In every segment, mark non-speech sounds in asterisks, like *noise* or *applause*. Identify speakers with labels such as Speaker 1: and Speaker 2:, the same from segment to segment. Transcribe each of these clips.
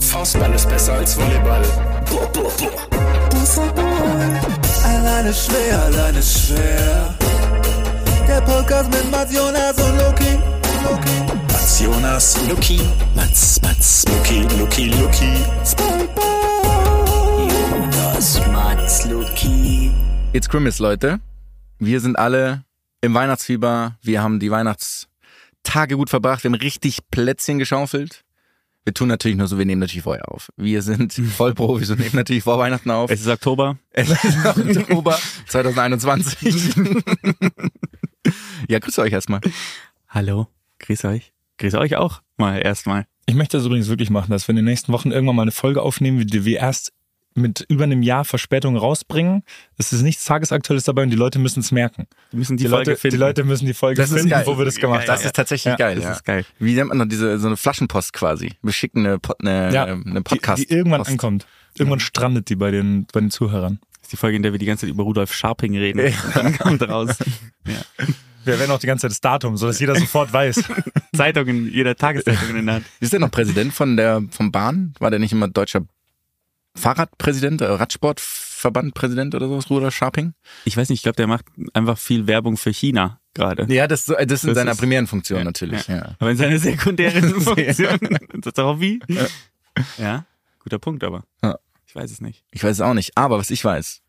Speaker 1: Faustball ist besser als Volleyball.
Speaker 2: Alleine schwer, alleine schwer. Der Podcast mit Mats Jonas und Loki. Loki.
Speaker 1: Mats Jonas, Luki, Mats, Mats, Luki, Luki, Luki. Jonas, Mats, Luki.
Speaker 3: It's Krimis, Leute. Wir sind alle im Weihnachtsfieber. Wir haben die Weihnachtstage gut verbracht. Wir haben richtig Plätzchen geschaufelt. Wir tun natürlich nur so, wir nehmen natürlich vorher auf. Wir sind
Speaker 4: Hm.
Speaker 3: Vollprofis und nehmen natürlich vor Weihnachten auf.
Speaker 5: Es ist Oktober.
Speaker 3: Es ist Oktober 2021. *laughs* ja, grüße euch erstmal.
Speaker 5: Hallo. Grüß euch. Grüß euch auch mal erstmal.
Speaker 4: Ich möchte das übrigens wirklich machen, dass wir in den nächsten Wochen irgendwann mal eine Folge aufnehmen, die wir erst mit über einem Jahr Verspätung rausbringen. Es ist nichts Tagesaktuelles dabei und die Leute müssen es merken.
Speaker 5: Die müssen die,
Speaker 4: Die
Speaker 5: Folge
Speaker 4: Leute, die
Speaker 5: finden.
Speaker 4: Leute müssen die Folge
Speaker 3: Das ist
Speaker 4: finden,
Speaker 3: geil.
Speaker 4: wo wir das gemacht
Speaker 3: Das
Speaker 4: haben.
Speaker 3: ist tatsächlich
Speaker 4: Ja,
Speaker 3: geil.
Speaker 5: das
Speaker 3: ja.
Speaker 5: ist geil.
Speaker 3: Wie nennt man noch diese, so eine Flaschenpost quasi? Wir schicken eine, Pod, eine,
Speaker 4: Ja.
Speaker 3: ähm, eine Podcast.
Speaker 4: Die, die irgendwann
Speaker 3: Post.
Speaker 4: ankommt. Irgendwann strandet die bei den, bei den Zuhörern.
Speaker 5: Das ist die Folge, in der wir die ganze Zeit über Rudolf Scharping reden. Dann kommt raus. *laughs* Ja.
Speaker 4: Wir erwähnen auch die ganze Zeit das Datum, sodass jeder sofort weiß.
Speaker 5: Zeitungen, jeder Tageszeitung in der Hand.
Speaker 3: Ist der noch Präsident von der vom Bahn? War der nicht immer deutscher Fahrradpräsident, äh, Radsportverbandpräsident oder sowas, Rudolf Scharping?
Speaker 5: Ich weiß nicht, ich glaube, der macht einfach viel Werbung für China gerade.
Speaker 3: Ja, das, so- äh, das in
Speaker 5: Das
Speaker 3: seiner
Speaker 5: ist-
Speaker 3: primären Funktion natürlich. Ja.
Speaker 5: Aber in seiner *laughs* sekundären Funktion. Das Hobby. Ja, guter Punkt, aber.
Speaker 3: Ja.
Speaker 5: Ich weiß es nicht.
Speaker 3: Ich weiß es auch nicht, aber was ich weiß.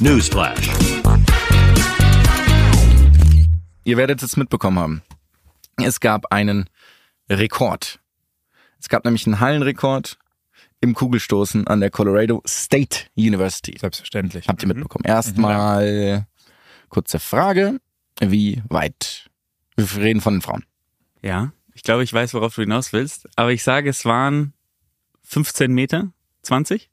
Speaker 1: Newsflash.
Speaker 3: Ihr werdet es mitbekommen haben. Es gab einen Rekord. Es gab nämlich einen Hallenrekord im Kugelstoßen an der Colorado State University.
Speaker 4: *laughs* Selbstverständlich.
Speaker 3: Habt ihr mitbekommen. Erstmal kurze Frage. Wie weit? Wir reden von den Frauen.
Speaker 5: Ja, ich glaube, ich weiß, worauf du hinaus willst. Aber ich sage, es waren 15 Meter, 20?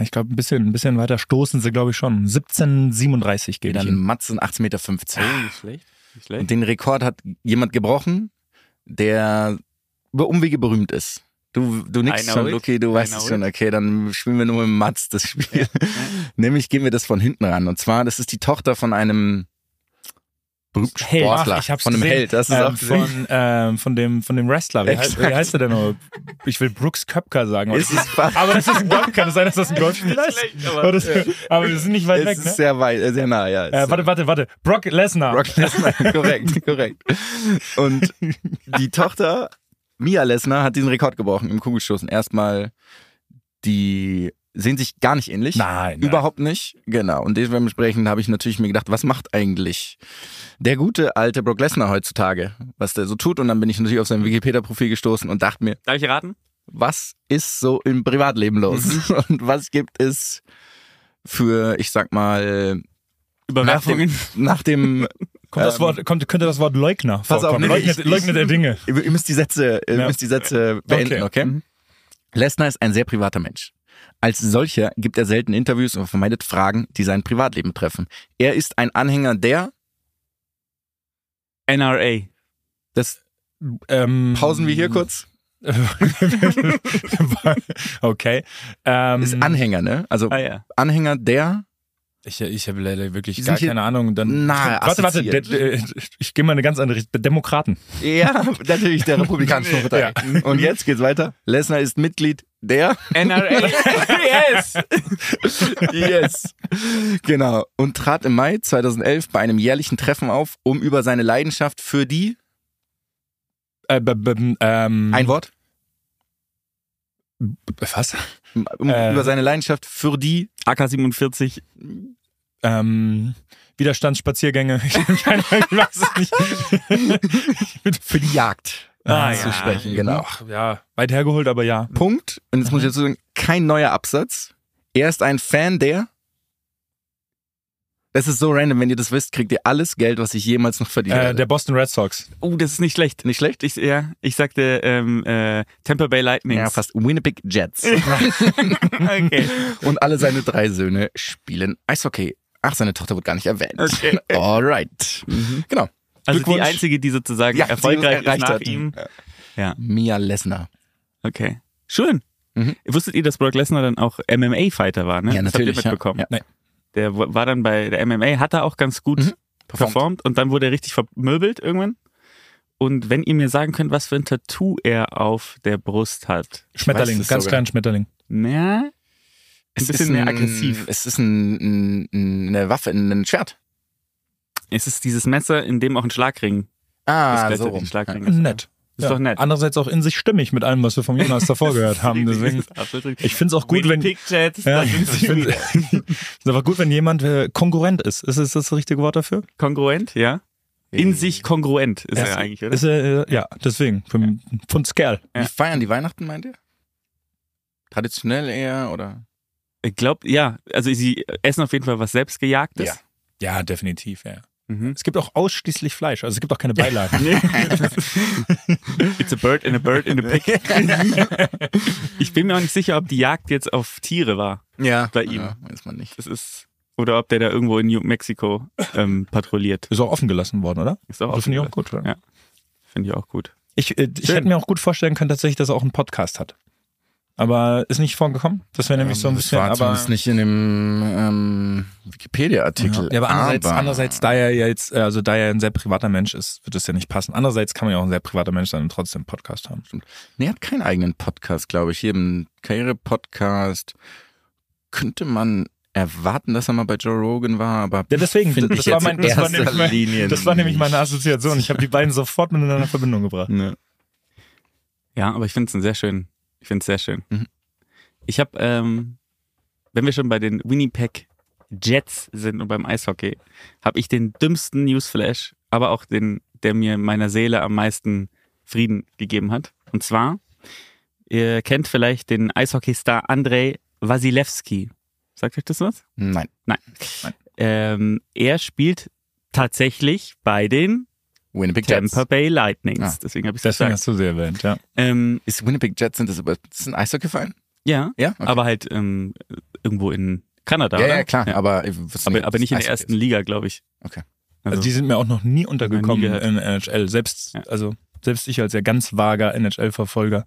Speaker 4: Ich glaube, ein bisschen, ein bisschen weiter stoßen sie, glaube ich, schon. 1737 geht
Speaker 3: Dann
Speaker 4: hin.
Speaker 3: Matzen 18,50 Meter.
Speaker 5: Oh,
Speaker 4: Ah,
Speaker 5: nicht schlecht. Nicht schlecht.
Speaker 3: Und den Rekord hat jemand gebrochen, der über Umwege berühmt ist. Du, du nix
Speaker 5: Einer
Speaker 3: schon,
Speaker 5: holt.
Speaker 3: okay, du weißt
Speaker 5: Einer
Speaker 3: es
Speaker 5: holt.
Speaker 3: schon, okay, dann spielen wir nur mit Mats das Spiel. *laughs* Nämlich gehen wir das von hinten ran. Und zwar, das ist die Tochter von einem berühmten
Speaker 4: Held.
Speaker 3: Sportler.
Speaker 4: Ach, ich hab's
Speaker 3: von einem
Speaker 4: gesehen.
Speaker 3: Held, das ist auch
Speaker 4: Ähm,
Speaker 3: von
Speaker 4: von, ähm, von, dem, von dem Wrestler. Wie, heißt,
Speaker 3: Exakt.
Speaker 4: wie heißt der denn noch? Ich will Brooks Köpker
Speaker 3: *laughs*
Speaker 4: sagen.
Speaker 3: es ist, fast,
Speaker 4: aber das ist ein Golf. Kann es sein, dass das ein Golfspieler ist?
Speaker 5: schlecht, aber-
Speaker 4: *laughs* Aber, das, aber wir sind nicht weit
Speaker 3: es
Speaker 4: weg,
Speaker 3: ist
Speaker 4: ne?
Speaker 3: sehr weit, äh, sehr nah, ja. Es
Speaker 4: Äh, warte, warte, warte. Brock Lesnar.
Speaker 3: Brock Lesnar,
Speaker 4: *laughs*
Speaker 3: korrekt, korrekt. Und die Tochter Mia Lesnar hat diesen Rekord gebrochen im Kugelstoßen. Erstmal, die sehen sich gar nicht ähnlich.
Speaker 4: Nein, nein.
Speaker 3: Überhaupt nicht, genau. Und dementsprechend habe ich natürlich mir gedacht, was macht eigentlich der gute alte Brock Lesnar heutzutage, was der so tut? Und dann bin ich natürlich auf sein Wikipedia-Profil gestoßen und dachte mir,
Speaker 5: Darf ich raten?
Speaker 3: was ist so im Privatleben los?
Speaker 4: Mhm.
Speaker 3: *laughs* Und was gibt es für, ich sag mal, nach dem,
Speaker 5: Überwerfungen.
Speaker 3: nach dem
Speaker 4: Kommt das
Speaker 3: Ähm,
Speaker 4: Wort, kommt, könnte das Wort Leugner
Speaker 3: auf,
Speaker 4: vorkommen?
Speaker 3: nee, nee,
Speaker 4: leugnet,
Speaker 3: ich-
Speaker 4: leugnet der Dinge.
Speaker 3: Ihr ihr müsst die Sätze, äh, ihr
Speaker 4: Ja.
Speaker 3: müsst die Sätze beenden, okay? Lesnar ist ein sehr privater Mensch. Als solcher gibt er selten Interviews und vermeidet Fragen, die sein Privatleben treffen. Er ist ein Anhänger der,
Speaker 5: NRA.
Speaker 3: das
Speaker 4: Ähm,
Speaker 3: pausen wir hier kurz,
Speaker 4: *laughs* okay. Ähm,
Speaker 3: ist Anhänger, ne? Also
Speaker 5: Ah ja.
Speaker 3: Anhänger der,
Speaker 4: Ich, ich habe leider wirklich
Speaker 3: sind
Speaker 4: gar
Speaker 3: hier
Speaker 4: keine Ahnung. Dann,
Speaker 3: nahe
Speaker 4: warte, warte, de,
Speaker 3: assoziiert.
Speaker 4: de, ich gehe mal eine ganz andere Richtung. Demokraten.
Speaker 3: ja, natürlich der *laughs* Mhm. Republikanischen Partei. Und jetzt geht's weiter. Lesnar ist Mitglied der,
Speaker 5: NRA. yes.
Speaker 3: *laughs* yes, genau, und trat im Mai 2011 bei einem jährlichen Treffen auf, um über seine Leidenschaft für die,
Speaker 4: Äh, b, b, ähm,
Speaker 3: ein Wort,
Speaker 4: was?
Speaker 3: um,
Speaker 4: Äh.
Speaker 3: über seine Leidenschaft für die
Speaker 5: AK 47.
Speaker 4: Ähm, Widerstandsspaziergänge. *laughs* Ich, keine Ahnung, ich weiß es nicht.
Speaker 3: für die Jagd äh,
Speaker 4: Ah, ja.
Speaker 3: zu
Speaker 5: Mhm.
Speaker 3: sprechen, genau.
Speaker 4: Ach, ja, weit hergeholt, aber ja.
Speaker 3: Punkt. Und jetzt muss ich dazu sagen, kein neuer Absatz. Er ist ein Fan der. Das ist so random, wenn ihr das wisst, kriegt ihr alles Geld, was ich jemals noch verdient
Speaker 4: Äh,
Speaker 3: habe.
Speaker 4: der Boston Red Sox.
Speaker 5: Oh, das ist nicht schlecht.
Speaker 3: Nicht schlecht?
Speaker 5: Ich, ja, ich sagte ähm, äh, Tampa Bay Lightning.
Speaker 3: Ja, fast Winnipeg Jets.
Speaker 5: *laughs* Okay.
Speaker 3: Und alle seine drei Söhne spielen Eishockey. Ach, seine Tochter wird gar nicht erwähnt.
Speaker 5: Okay.
Speaker 3: *laughs* Alright. Genau.
Speaker 5: Also die
Speaker 3: Glückwunsch.
Speaker 5: einzige, die sozusagen
Speaker 3: Ja, die
Speaker 5: erfolgreich ist
Speaker 3: erreicht
Speaker 5: nach
Speaker 3: hat.
Speaker 5: ihm. Ja,
Speaker 3: halt. Mia Lesnar.
Speaker 5: okay. Schön.
Speaker 3: Mhm.
Speaker 5: Wusstet ihr, dass Brock Lesnar dann auch MMA-Fighter war? Ne?
Speaker 3: Ja,
Speaker 5: das habt ihr
Speaker 3: natürlich, ja.
Speaker 5: mitbekommen.
Speaker 3: Ja.
Speaker 4: Nee.
Speaker 5: Der w- war dann
Speaker 3: Mhm.
Speaker 5: bei der MMA, hat er auch ganz gut performt und dann wurde er richtig vermöbelt irgendwann. Und wenn ihr mir sagen könnt, was für ein Tattoo er auf der Brust hat.
Speaker 4: Schmetterling,
Speaker 3: es
Speaker 4: ganz
Speaker 3: sogar.
Speaker 4: kleinen Schmetterling.
Speaker 5: Na,
Speaker 3: Es
Speaker 5: bisschen
Speaker 3: ist
Speaker 5: mehr aggressiv.
Speaker 3: Es ist ein, ein, eine Waffe, ein Schwert.
Speaker 5: es ist dieses Messer, in dem auch ein Schlagring
Speaker 3: Ah,
Speaker 5: das Blätter,
Speaker 3: so
Speaker 5: die
Speaker 3: rum.
Speaker 5: Schlagring ist.
Speaker 4: Nett.
Speaker 5: Ist doch nett.
Speaker 4: Andererseits auch in sich stimmig mit allem, was wir vom Jonas davor gehört haben.
Speaker 5: *laughs*
Speaker 4: Deswegen, ich finde es auch gut, wenn,
Speaker 5: Pictures,
Speaker 4: ja,
Speaker 5: ja,
Speaker 4: ich *laughs* finde es einfach gut, wenn jemand äh, konkurrent ist. Ist es das richtige Wort dafür?
Speaker 5: kongruent, ja. In sich kongruent ist
Speaker 4: Ja.
Speaker 5: er eigentlich, oder?
Speaker 4: Ist er, äh, ja, deswegen. Von, von Skerl.
Speaker 5: Ja.
Speaker 3: Wie feiern die Weihnachten, meint ihr? Traditionell eher oder?
Speaker 5: Ich glaube, ja. Also sie essen auf jeden Fall was selbstgejagtes.
Speaker 3: Ja.
Speaker 4: Ja, definitiv, ja.
Speaker 5: Mhm. *laughs*
Speaker 4: Es gibt auch ausschließlich Fleisch, also es gibt auch keine Beilagen.
Speaker 5: It's a bird and a bird in a
Speaker 4: *laughs*
Speaker 5: pig. ich bin mir auch nicht sicher, ob die Jagd jetzt auf Tiere war.
Speaker 3: Ja.
Speaker 5: Bei ihm.
Speaker 3: Ja, weiß man nicht.
Speaker 5: Das ist oder ob der da irgendwo in New Mexico ähm, patrouilliert.
Speaker 4: Ist auch offen gelassen worden, oder?
Speaker 5: Ist auch
Speaker 4: Also finde ich auch
Speaker 5: gut.
Speaker 4: gut.
Speaker 5: Ja. Finde ich auch gut.
Speaker 4: Ich, äh, ich hätte mir auch gut vorstellen können, tatsächlich, dass er auch einen Podcast hat. Aber ist nicht vorgekommen. Das wäre nämlich so ein
Speaker 3: Das
Speaker 4: bisschen.
Speaker 3: war
Speaker 4: Aber,
Speaker 3: Ähm, zumindest nicht in dem ähm, Wikipedia-Artikel.
Speaker 4: ja, aber andererseits,
Speaker 3: aber-
Speaker 4: andererseits, da er ja jetzt, äh, also da er ein sehr privater Mensch ist, wird es ja nicht passen. Andererseits kann man ja auch ein sehr privater Mensch sein und trotzdem einen Podcast haben.
Speaker 3: Nee, er hat keinen eigenen Podcast, glaube ich. Hier im Karriere-Podcast könnte man erwarten, dass er mal bei Joe Rogan war, aber
Speaker 4: Ja, deswegen,
Speaker 3: Find
Speaker 4: das,
Speaker 3: ich
Speaker 4: war
Speaker 3: jetzt
Speaker 4: mein,
Speaker 3: in
Speaker 4: das, war
Speaker 3: erster
Speaker 4: nämlich mein,
Speaker 3: Linie
Speaker 4: das war nämlich
Speaker 3: nicht.
Speaker 4: meine Assoziation. Ich habe die beiden sofort miteinander in Verbindung gebracht.
Speaker 3: ne.
Speaker 5: Ja, aber ich finde es sehr schön. Ich finde es sehr schön.
Speaker 3: Mhm.
Speaker 5: Ich habe, ähm, wenn wir schon bei den Winnipeg Jets sind und beim Eishockey, habe ich den dümmsten Newsflash, aber auch den, der mir meiner Seele am meisten Frieden gegeben hat. Und zwar, ihr kennt vielleicht den Eishockeystar Andrei Wasilewski. Sagt euch das was?
Speaker 3: Nein.
Speaker 5: Ähm, er spielt tatsächlich bei den
Speaker 3: Winnipeg Jets.
Speaker 5: Tampa Bay Lightnings.
Speaker 3: Ah.
Speaker 5: Deswegen habe ich es
Speaker 4: Deswegen
Speaker 5: gesagt.
Speaker 4: hast du sie erwähnt, ja.
Speaker 5: Ähm,
Speaker 3: Ist Winnipeg Jets, sind das, aber, das ist ein Eishockey-Verein?
Speaker 5: ja,
Speaker 3: Ja? Okay.
Speaker 5: aber halt ähm, irgendwo in Kanada.
Speaker 3: ja,
Speaker 5: oder?
Speaker 3: ja, klar, aber, äh, ich wusste
Speaker 5: aber, aber nicht in der
Speaker 3: Eishockey
Speaker 5: ersten Liga, glaube ich.
Speaker 3: Okay.
Speaker 5: Also,
Speaker 4: Also die sind mir auch noch nie untergekommen
Speaker 5: Noch nie
Speaker 4: in NHL. Selbst,
Speaker 5: Ja.
Speaker 4: also, selbst ich als ja ganz vager NHL-Verfolger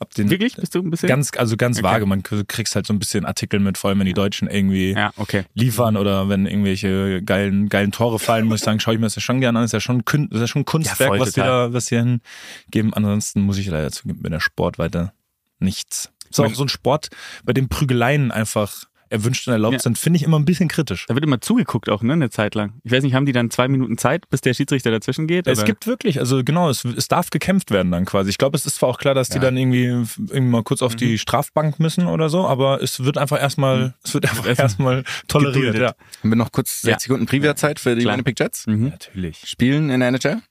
Speaker 4: hab den
Speaker 5: wirklich? Bist du ein bisschen?
Speaker 4: ganz, also ganz
Speaker 5: Okay.
Speaker 4: vage. Man k- kriegst halt so ein bisschen Artikel mit, vor allem wenn die Deutschen irgendwie
Speaker 5: ja, okay.
Speaker 4: liefern oder wenn irgendwelche geilen, geilen Tore fallen, muss ich sagen, schaue ich mir das ja schon gerne an. Ist ja schon, Kün ist ja schon
Speaker 5: Ja,
Speaker 4: Kunstwerk,
Speaker 5: voll,
Speaker 4: was wir
Speaker 5: total.
Speaker 4: da, was wir hingeben. Ansonsten muss ich leider zugeben, mit der Sport weiter nichts. Ist auch so ein Sport, bei dem Prügeleien einfach erwünscht und erlaubt
Speaker 5: Ja.
Speaker 4: sind, finde ich immer ein bisschen kritisch.
Speaker 5: Da wird immer zugeguckt auch, ne, eine Zeit lang. Ich weiß nicht, haben die dann zwei Minuten Zeit, bis der Schiedsrichter dazwischen geht?
Speaker 4: Es
Speaker 5: oder?
Speaker 4: gibt wirklich, also genau, es, es darf gekämpft werden dann quasi. Ich glaube, es ist zwar auch klar, dass die
Speaker 3: Ja.
Speaker 4: dann irgendwie, irgendwie mal kurz auf die Strafbank müssen oder so, aber es wird einfach erstmal, es Mhm. wird einfach erstmal toleriert.
Speaker 5: geduldet.
Speaker 4: Ja.
Speaker 3: Haben wir noch kurz 60
Speaker 5: Ja.
Speaker 3: Sekunden Trivia-Zeit für die
Speaker 5: Klar.
Speaker 3: Winnipeg Jets?
Speaker 5: Mhm.
Speaker 4: Natürlich.
Speaker 3: Spielen in der NHL?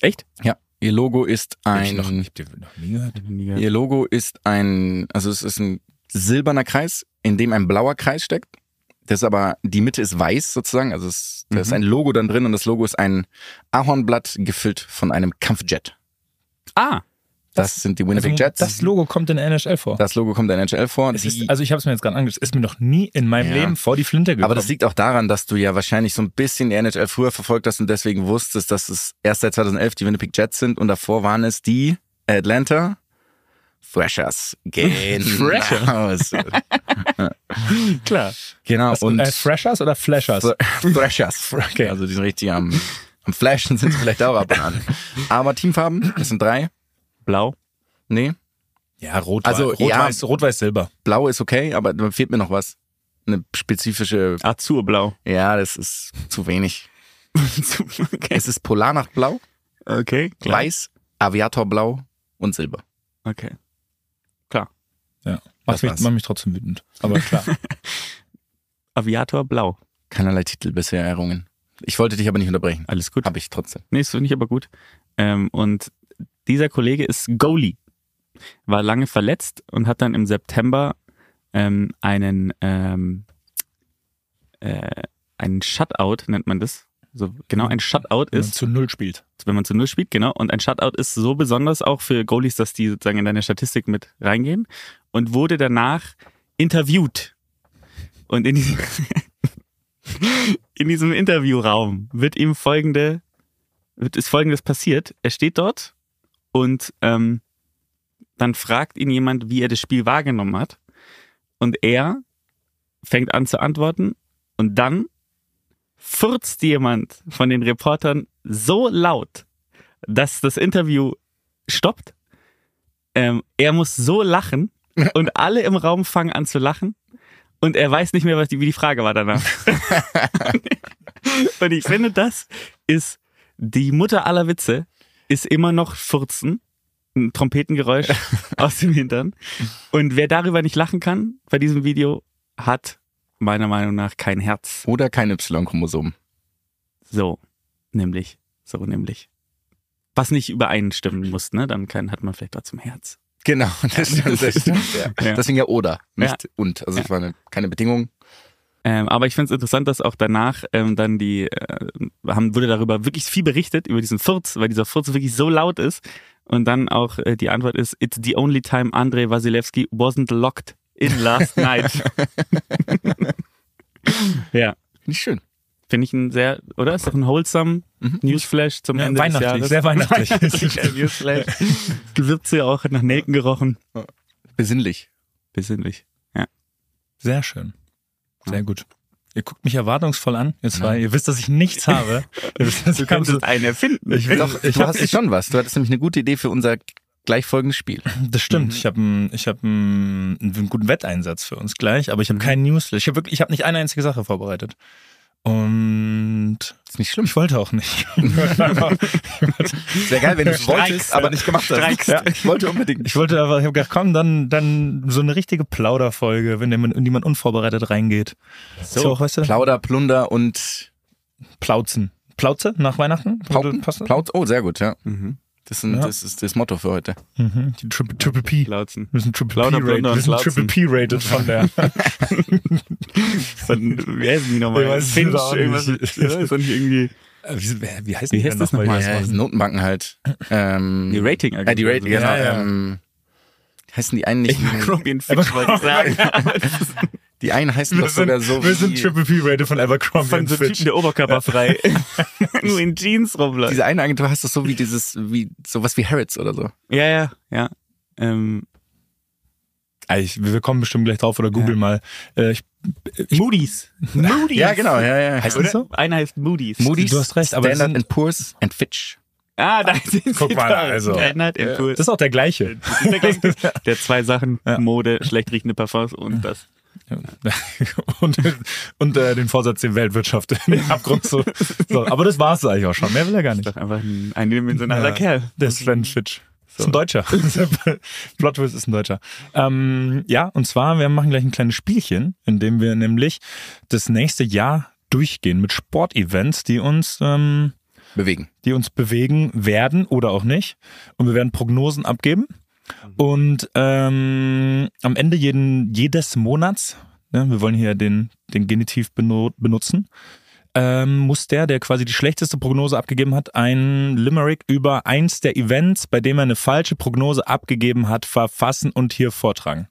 Speaker 5: Echt?
Speaker 3: Ja. Ihr Logo ist ein
Speaker 4: die noch nie gehört.
Speaker 3: Ihr Logo ist ein, also es ist ein silberner Kreis, in dem ein blauer Kreis steckt. Das ist aber, die Mitte ist weiß sozusagen. Also es, da
Speaker 5: Mhm.
Speaker 3: ist ein Logo dann drin und das Logo ist ein Ahornblatt gefüllt von einem Kampfjet.
Speaker 5: Ah,
Speaker 3: Das, sind die Winnipeg
Speaker 4: also,
Speaker 3: Jets.
Speaker 4: Das Logo kommt in der NHL vor.
Speaker 3: Das Logo kommt in der NHL vor.
Speaker 4: Es
Speaker 3: Die-
Speaker 4: ist, also ich habe es mir jetzt gerade angeschaut, ist mir noch nie in meinem
Speaker 3: Ja.
Speaker 4: Leben vor die Flinte gekommen.
Speaker 3: aber das liegt auch daran, dass du ja wahrscheinlich so ein bisschen die NHL früher verfolgt hast und deswegen wusstest, dass es erst seit 2011 die Winnipeg Jets sind und davor waren es die Atlanta Thrashers. Genau.
Speaker 4: *laughs*
Speaker 3: Thrashers.
Speaker 4: klar.
Speaker 3: genau.
Speaker 4: Was, und äh, Freshers oder Flashers?
Speaker 3: Thr- *laughs* Thrashers.
Speaker 4: Okay.
Speaker 3: Also die sind richtig am, am Flashen sind sie vielleicht auch ab und an. Aber Teamfarben, das sind drei.
Speaker 5: blau.
Speaker 3: Nee,
Speaker 4: ja, rot,
Speaker 3: Also,
Speaker 4: rot,
Speaker 3: ja.
Speaker 4: weiß, rot, weiß, silber.
Speaker 3: blau ist okay, aber da fehlt mir noch was. Eine spezifische,
Speaker 5: Azurblau.
Speaker 3: ja, das ist zu
Speaker 4: *laughs*
Speaker 3: wenig.
Speaker 5: okay.
Speaker 3: Es ist Polarnachtblau,
Speaker 5: okay, klar.
Speaker 3: Weiß, Aviatorblau und Silber.
Speaker 5: Okay.
Speaker 4: Ja.
Speaker 3: Das
Speaker 4: Macht mich,
Speaker 3: war's.
Speaker 4: macht mich trotzdem wütend. Aber klar.
Speaker 3: *laughs*
Speaker 5: Aviator blau.
Speaker 3: Keinerlei Titel bisher errungen. Ich wollte dich aber nicht unterbrechen.
Speaker 5: Alles gut.
Speaker 3: Habe ich trotzdem.
Speaker 5: Nee, das finde ich aber gut. Ähm, und dieser Kollege ist Goalie. War lange verletzt und hat dann im September ähm, einen, ähm, äh, einen Shutout, nennt man das. So, genau, ein Shutout
Speaker 4: wenn man
Speaker 5: ist,
Speaker 4: zu null spielt.
Speaker 5: wenn man zu Null spielt, genau. Und ein Shutout ist so besonders auch für Goalies, dass die sozusagen in deine Statistik mit reingehen. Und wurde danach interviewt. Und in diesem, *laughs* in diesem Interviewraum wird ihm folgende, wird, ist folgendes passiert. Er steht dort und ähm, dann fragt ihn jemand, wie er das Spiel wahrgenommen hat. Und er fängt an zu antworten und dann furzt jemand von den Reportern so laut, dass das Interview stoppt. Ähm, er muss so lachen und alle im Raum fangen an zu lachen und er weiß nicht mehr, was die, wie die Frage war danach. und ich finde, das ist die Mutter aller Witze, ist immer noch Furzen, ein Trompetengeräusch aus dem Hintern. Und wer darüber nicht lachen kann bei diesem Video, hat meiner Meinung nach kein Herz.
Speaker 3: Oder kein Y-Chromosom.
Speaker 5: So, nämlich, so nämlich. Was nicht übereinstimmen muss, ne? Dann kann, hat man vielleicht trotzdem Herz.
Speaker 3: Genau, das stimmt. Das stimmt ja.
Speaker 5: Ja.
Speaker 3: Deswegen ja oder, nicht
Speaker 5: Ja.
Speaker 3: und. Also es war eine, keine Bedingung.
Speaker 5: Ähm, aber ich finde es interessant, dass auch danach ähm, dann die, äh, haben, wurde darüber wirklich viel berichtet, über diesen Furz, weil dieser Furz wirklich so laut ist. Und dann auch äh, die Antwort ist, it's the only time Andrei Wasilewski wasn't locked in last night. ja,
Speaker 3: Finde ich schön.
Speaker 5: finde ich ein sehr, oder? Ist doch ein wholesome Newsflash zum
Speaker 4: Ja,
Speaker 5: Ende
Speaker 4: weihnachtlich,
Speaker 5: des Jahres.
Speaker 4: sehr weihnachtlich. *laughs*
Speaker 5: Weihnachtlicher Newsflash. *laughs* Gewürze ja auch nach Nelken gerochen.
Speaker 3: Besinnlich.
Speaker 5: Besinnlich.
Speaker 4: Sehr schön. Sehr gut. Ihr guckt mich erwartungsvoll an, ihr zwei. Ihr wisst, dass ich nichts habe. Ihr wisst, dass
Speaker 5: Du
Speaker 4: ich ganz-
Speaker 5: kannst jetzt einen erfinden.
Speaker 4: also Ich will-
Speaker 3: Doch,
Speaker 4: ich
Speaker 3: du
Speaker 4: hab-
Speaker 3: hast schon was. Du hattest nämlich eine gute Idee für unser gleichfolgendes Spiel.
Speaker 4: Das stimmt. Ich habe einen, ich habe einen, einen guten Wetteinsatz für uns gleich, aber ich habe keinen Newsflash. Ich habe wirklich, ich habe nicht eine einzige Sache vorbereitet. Und
Speaker 3: Ist nicht schlimm.
Speaker 4: ich wollte auch nicht. *laughs*
Speaker 3: Es wäre geil, wenn du es
Speaker 4: Streikst,
Speaker 3: wolltest, aber nicht gemacht hast.
Speaker 5: Streikst.
Speaker 3: Ja, ich wollte unbedingt.
Speaker 4: Ich wollte aber, ich habe gedacht, komm, dann, dann so eine richtige Plauderfolge, wenn der, in die man unvorbereitet reingeht. So, auch, weißt du,
Speaker 3: Plauder, Plunder und
Speaker 4: Plauzen. Plauze nach Weihnachten?
Speaker 3: Pauken.
Speaker 4: Passt das?
Speaker 3: Plauz. Oh, sehr gut, ja.
Speaker 5: Mhm.
Speaker 3: Das, sind,
Speaker 4: Ja.
Speaker 3: das ist das Motto für heute.
Speaker 4: Mhm. Die Triple, Triple P. Wir
Speaker 5: Lautzen.
Speaker 4: sind Triple
Speaker 5: Plauder,
Speaker 4: P-rated.
Speaker 5: Plunder und
Speaker 4: Wir sind
Speaker 5: Plauzen.
Speaker 4: Triple P-rated von der.
Speaker 5: Von, wie heißen die
Speaker 4: Ich
Speaker 5: nochmal?
Speaker 4: weiß es auch nicht.
Speaker 5: Ja, ne, ist doch nicht irgendwie.
Speaker 4: Äh, wie, wer- wie heißt
Speaker 5: Wie heißt das nochmal?
Speaker 4: die
Speaker 3: Ja,
Speaker 4: das
Speaker 3: die Notenbanken halt. Ähm,
Speaker 5: Die Rating
Speaker 3: äh, die Rating, genau.
Speaker 4: Ja, ja.
Speaker 3: Ähm, heißen die einen nicht?
Speaker 5: Ich mag Robin Fitch, wollte ich sagen. Aber *laughs* das ist
Speaker 3: Die einen heißen
Speaker 4: Wir
Speaker 3: doch sogar
Speaker 4: sind,
Speaker 3: so
Speaker 4: wir sind
Speaker 3: wie-
Speaker 4: Triple P-rated von Abercrombie
Speaker 5: Von
Speaker 4: und
Speaker 5: so
Speaker 4: Fitch.
Speaker 5: Typen der Oberkörper
Speaker 4: *laughs*
Speaker 5: frei. Nur in Jeans rumläuft.
Speaker 3: Diese eine Agentur heißt das so wie dieses, wie sowas wie Harrods oder so.
Speaker 5: Ja, ja, ja. Ähm,
Speaker 4: Ah, ich, wir kommen bestimmt gleich drauf oder google mal. Äh, ich,
Speaker 5: Moody's. Moody's.
Speaker 3: Ja, genau, ja, ja.
Speaker 4: heißt
Speaker 5: Oder?
Speaker 4: das so?
Speaker 5: Einer heißt Moody's.
Speaker 3: Moody's,
Speaker 4: Du hast recht, aber es
Speaker 3: Standard and
Speaker 4: sind-
Speaker 3: Poor's and Fitch.
Speaker 5: ah, da sind
Speaker 4: Guck
Speaker 5: sie
Speaker 4: mal,
Speaker 5: da.
Speaker 4: also.
Speaker 5: Standard im Pool.
Speaker 4: Das ist auch der gleiche.
Speaker 5: Das ist *laughs* der gleiche. Der zwei Sachen,
Speaker 4: Ja.
Speaker 5: Mode, schlecht riechende Parfums und das.
Speaker 4: und und äh, den Vorsatz, die Weltwirtschaft *laughs* in den Abgrund zu. So, aber das war's eigentlich auch schon. Mehr will er gar nicht.
Speaker 5: Doch einfach
Speaker 4: *laughs*
Speaker 5: ein eindimensionaler
Speaker 4: Ja.
Speaker 5: Kerl.
Speaker 4: Der Sven Fitch. Ist
Speaker 5: *laughs*
Speaker 4: ein Deutscher. Plot Twist ist ein Deutscher. Ähm, ja, und zwar, wir machen gleich ein kleines Spielchen, in dem wir nämlich das nächste Jahr durchgehen mit Sportevents, die uns ähm,
Speaker 3: Bewegen.
Speaker 4: die uns bewegen werden oder auch nicht. Und wir werden Prognosen abgeben. Und ähm, am Ende jeden, jedes Monats, ne, wir wollen hier den, den Genitiv beno- benutzen, ähm, muss der, der quasi die schlechteste Prognose abgegeben hat, ein Limerick über eins der Events, bei dem er eine falsche Prognose abgegeben hat, verfassen und hier vortragen.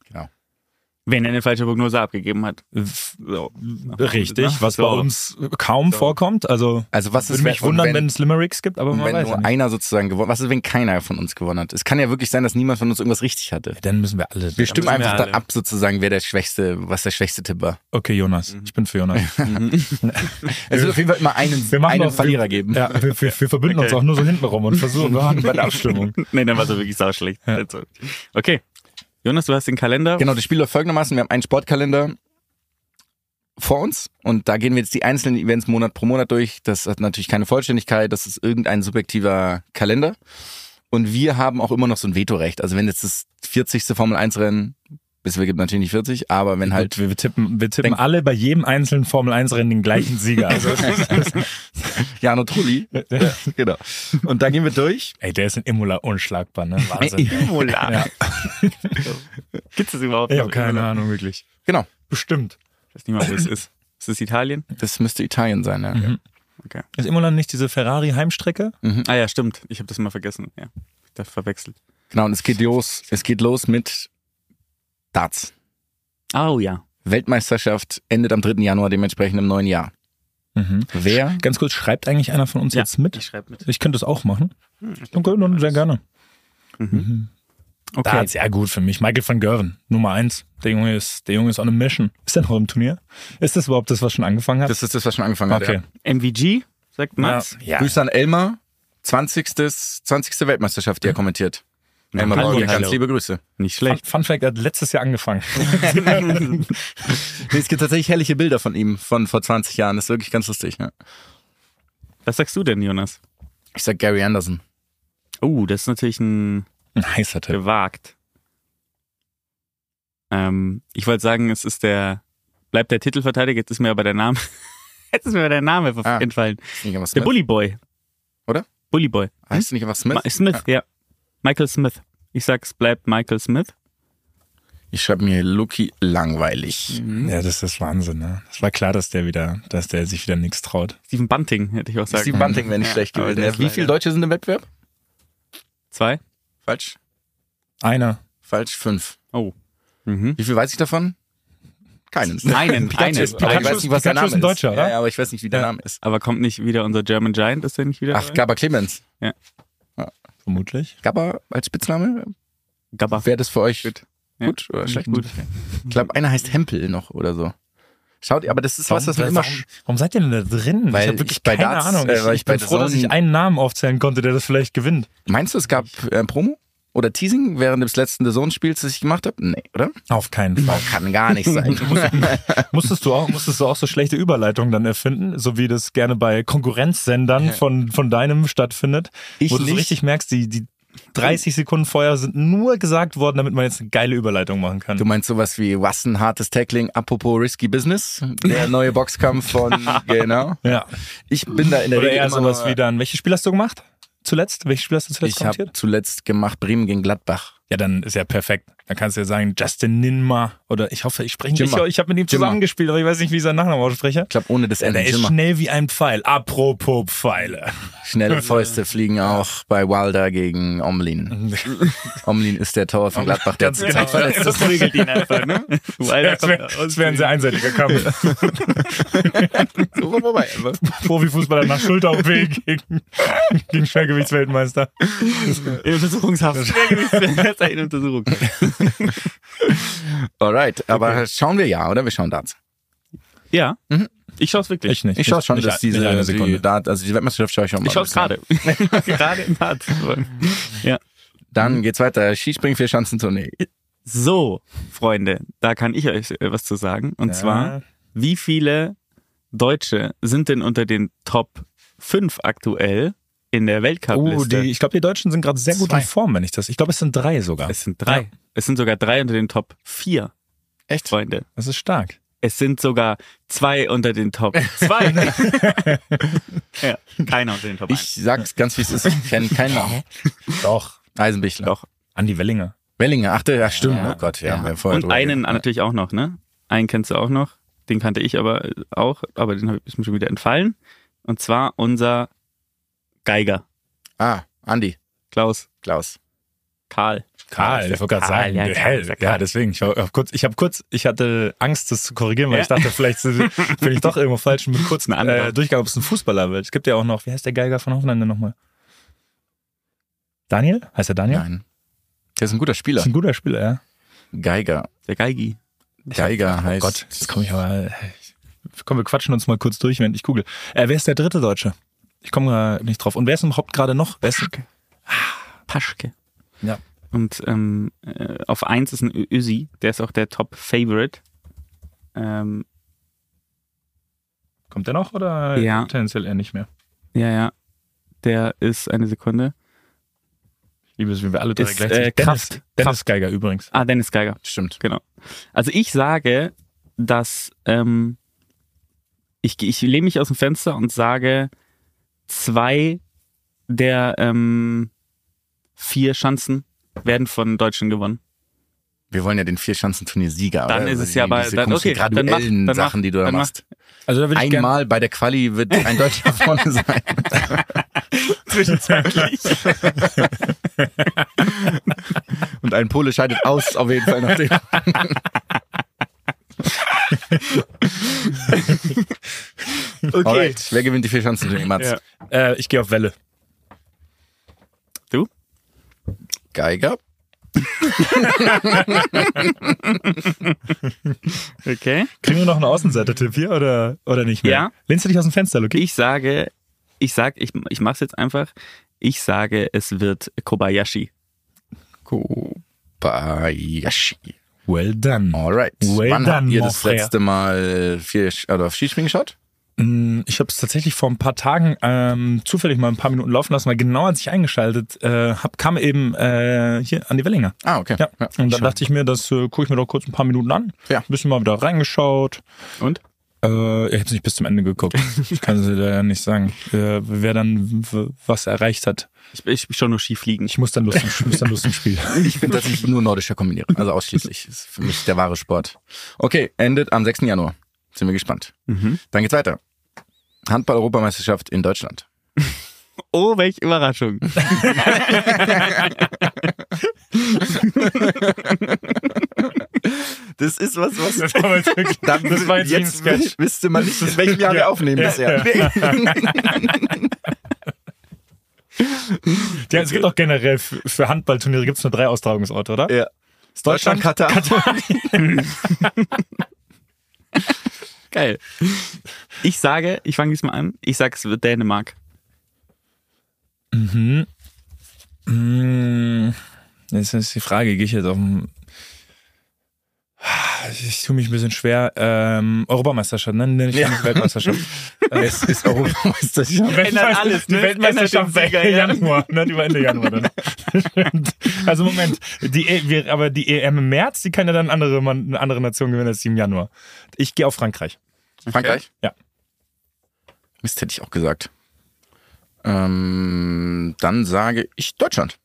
Speaker 5: Wenn er eine falsche Prognose abgegeben hat.
Speaker 4: F-
Speaker 5: So.
Speaker 4: Richtig, was
Speaker 5: So.
Speaker 4: bei uns kaum vorkommt. Also
Speaker 3: Also was
Speaker 4: würde
Speaker 3: ist,
Speaker 4: mich
Speaker 3: wenn-
Speaker 4: wundern,
Speaker 3: wenn-
Speaker 4: wenn es Limericks gibt, aber
Speaker 3: Und
Speaker 4: man
Speaker 3: wenn
Speaker 4: weiß
Speaker 3: nur
Speaker 4: ja nicht.
Speaker 3: einer sozusagen gewonnen Was ist, wenn keiner von uns gewonnen hat? Es kann ja wirklich sein, dass niemand von uns irgendwas richtig hatte.
Speaker 4: Dann müssen wir alle.
Speaker 3: Wir
Speaker 5: müssen
Speaker 3: stimmen
Speaker 5: wir
Speaker 3: einfach dann
Speaker 5: alle.
Speaker 3: ab, sozusagen, wer der schwächste, was der schwächste Tipp war.
Speaker 4: Okay, Jonas.
Speaker 3: Mhm.
Speaker 4: Ich bin für Jonas.
Speaker 3: Es wird Also auf jeden Fall immer einen,
Speaker 4: Also Wir machen
Speaker 3: einen
Speaker 4: auch-
Speaker 3: Verlierer geben.
Speaker 4: Ja, wir, wir, wir verbünden uns auch nur so hintenrum und versuchen wir haben bei der Abstimmung.
Speaker 5: *laughs* nee, dann war es wirklich sauschlecht. Also, Okay. Jonas, du hast den Kalender.
Speaker 3: Genau, das Spiel läuft folgendermaßen. Wir haben einen Sportkalender vor uns und da gehen wir jetzt die einzelnen Events Monat pro Monat durch. Das hat natürlich keine Vollständigkeit, das ist irgendein subjektiver Kalender. Und wir haben auch immer noch so ein Vetorecht. Also wenn jetzt das 40. Formel 1 Rennen, bis wir gibt natürlich nicht 40, aber wenn halt
Speaker 4: *laughs* Halt, wir, wir tippen, wir tippen
Speaker 3: Denk-
Speaker 4: alle bei jedem einzelnen Formel 1 Rennen den gleichen Sieger. Also,
Speaker 3: Jano Trulli, *laughs* genau. Und da gehen wir durch.
Speaker 4: *laughs* ey, der ist in Imola unschlagbar, ne? Wahnsinn.
Speaker 5: Imola. *laughs*
Speaker 4: Ja.
Speaker 5: Gibt es überhaupt?
Speaker 4: Ich habe keine Ahnung, wirklich.
Speaker 3: Genau.
Speaker 4: Bestimmt.
Speaker 5: Ich weiß nicht mal, wo es ist. Ist es Italien?
Speaker 3: Das müsste Italien sein, ja.
Speaker 4: Ist Imola nicht diese Ferrari-Heimstrecke?
Speaker 5: Ah ja, stimmt. Ich habe das mal vergessen. Ja, da verwechselt.
Speaker 3: Genau, und es geht los, es geht los mit Darts.
Speaker 5: Oh ja.
Speaker 3: Weltmeisterschaft endet am 3. Januar, dementsprechend im neuen Jahr.
Speaker 4: Mhm.
Speaker 3: Wer?
Speaker 4: Ganz kurz, schreibt eigentlich einer von uns
Speaker 5: Ja,
Speaker 4: jetzt mit?
Speaker 5: Ich Hm, schreibe mit.
Speaker 4: Ich könnte das auch machen. Okay, dann sehr gerne.
Speaker 5: Okay.
Speaker 4: Da hat sehr gut für mich. Michael van Gerven, Nummer eins. Der Junge ist, der Junge ist on a mission. Ist er noch im Turnier? Ist das überhaupt das, was schon angefangen hat?
Speaker 3: Das ist das, was schon angefangen hat.
Speaker 4: okay.
Speaker 3: Ja.
Speaker 5: MVG, sagt Max.
Speaker 4: Ja.
Speaker 3: Grüße an Elmar, 20. 20. Weltmeisterschaft, die er kommentiert.
Speaker 5: Ja,
Speaker 3: Elmar
Speaker 5: hallo,
Speaker 3: Borg, ganz
Speaker 5: hallo.
Speaker 3: liebe Grüße.
Speaker 5: Nicht
Speaker 4: Fun,
Speaker 5: schlecht.
Speaker 4: *laughs* Fun Fact, er hat letztes
Speaker 3: *laughs*
Speaker 4: Jahr angefangen.
Speaker 3: Nee, es gibt tatsächlich herrliche Bilder von ihm von vor 20 Jahren. Das ist wirklich ganz lustig. Ja.
Speaker 5: Was sagst du denn, Jonas?
Speaker 3: Ich sag Gary Anderson.
Speaker 5: Oh, das ist natürlich ein
Speaker 4: Ein heißer Tipp.
Speaker 5: gewagt. Ähm, ich wollte sagen, es ist der, bleibt der Titelverteidiger, jetzt ist mir aber der Name, *laughs* jetzt ist mir aber der Name
Speaker 3: Ah.
Speaker 5: entfallen.
Speaker 3: Ist nicht
Speaker 5: Der
Speaker 3: einfach Smith?
Speaker 5: Bully Boy.
Speaker 3: Oder?
Speaker 5: Bully Boy.
Speaker 3: Heißt nicht einfach Smith? Ah.
Speaker 5: Ma- Smith, ja. Michael Smith. Ich sag, es bleibt Michael Smith.
Speaker 3: Ich schreibe mir Lucky langweilig.
Speaker 4: Ja, das ist Wahnsinn, ne? Es war klar, dass der wieder, dass der sich wieder nichts traut.
Speaker 5: Stephen Bunting, hätte ich auch sagen.
Speaker 3: Steve Bunting wäre nicht
Speaker 5: Ja,
Speaker 3: schlecht
Speaker 5: aber
Speaker 3: gewesen.
Speaker 5: der
Speaker 3: Ja,
Speaker 5: ist
Speaker 3: wie viele
Speaker 5: leider-
Speaker 3: Deutsche sind im Wettbewerb?
Speaker 5: Zwei?
Speaker 3: Falsch.
Speaker 4: Einer.
Speaker 3: Falsch, fünf.
Speaker 5: Oh. Mhm.
Speaker 3: Wie viel weiß ich davon? Keinen. *laughs*
Speaker 5: Einen, einen.
Speaker 3: ist- aber ich
Speaker 4: Pikachu
Speaker 3: weiß
Speaker 4: ist-
Speaker 3: nicht, was der
Speaker 4: Pikachu
Speaker 3: Name
Speaker 4: ist ein Deutscher,
Speaker 3: ist.
Speaker 4: oder?
Speaker 3: Ja, ja, aber ich weiß nicht, wie der
Speaker 4: Ja.
Speaker 3: Name ist.
Speaker 5: Aber kommt nicht wieder unser German Giant, ist der nicht wieder?
Speaker 3: Ach, Gabba Clemens.
Speaker 4: Vermutlich.
Speaker 3: Gabba als Spitzname?
Speaker 5: Gabba. *laughs*
Speaker 3: Wäre das für euch gut,
Speaker 5: Ja.
Speaker 3: oder schlecht?
Speaker 5: Gut.
Speaker 3: Ich glaube, einer heißt Hempel noch oder so. Schaut, aber das ist was, was man immer.
Speaker 4: warum, warum seid ihr denn da drin?
Speaker 3: Weil
Speaker 4: ich habe wirklich
Speaker 3: ich bei
Speaker 4: keine
Speaker 3: Darts,
Speaker 4: Ahnung.
Speaker 3: äh,
Speaker 4: Ich,
Speaker 3: weil
Speaker 4: ich
Speaker 3: ich bei
Speaker 4: bin froh, dass
Speaker 3: Zone-
Speaker 4: ich einen Namen aufzählen konnte, der das vielleicht gewinnt.
Speaker 3: Meinst du, es gab äh, Promo oder Teasing während des letzten Saisonspiels, das ich gemacht habe? Nee, oder? Oh,
Speaker 4: Auf keinen
Speaker 3: *laughs*
Speaker 4: Fall.
Speaker 3: Kann gar nicht
Speaker 4: *laughs*
Speaker 3: sein.
Speaker 4: musstest, du auch, musstest du auch so schlechte Überleitungen dann erfinden, so wie das gerne bei Konkurrenzsendern von, von deinem stattfindet.
Speaker 3: Ich
Speaker 4: wo du so
Speaker 3: nicht.
Speaker 4: richtig merkst, die, die 30 Sekunden vorher sind nur gesagt worden, damit man jetzt eine geile Überleitung machen kann.
Speaker 3: Du meinst sowas wie Wassen, hartes Tackling, apropos Risky Business? Der neue Boxkampf
Speaker 4: *laughs*
Speaker 3: von, genau.
Speaker 4: ja.
Speaker 3: Ich bin da in der
Speaker 4: Oder
Speaker 3: Regel
Speaker 4: eher
Speaker 3: immer
Speaker 4: sowas
Speaker 3: nur-
Speaker 4: wie dann. Welches Spiel hast du gemacht? Zuletzt? Welches Spiel hast du zuletzt
Speaker 3: Ich habe
Speaker 4: kommentiert?
Speaker 3: zuletzt gemacht Bremen gegen Gladbach.
Speaker 4: Ja, dann ist ja perfekt. Dann kannst du ja sagen, Justin Ninma oder ich hoffe, ich spreche nicht. Ich,
Speaker 3: Jimmer.
Speaker 4: ich habe mit ihm
Speaker 3: Jimmer.
Speaker 4: zusammengespielt, aber ich weiß nicht, wie ich seinen Nachnamen ausspreche.
Speaker 3: Ich glaube, ohne das Ende.
Speaker 4: Der ist
Speaker 3: Schimmer.
Speaker 4: schnell wie ein Pfeil. Apropos Pfeile.
Speaker 3: Schnelle Fäuste fliegen auch bei Wilder gegen Omlin. Omlin ist der Tor von Gladbach, der
Speaker 4: Ganz genau.
Speaker 3: zurzeit verletzt ist.
Speaker 4: Das regelt ihn einfach, ne?
Speaker 3: *laughs*
Speaker 5: Wilder
Speaker 4: Das wäre
Speaker 5: kommt
Speaker 4: das wär ein sehr einseitiger *laughs* Kampf.
Speaker 3: Wobei, aber-
Speaker 4: Profifußballer nach Schulter-OP gegen, gegen Schwergewichtsweltmeister.
Speaker 5: in Untersuchungshaft. *laughs* Jetzt in Untersuchung.
Speaker 3: Alright, aber schauen wir ja, oder? Wir schauen Darts.
Speaker 5: Ja. Mhm. Ich schaue es wirklich.
Speaker 4: nicht.
Speaker 3: Ich schaue schon, dass diese
Speaker 4: eine Sekunde.
Speaker 3: Die Dart, also die Weltmeisterschaft schaue ich schon mal.
Speaker 5: Ich schaue es gerade. *laughs* gerade im Bad.
Speaker 3: Dann geht's weiter. Skispringen, vier Schanzentournee.
Speaker 5: So, Freunde, da kann ich euch äh, was zu sagen. Und zwar, wie viele Deutsche sind denn unter den Top 5 aktuell in der
Speaker 4: Oh,
Speaker 5: Weltcup-Liste?
Speaker 4: die, ich glaube, die Deutschen sind gerade sehr gut
Speaker 3: Zwei.
Speaker 4: in Form, wenn ich das. Ich glaube, es sind drei sogar.
Speaker 5: es sind drei.
Speaker 4: Ja.
Speaker 5: Es sind sogar drei unter den Top 4,
Speaker 3: Echt?
Speaker 5: Freunde.
Speaker 4: Das ist stark.
Speaker 5: Es sind sogar zwei unter den
Speaker 4: *laughs*
Speaker 5: Top 2. ja, keiner unter den Top 1.
Speaker 3: Ich sag's ganz wie es ist. Ich kenne keinen Namen.
Speaker 4: Doch.
Speaker 3: Eisenbichler.
Speaker 5: Doch.
Speaker 4: Andi Wellinger.
Speaker 3: Wellinger, ach, der- ja, stimmt.
Speaker 5: Ja.
Speaker 3: Oh Gott, wir
Speaker 5: Ja.
Speaker 3: haben ja vorher
Speaker 5: Und
Speaker 3: drüber
Speaker 5: einen
Speaker 3: geredet.
Speaker 5: natürlich auch noch, ne? Einen kennst du auch noch. Den kannte ich aber äh, auch, aber den hab- ist mir schon wieder entfallen. Und zwar unser Geiger,
Speaker 3: Ah, Andi,
Speaker 5: Klaus,
Speaker 3: Klaus.
Speaker 5: Karl.
Speaker 4: Karl, ich wollte gerade
Speaker 5: Karl,
Speaker 4: sagen.
Speaker 5: ja,
Speaker 4: Ja,
Speaker 5: klar, ist ja
Speaker 4: hell,
Speaker 5: klar.
Speaker 4: ja deswegen. Ich habe kurz, ich hab kurz, ich hatte Angst, das zu korrigieren, weil
Speaker 5: Ja.
Speaker 4: ich dachte,
Speaker 5: *laughs*
Speaker 4: vielleicht sind- bin ich doch irgendwo falsch mit kurz
Speaker 5: Eine andere.
Speaker 4: äh, durchgegangen, ob es ein Fußballer wird. Es gibt ja auch noch, wie heißt der Geiger von Hoffenheim denn nochmal? Daniel? Heißt er Daniel?
Speaker 3: Nein. Der ist ein guter Spieler.
Speaker 4: Ist ein guter Spieler, ja.
Speaker 3: Geiger.
Speaker 5: Der Geigi.
Speaker 3: Geiger heißt.
Speaker 4: Gott, jetzt komme ich aber. äh, Komm, wir quatschen uns mal kurz durch, während ich google. Äh, wer ist der dritte Deutsche? Ich komme da nicht drauf. Und wer ist überhaupt gerade noch? Wer ist,
Speaker 5: Paschke.
Speaker 4: Ja.
Speaker 5: Und ähm, äh, auf eins ist ein Ö- Ösi, der ist auch der Top-Favorite. Ähm,
Speaker 4: kommt der noch oder
Speaker 5: Ja.
Speaker 4: tendenziell eher nicht mehr?
Speaker 5: ja, ja. Der ist eine Sekunde.
Speaker 4: Ich liebe es, wie wir alle drei
Speaker 5: Ist,
Speaker 4: gleichzeitig.
Speaker 5: äh,
Speaker 4: Dennis,
Speaker 5: Kraft.
Speaker 4: Dennis Geiger übrigens.
Speaker 5: Ah, Dennis Geiger.
Speaker 3: Stimmt.
Speaker 5: Also ich sage, dass ähm, ich, ich lehne mich aus dem Fenster und sage, zwei der ähm, vier Schanzen werden von Deutschen gewonnen.
Speaker 3: Wir wollen ja den Vierschanzenturnier-Sieger.
Speaker 5: Dann
Speaker 3: oder?
Speaker 5: ist es
Speaker 3: Also
Speaker 5: ja
Speaker 3: die-
Speaker 5: bei-
Speaker 3: diese
Speaker 5: dann-
Speaker 3: komischen
Speaker 5: okay, dann mach-
Speaker 3: graduellen
Speaker 5: dann mach-
Speaker 3: Sachen, die du da
Speaker 5: dann mach-
Speaker 3: machst.
Speaker 4: Also da würde ich gerne.
Speaker 3: Einmal bei der Quali wird ein Deutscher vorne sein.
Speaker 5: *laughs* Zwischenzeitlich.
Speaker 3: Und ein Pole scheidet aus, auf jeden Fall nach *laughs* dem.
Speaker 5: Okay.
Speaker 3: Alright, wer gewinnt die vier Chancen für Mats?
Speaker 5: Ja.
Speaker 4: Äh, ich gehe auf Welle.
Speaker 5: Du?
Speaker 3: Geiger?
Speaker 5: Okay.
Speaker 4: Kriegen wir noch einen Außenseiter-Tipp hier oder, oder nicht mehr?
Speaker 5: Ja.
Speaker 4: Lehnst du dich aus dem Fenster, Luki?
Speaker 5: Ich sage, ich sag, ich, ich mach's jetzt einfach. Ich sage, es wird Kobayashi.
Speaker 3: Kobayashi.
Speaker 4: Well done.
Speaker 3: Alright.
Speaker 4: Well
Speaker 3: Wann
Speaker 4: done,
Speaker 3: habt ihr das
Speaker 4: mon frère.
Speaker 3: letzte Mal vier, oder auf Skispringen geschaut?
Speaker 4: Mm, Ich habe es tatsächlich vor ein paar Tagen ähm, zufällig mal ein paar Minuten laufen lassen, weil genau als ich eingeschaltet äh, habe, kam eben äh, hier an die Wellinger.
Speaker 3: Ah, okay.
Speaker 4: Ja. Und dann dachte ich mir, das äh, gucke ich mir doch kurz ein paar Minuten an.
Speaker 3: Ja.
Speaker 4: Ein bisschen mal wieder reingeschaut.
Speaker 5: Und?
Speaker 4: Äh, ich habe nicht bis zum Ende *laughs* geguckt. ich kann es leider nicht sagen, äh, wer dann w- was erreicht hat.
Speaker 5: Ich, ich bin schon nur schief liegen.
Speaker 4: Ich muss dann Lust, ich muss dann Lust im Spiel.
Speaker 3: Ich bin tatsächlich nur nordischer Kombinieren. Also ausschließlich. Ist für mich der wahre Sport. Okay, endet am 6. Januar. Sind wir gespannt.
Speaker 4: Mhm.
Speaker 3: Dann geht's weiter. Handball-Europameisterschaft in Deutschland.
Speaker 5: Oh, welche Überraschung.
Speaker 3: Das ist was, was.
Speaker 4: *laughs* Das war jetzt wirklich- das war jetzt wie ein
Speaker 3: jetzt
Speaker 4: Sketch.
Speaker 3: wüsste man nicht, in welchem Jahr wir
Speaker 4: Ja.
Speaker 3: aufnehmen bisher.
Speaker 4: Ja, es gibt auch generell f- für Handballturniere gibt's nur drei Austragungsorte, oder?
Speaker 3: Ja.
Speaker 4: Ist Deutschland,
Speaker 3: Katar.
Speaker 5: *laughs* Geil. Ich sage, ich fange diesmal an, ich sage, es wird Dänemark.
Speaker 4: Mm, Jetzt ist die Frage, gehe ich jetzt auf den. Ich tue mich ein bisschen schwer. Ähm, Europameisterschaft, ne? Nenne ich ja. *laughs* Weltmeisterschaft.
Speaker 3: Es ist Europameisterschaft.
Speaker 5: Ändert alles, ne?
Speaker 4: Die Weltmeisterschaft
Speaker 5: Ändert den Sieger,
Speaker 4: Ende
Speaker 5: ja.
Speaker 4: Januar, ne? Über Ende Januar *laughs* dann. Stimmt. also Moment, die e wir, aber die EM im März, die kann ja dann andere, Mann- eine andere Nation gewinnen als die im Januar. Ich gehe auf Frankreich.
Speaker 3: Frankreich?
Speaker 4: Ja.
Speaker 3: Mist, hätte ich auch gesagt. Ähm, dann sage ich Deutschland.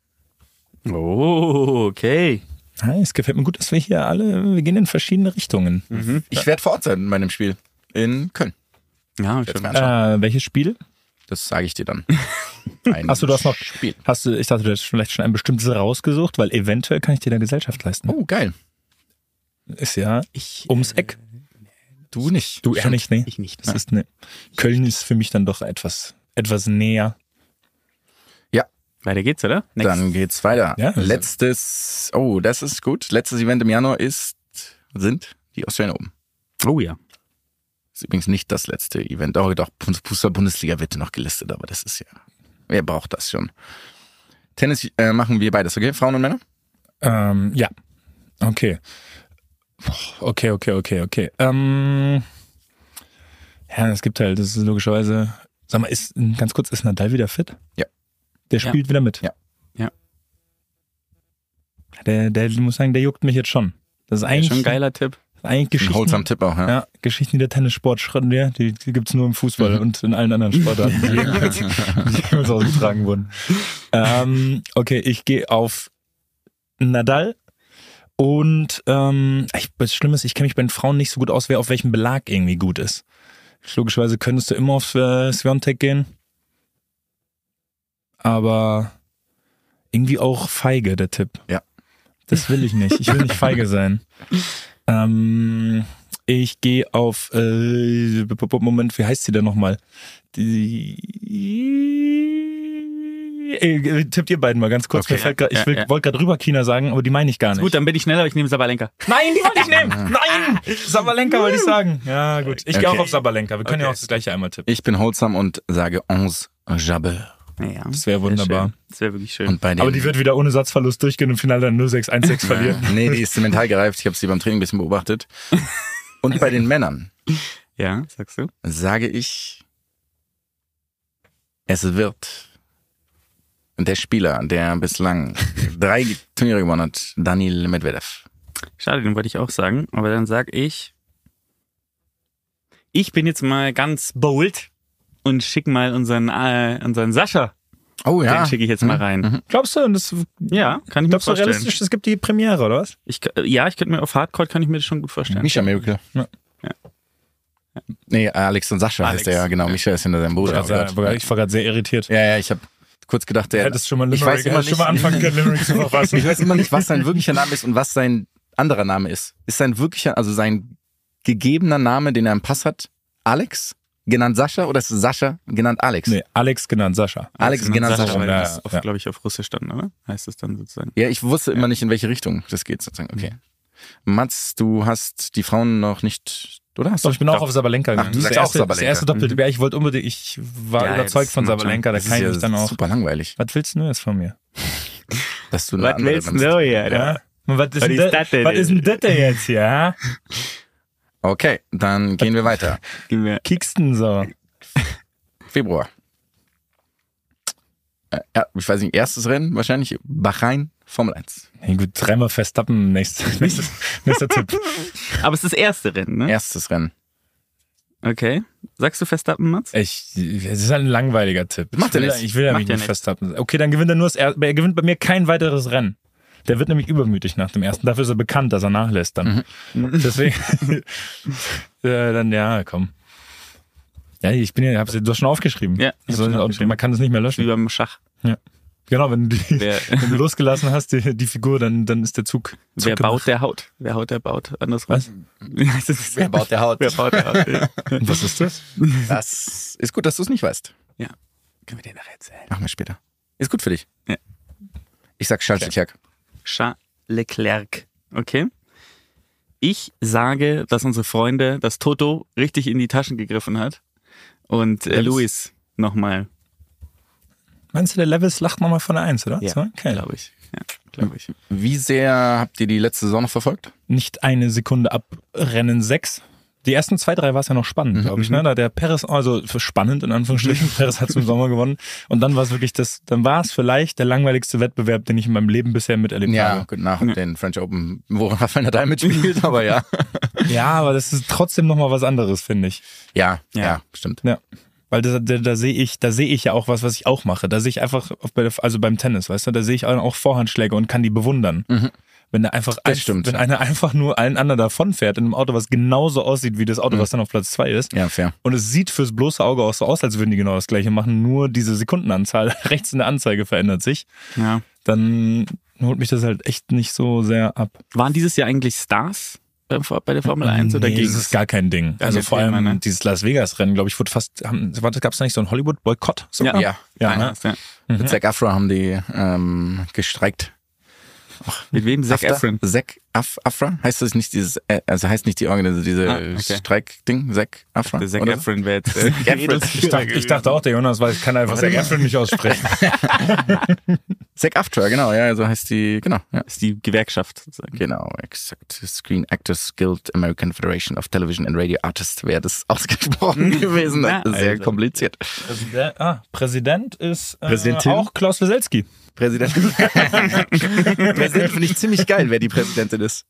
Speaker 5: Oh, okay.
Speaker 4: Ah, Es gefällt mir gut, dass wir hier alle, wir gehen in verschiedene Richtungen.
Speaker 3: Ich werde vor Ort sein in meinem Spiel. In Köln.
Speaker 5: Ja,
Speaker 3: Werd's
Speaker 5: schon.
Speaker 3: mir anschauen.
Speaker 4: Äh, welches Spiel?
Speaker 3: Das sage ich dir
Speaker 4: *laughs*
Speaker 3: dann. Ein
Speaker 4: Ach so, du hast noch-
Speaker 3: Spiel.
Speaker 4: Hast du, ich dachte, du hättest vielleicht schon ein bestimmtes rausgesucht, weil eventuell kann ich dir da Gesellschaft leisten.
Speaker 3: Oh, geil.
Speaker 4: Ist ja
Speaker 5: Ich,
Speaker 4: ums Eck.
Speaker 3: Du nicht.
Speaker 4: Du eher nicht, nee.
Speaker 5: ich nicht.
Speaker 4: Das ist, nee. Köln ist für mich dann doch etwas, etwas näher.
Speaker 5: Weiter geht's, oder? Next.
Speaker 3: Dann geht's weiter.
Speaker 4: Ja, also-
Speaker 3: Letztes, oh, das ist gut. Letztes Event im Januar ist, sind die Australian Open.
Speaker 5: Oh ja.
Speaker 3: Ist übrigens nicht das letzte Event. Auch doch, Fußball-Bundesliga wird noch gelistet, aber das ist ja, wer braucht das schon? Tennis äh, machen wir beides, okay? Frauen und Männer?
Speaker 4: Ähm, ja. Okay. Okay, okay, okay, okay. Ähm, ja, es gibt halt, das ist logischerweise. Sag mal, ist, ganz kurz, ist Nadal wieder fit?
Speaker 3: Ja.
Speaker 4: Der
Speaker 5: Ja.
Speaker 4: spielt wieder mit?
Speaker 3: Ja.
Speaker 5: Ja.
Speaker 4: Der, der, ich muss sagen, der juckt mich jetzt schon. Das ist
Speaker 5: Ja,
Speaker 4: eigentlich,
Speaker 5: schon ein geiler Tipp.
Speaker 4: eigentlich
Speaker 3: Ein
Speaker 4: Geschichten,
Speaker 3: Holz am Tipp auch, ja.
Speaker 4: Ja, Geschichten, die der Tennissport schreibt, ja, die gibt's nur im Fußball
Speaker 3: Mhm.
Speaker 4: und in allen anderen Sportarten,
Speaker 3: *laughs*
Speaker 4: die jemals, die jemals ausgetragen wurden. Ähm, okay, ich gehe auf Nadal und ähm, ich, das Schlimme ist, ich kenne mich bei den Frauen nicht so gut aus, wer auf welchem Belag irgendwie gut ist. Logischerweise könntest du immer auf äh, Sviontek gehen, aber irgendwie auch feige, der Tipp.
Speaker 3: Ja.
Speaker 4: Das will ich nicht. Ich will nicht feige sein. Ähm, ich gehe auf, äh, b- b- Moment, wie heißt sie denn nochmal? Die, äh, tippt ihr beiden mal ganz kurz.
Speaker 5: Okay,
Speaker 4: Mir fällt grad,
Speaker 5: ja,
Speaker 4: ich will-
Speaker 5: ja.
Speaker 4: wollte gerade Rüberchina sagen, aber die meine ich gar nicht.
Speaker 5: Gut, dann bin ich schneller, aber ich nehme Sabalenka.
Speaker 4: Nein, die wollte ich nehmen. Nein, Sabalenka wollte ich sagen. Ja, gut. Ich gehe
Speaker 3: Okay.
Speaker 4: auch auf Sabalenka. Wir können ja auch das gleiche einmal tippen.
Speaker 3: Ich bin holsam und sage Ons Jabel.
Speaker 5: Ja,
Speaker 4: Das wäre wunderbar.
Speaker 5: schön. Das wäre wirklich schön.
Speaker 3: Und bei dem,
Speaker 4: Aber die wird wieder ohne Satzverlust durchgehen und im Finale dann 0-6-1-6 verlieren.
Speaker 3: Nee, die ist mental gereift. Ich habe sie beim Training ein bisschen beobachtet. Und bei
Speaker 4: *laughs*
Speaker 3: den Männern
Speaker 5: ja, sagst du?
Speaker 3: sage ich, es wird der Spieler, der bislang drei Turniere gewonnen hat, Daniel Medvedev.
Speaker 5: Schade, den wollte ich auch sagen. Aber dann sag ich, ich bin jetzt mal ganz bold und schick mal unseren, äh, unseren Sascha.
Speaker 3: Oh
Speaker 5: Den schicke ich jetzt mal rein.
Speaker 4: Glaubst du, das,
Speaker 5: Ja, kann ich mir
Speaker 4: glaubst du
Speaker 5: vorstellen.
Speaker 4: realistisch, es gibt die Premiere, oder was?
Speaker 5: Ich, k- ja, ich könnte mir auf Hardcore kann ich mir das schon gut vorstellen.
Speaker 3: Misha Miracle.
Speaker 4: Ja.
Speaker 5: Ja.
Speaker 3: ne? Nee, Alex und Sascha
Speaker 5: Alex.
Speaker 3: heißt er ja, genau. Misha ist hinter seinem Bruder.
Speaker 4: Also,
Speaker 3: Oh
Speaker 4: ich
Speaker 3: Gott.
Speaker 4: war gerade sehr irritiert.
Speaker 3: ja, ja, ich habe kurz gedacht, der
Speaker 4: Hättest schon mal
Speaker 3: Ich
Speaker 4: Limerick,
Speaker 3: weiß immer
Speaker 4: hättest schon mal
Speaker 3: nicht.
Speaker 4: anfangen können, Limerick
Speaker 3: *laughs*
Speaker 4: zu verfassen.
Speaker 3: Ich weiß immer nicht, was sein wirklicher Name ist und was sein anderer Name ist. Ist sein wirklicher, also sein gegebener Name, den er im Pass hat, Alex, genannt Sascha, oder ist es Sascha, genannt Alex?
Speaker 4: Nee, Alex genannt Sascha.
Speaker 3: Alex
Speaker 5: Also man
Speaker 3: genannt
Speaker 5: sagt
Speaker 3: Sascha.
Speaker 5: aber,
Speaker 4: Ja,
Speaker 5: das auf,
Speaker 4: ja.
Speaker 5: glaube ich, auf Russisch dann, oder? Heißt es dann sozusagen.
Speaker 3: Ja, ich wusste immer nicht, in welche Richtung das geht sozusagen. Okay. Mats, du hast die Frauen noch nicht oder? Hast
Speaker 4: Mhm. Doch, ich bin auch auf Sabalenka gegangen.
Speaker 3: Ach, du
Speaker 4: Das ist
Speaker 3: sagst
Speaker 4: der
Speaker 3: auch
Speaker 4: erste, Das
Speaker 3: Sabalenka. Mhm.
Speaker 4: erste Doppelte. Ja, ich wollte unbedingt, ich war
Speaker 5: Ja,
Speaker 4: überzeugt
Speaker 5: das
Speaker 4: von
Speaker 5: macht
Speaker 4: Sabalenka, da
Speaker 3: Das ist
Speaker 4: kann
Speaker 3: ja
Speaker 4: ich dann auch.
Speaker 3: super langweilig,
Speaker 4: Was willst du denn jetzt von mir?
Speaker 3: dass du eine
Speaker 5: Was
Speaker 3: andere
Speaker 5: willst du Oh
Speaker 3: dann-
Speaker 5: denn hier?
Speaker 4: Ja.
Speaker 5: Alter?
Speaker 4: Und Was ist,
Speaker 5: Was
Speaker 4: denn
Speaker 5: ist
Speaker 4: das-
Speaker 5: das denn?
Speaker 4: was ist denn das denn jetzt hier? Ja?
Speaker 3: Okay, dann gehen wir weiter.
Speaker 5: Gib mir.
Speaker 4: Kicksten so.
Speaker 3: Februar. Äh, ja, ich weiß nicht, erstes Rennen wahrscheinlich Bahrain, Formel 1.
Speaker 4: Hey, gut, dreimal
Speaker 3: *laughs*
Speaker 4: Verstappen, nächster, nächster, nächster Tipp.
Speaker 5: Aber es ist das erste Rennen,
Speaker 4: Hm?
Speaker 5: ne?
Speaker 3: Erstes Rennen.
Speaker 5: Okay. Sagst du Verstappen, Mats?
Speaker 4: Ich, es ist halt ein langweiliger Tipp.
Speaker 3: Macht
Speaker 4: ich
Speaker 3: ja
Speaker 4: will,
Speaker 3: nichts.
Speaker 4: Ich will ja
Speaker 5: Macht
Speaker 4: mich
Speaker 5: ja
Speaker 4: nicht
Speaker 5: nichts.
Speaker 4: Verstappen. Okay, dann gewinnt er nur das er Er gewinnt bei mir kein weiteres Rennen. Der wird nämlich übermütig nach dem ersten. Dafür ist er bekannt, dass er nachlässt dann.
Speaker 5: Mhm. *laughs*
Speaker 4: Deswegen, äh, dann ja, komm. Ja, ich bin ja, hab's dir doch schon aufgeschrieben.
Speaker 5: Ja, ich hab's
Speaker 4: also,
Speaker 5: schon aufgeschrieben.
Speaker 4: man kann das nicht mehr
Speaker 5: Wie
Speaker 4: löschen.
Speaker 5: beim Schach.
Speaker 4: Genau, wenn du, die,
Speaker 5: Wer-
Speaker 4: wenn du losgelassen hast, die, die Figur, dann, dann ist der Zug. Zug
Speaker 5: Wer baut, der haut. Wer haut, der baut. Andersrum.
Speaker 4: genau.
Speaker 5: *laughs*
Speaker 4: Was?
Speaker 5: Wer
Speaker 3: der
Speaker 5: *laughs*
Speaker 3: Haut?
Speaker 5: Wer baut, der haut.
Speaker 4: *laughs*
Speaker 5: Ja.
Speaker 4: Und Was ist das?
Speaker 3: *laughs* Das ist gut, dass du es nicht weißt.
Speaker 5: Können wir den noch erzählen?
Speaker 3: Machen wir später. Ist gut für dich.
Speaker 5: Ja.
Speaker 3: Ich sag Charles Leclerc.
Speaker 5: Charles Leclerc. Okay. Ich sage, dass unsere Freunde das Toto richtig in die Taschen gegriffen hat. Und äh,
Speaker 4: Levis.
Speaker 5: Luis nochmal,
Speaker 4: Meinst du, der Levis lacht nochmal von der Eins, oder?
Speaker 5: Ja.
Speaker 4: So, okay.
Speaker 5: glaube ich. Ja, glaube ich.
Speaker 3: Wie sehr habt ihr die letzte Saison noch verfolgt?
Speaker 4: nicht eine Sekunde ab Rennen 6. Die ersten zwei, drei war es ja noch spannend, glaube ich. Ne? Da hat der Perez, also für spannend in Anführungsstrichen, Perez hat im Sommer gewonnen. Und dann war es wirklich das, dann war es vielleicht der langweiligste Wettbewerb, den ich in meinem Leben bisher miterlebt
Speaker 3: Ja,
Speaker 4: habe.
Speaker 3: gut, nach den French Open, wo *laughs* Rafael Nadal mitspielt, aber
Speaker 5: *laughs*
Speaker 3: ja.
Speaker 4: Ja, aber das ist trotzdem nochmal was anderes, finde ich.
Speaker 3: Ja, ja,
Speaker 5: Ja.
Speaker 3: stimmt.
Speaker 4: Ja. Weil da, da, da sehe ich, da sehe ich ja auch was, was ich auch mache. Da sehe ich einfach, auf, bei der- also beim Tennis, weißt du, da sehe ich auch Vorhandschläge und kann die bewundern. Wenn der einfach, ein,
Speaker 3: Mhm. stimmt,
Speaker 4: wenn
Speaker 3: ja.
Speaker 4: einer einfach nur allen anderen davonfährt in einem Auto, was genauso aussieht wie das Auto, was dann auf Platz zwei ist.
Speaker 3: Mhm. Ja, fair.
Speaker 4: Und es sieht fürs bloße Auge auch so aus, als würden die genau das gleiche machen, nur diese Sekundenanzahl *laughs* rechts in der Anzeige verändert sich.
Speaker 5: Ja.
Speaker 4: Dann holt mich das halt echt nicht so sehr ab.
Speaker 5: Waren dieses Jahr eigentlich Stars beim, Vor- bei der Formel 1 oder
Speaker 4: Nee,
Speaker 5: ging
Speaker 4: das ist gar kein Ding.
Speaker 5: Gar
Speaker 4: also
Speaker 5: kein
Speaker 4: vor allem
Speaker 5: Thema, ne?
Speaker 4: dieses Las Vegas-Rennen, glaube ich, wurde fast, gab es da nicht so einen Hollywood-Boykott? sogar?
Speaker 5: Ja.
Speaker 3: Ja,
Speaker 4: ja, ne?
Speaker 5: ja.
Speaker 3: mit Zac Afra haben die ähm, gestreikt.
Speaker 5: Mit wem? Zac
Speaker 3: After?
Speaker 5: Efron.
Speaker 3: Zac Af Afra? Heißt das nicht dieses, äh, also heißt nicht die Organisation, diese
Speaker 5: Ah, okay.
Speaker 3: Streikding? Zac Afra?
Speaker 5: Der Zac
Speaker 3: oder so?
Speaker 5: Efron äh, wäre jetzt. *laughs*
Speaker 3: Zac Efron.
Speaker 4: Ich dachte, ich dachte auch, der Jonas weiß, kann einfach Zac Efron nicht
Speaker 5: *laughs*
Speaker 4: aussprechen.
Speaker 3: Zac Aftra, genau, ja, so heißt die, genau, ja.
Speaker 5: ist die Gewerkschaft sozusagen.
Speaker 3: Genau, exakt. Screen Actors Guild, American Federation of Television and Radio Artists wäre das *laughs* ausgesprochen gewesen.
Speaker 5: Mhm. Na,
Speaker 3: Sehr
Speaker 5: also.
Speaker 3: kompliziert.
Speaker 4: Präsident, ah, Präsident ist äh,
Speaker 3: Präsidentin?
Speaker 4: auch Klaus Weselski.
Speaker 5: *laughs*
Speaker 3: *laughs* Präsidentin. Präsidentin finde ich ziemlich geil, wer die Präsidentin ist.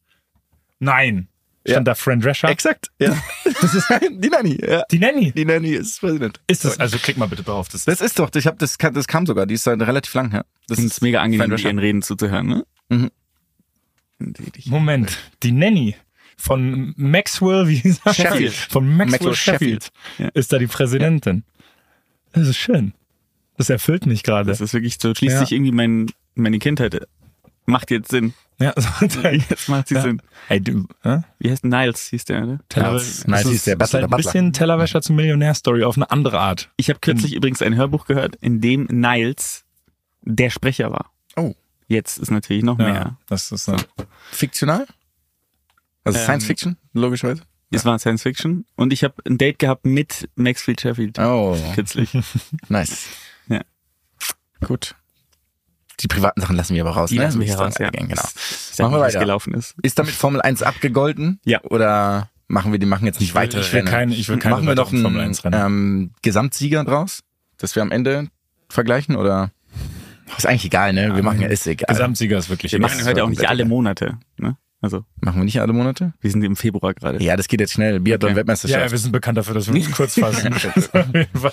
Speaker 4: Nein. Stand da Fran Drescher.
Speaker 3: Exakt, ja. *laughs* Das ist die Nanny, ja.
Speaker 4: Die Nanny.
Speaker 3: Die Nanny ist Präsident.
Speaker 4: Ist das, also klick mal bitte drauf. Das
Speaker 3: Das ist doch, ich hab, das, kam- das kam sogar, die ist dann relativ lang her. Das
Speaker 5: Ich finde es mega angenehm,
Speaker 3: Fran
Speaker 5: ihren Reden zuzuhören, ne? Die- die-
Speaker 4: Moment, die Nanny von Maxwell, wie hieß er?
Speaker 3: Sheffield.
Speaker 4: Von Maxwell,
Speaker 3: Maxwell
Speaker 4: Sheffield,
Speaker 5: Ja.
Speaker 4: ist da die Präsidentin. Das ist schön. Das erfüllt mich gerade.
Speaker 5: Das ist wirklich so, schließt
Speaker 4: Ja.
Speaker 5: sich irgendwie mein, meine Kindheit. äh, Macht jetzt Sinn. *laughs*
Speaker 4: Ja, so, *laughs* dann-
Speaker 5: Jetzt macht sie
Speaker 4: Ja.
Speaker 5: Sinn.
Speaker 4: Hey, du, äh?
Speaker 5: Wie heißt Niles, hieß der, ne?
Speaker 4: Teller-
Speaker 3: Nice. Nice,
Speaker 4: Das
Speaker 3: ist der Butler,
Speaker 4: halt
Speaker 3: der
Speaker 4: ein
Speaker 3: Butler.
Speaker 4: bisschen Tellerwäscher zum Millionär-Story auf eine andere Art.
Speaker 5: Ich habe
Speaker 3: Hm.
Speaker 5: kürzlich übrigens ein Hörbuch gehört, in dem Niles der Sprecher war.
Speaker 3: Oh.
Speaker 5: Jetzt ist natürlich noch mehr.
Speaker 4: das ist äh, eine,
Speaker 3: Fiktional? Also
Speaker 5: Ähm,
Speaker 3: Science Fiction, logischerweise.
Speaker 5: Es war Science Fiction und ich habe ein Date gehabt mit Maxfield Sheffield
Speaker 3: *laughs* Oh,
Speaker 5: kürzlich.
Speaker 3: nice.
Speaker 5: Ja.
Speaker 3: Gut. Die privaten Sachen lassen wir aber raus.
Speaker 5: Die
Speaker 3: ne?
Speaker 5: lassen wir hier
Speaker 3: Ist dann
Speaker 5: raus, ja.
Speaker 3: eingegangen, Genau.
Speaker 5: Ich
Speaker 3: Machen wir
Speaker 5: wie es
Speaker 3: weiter.
Speaker 5: gelaufen ist.
Speaker 3: Ist damit Formel 1 abgegolten?
Speaker 5: Ja.
Speaker 3: Oder machen wir die machen jetzt nicht weitere
Speaker 4: ich will
Speaker 3: Rennen?
Speaker 4: keine- ich will keine
Speaker 3: machen wir noch
Speaker 4: weiteren
Speaker 3: einen
Speaker 4: Formel 1 Rennen.
Speaker 3: Ähm, Gesamtsieger draus, dass wir am Ende vergleichen oder ist eigentlich egal, ne? Wir machen ja ist egal.
Speaker 4: Gesamtsieger ist wirklich.
Speaker 5: Wir
Speaker 4: egal.
Speaker 5: machen heute auch nicht alle Monate. Ne? Also,
Speaker 3: machen wir nicht alle Monate?
Speaker 5: wir sind im Februar gerade.
Speaker 3: Ja, das geht jetzt schnell. Biathlon
Speaker 5: Okay.
Speaker 4: Ja, ja,
Speaker 3: Weltmeisterschaft.
Speaker 4: wir sind bekannt dafür, dass
Speaker 3: *laughs*
Speaker 4: wir uns kurz *laughs* fassen. Auf jeden Fall.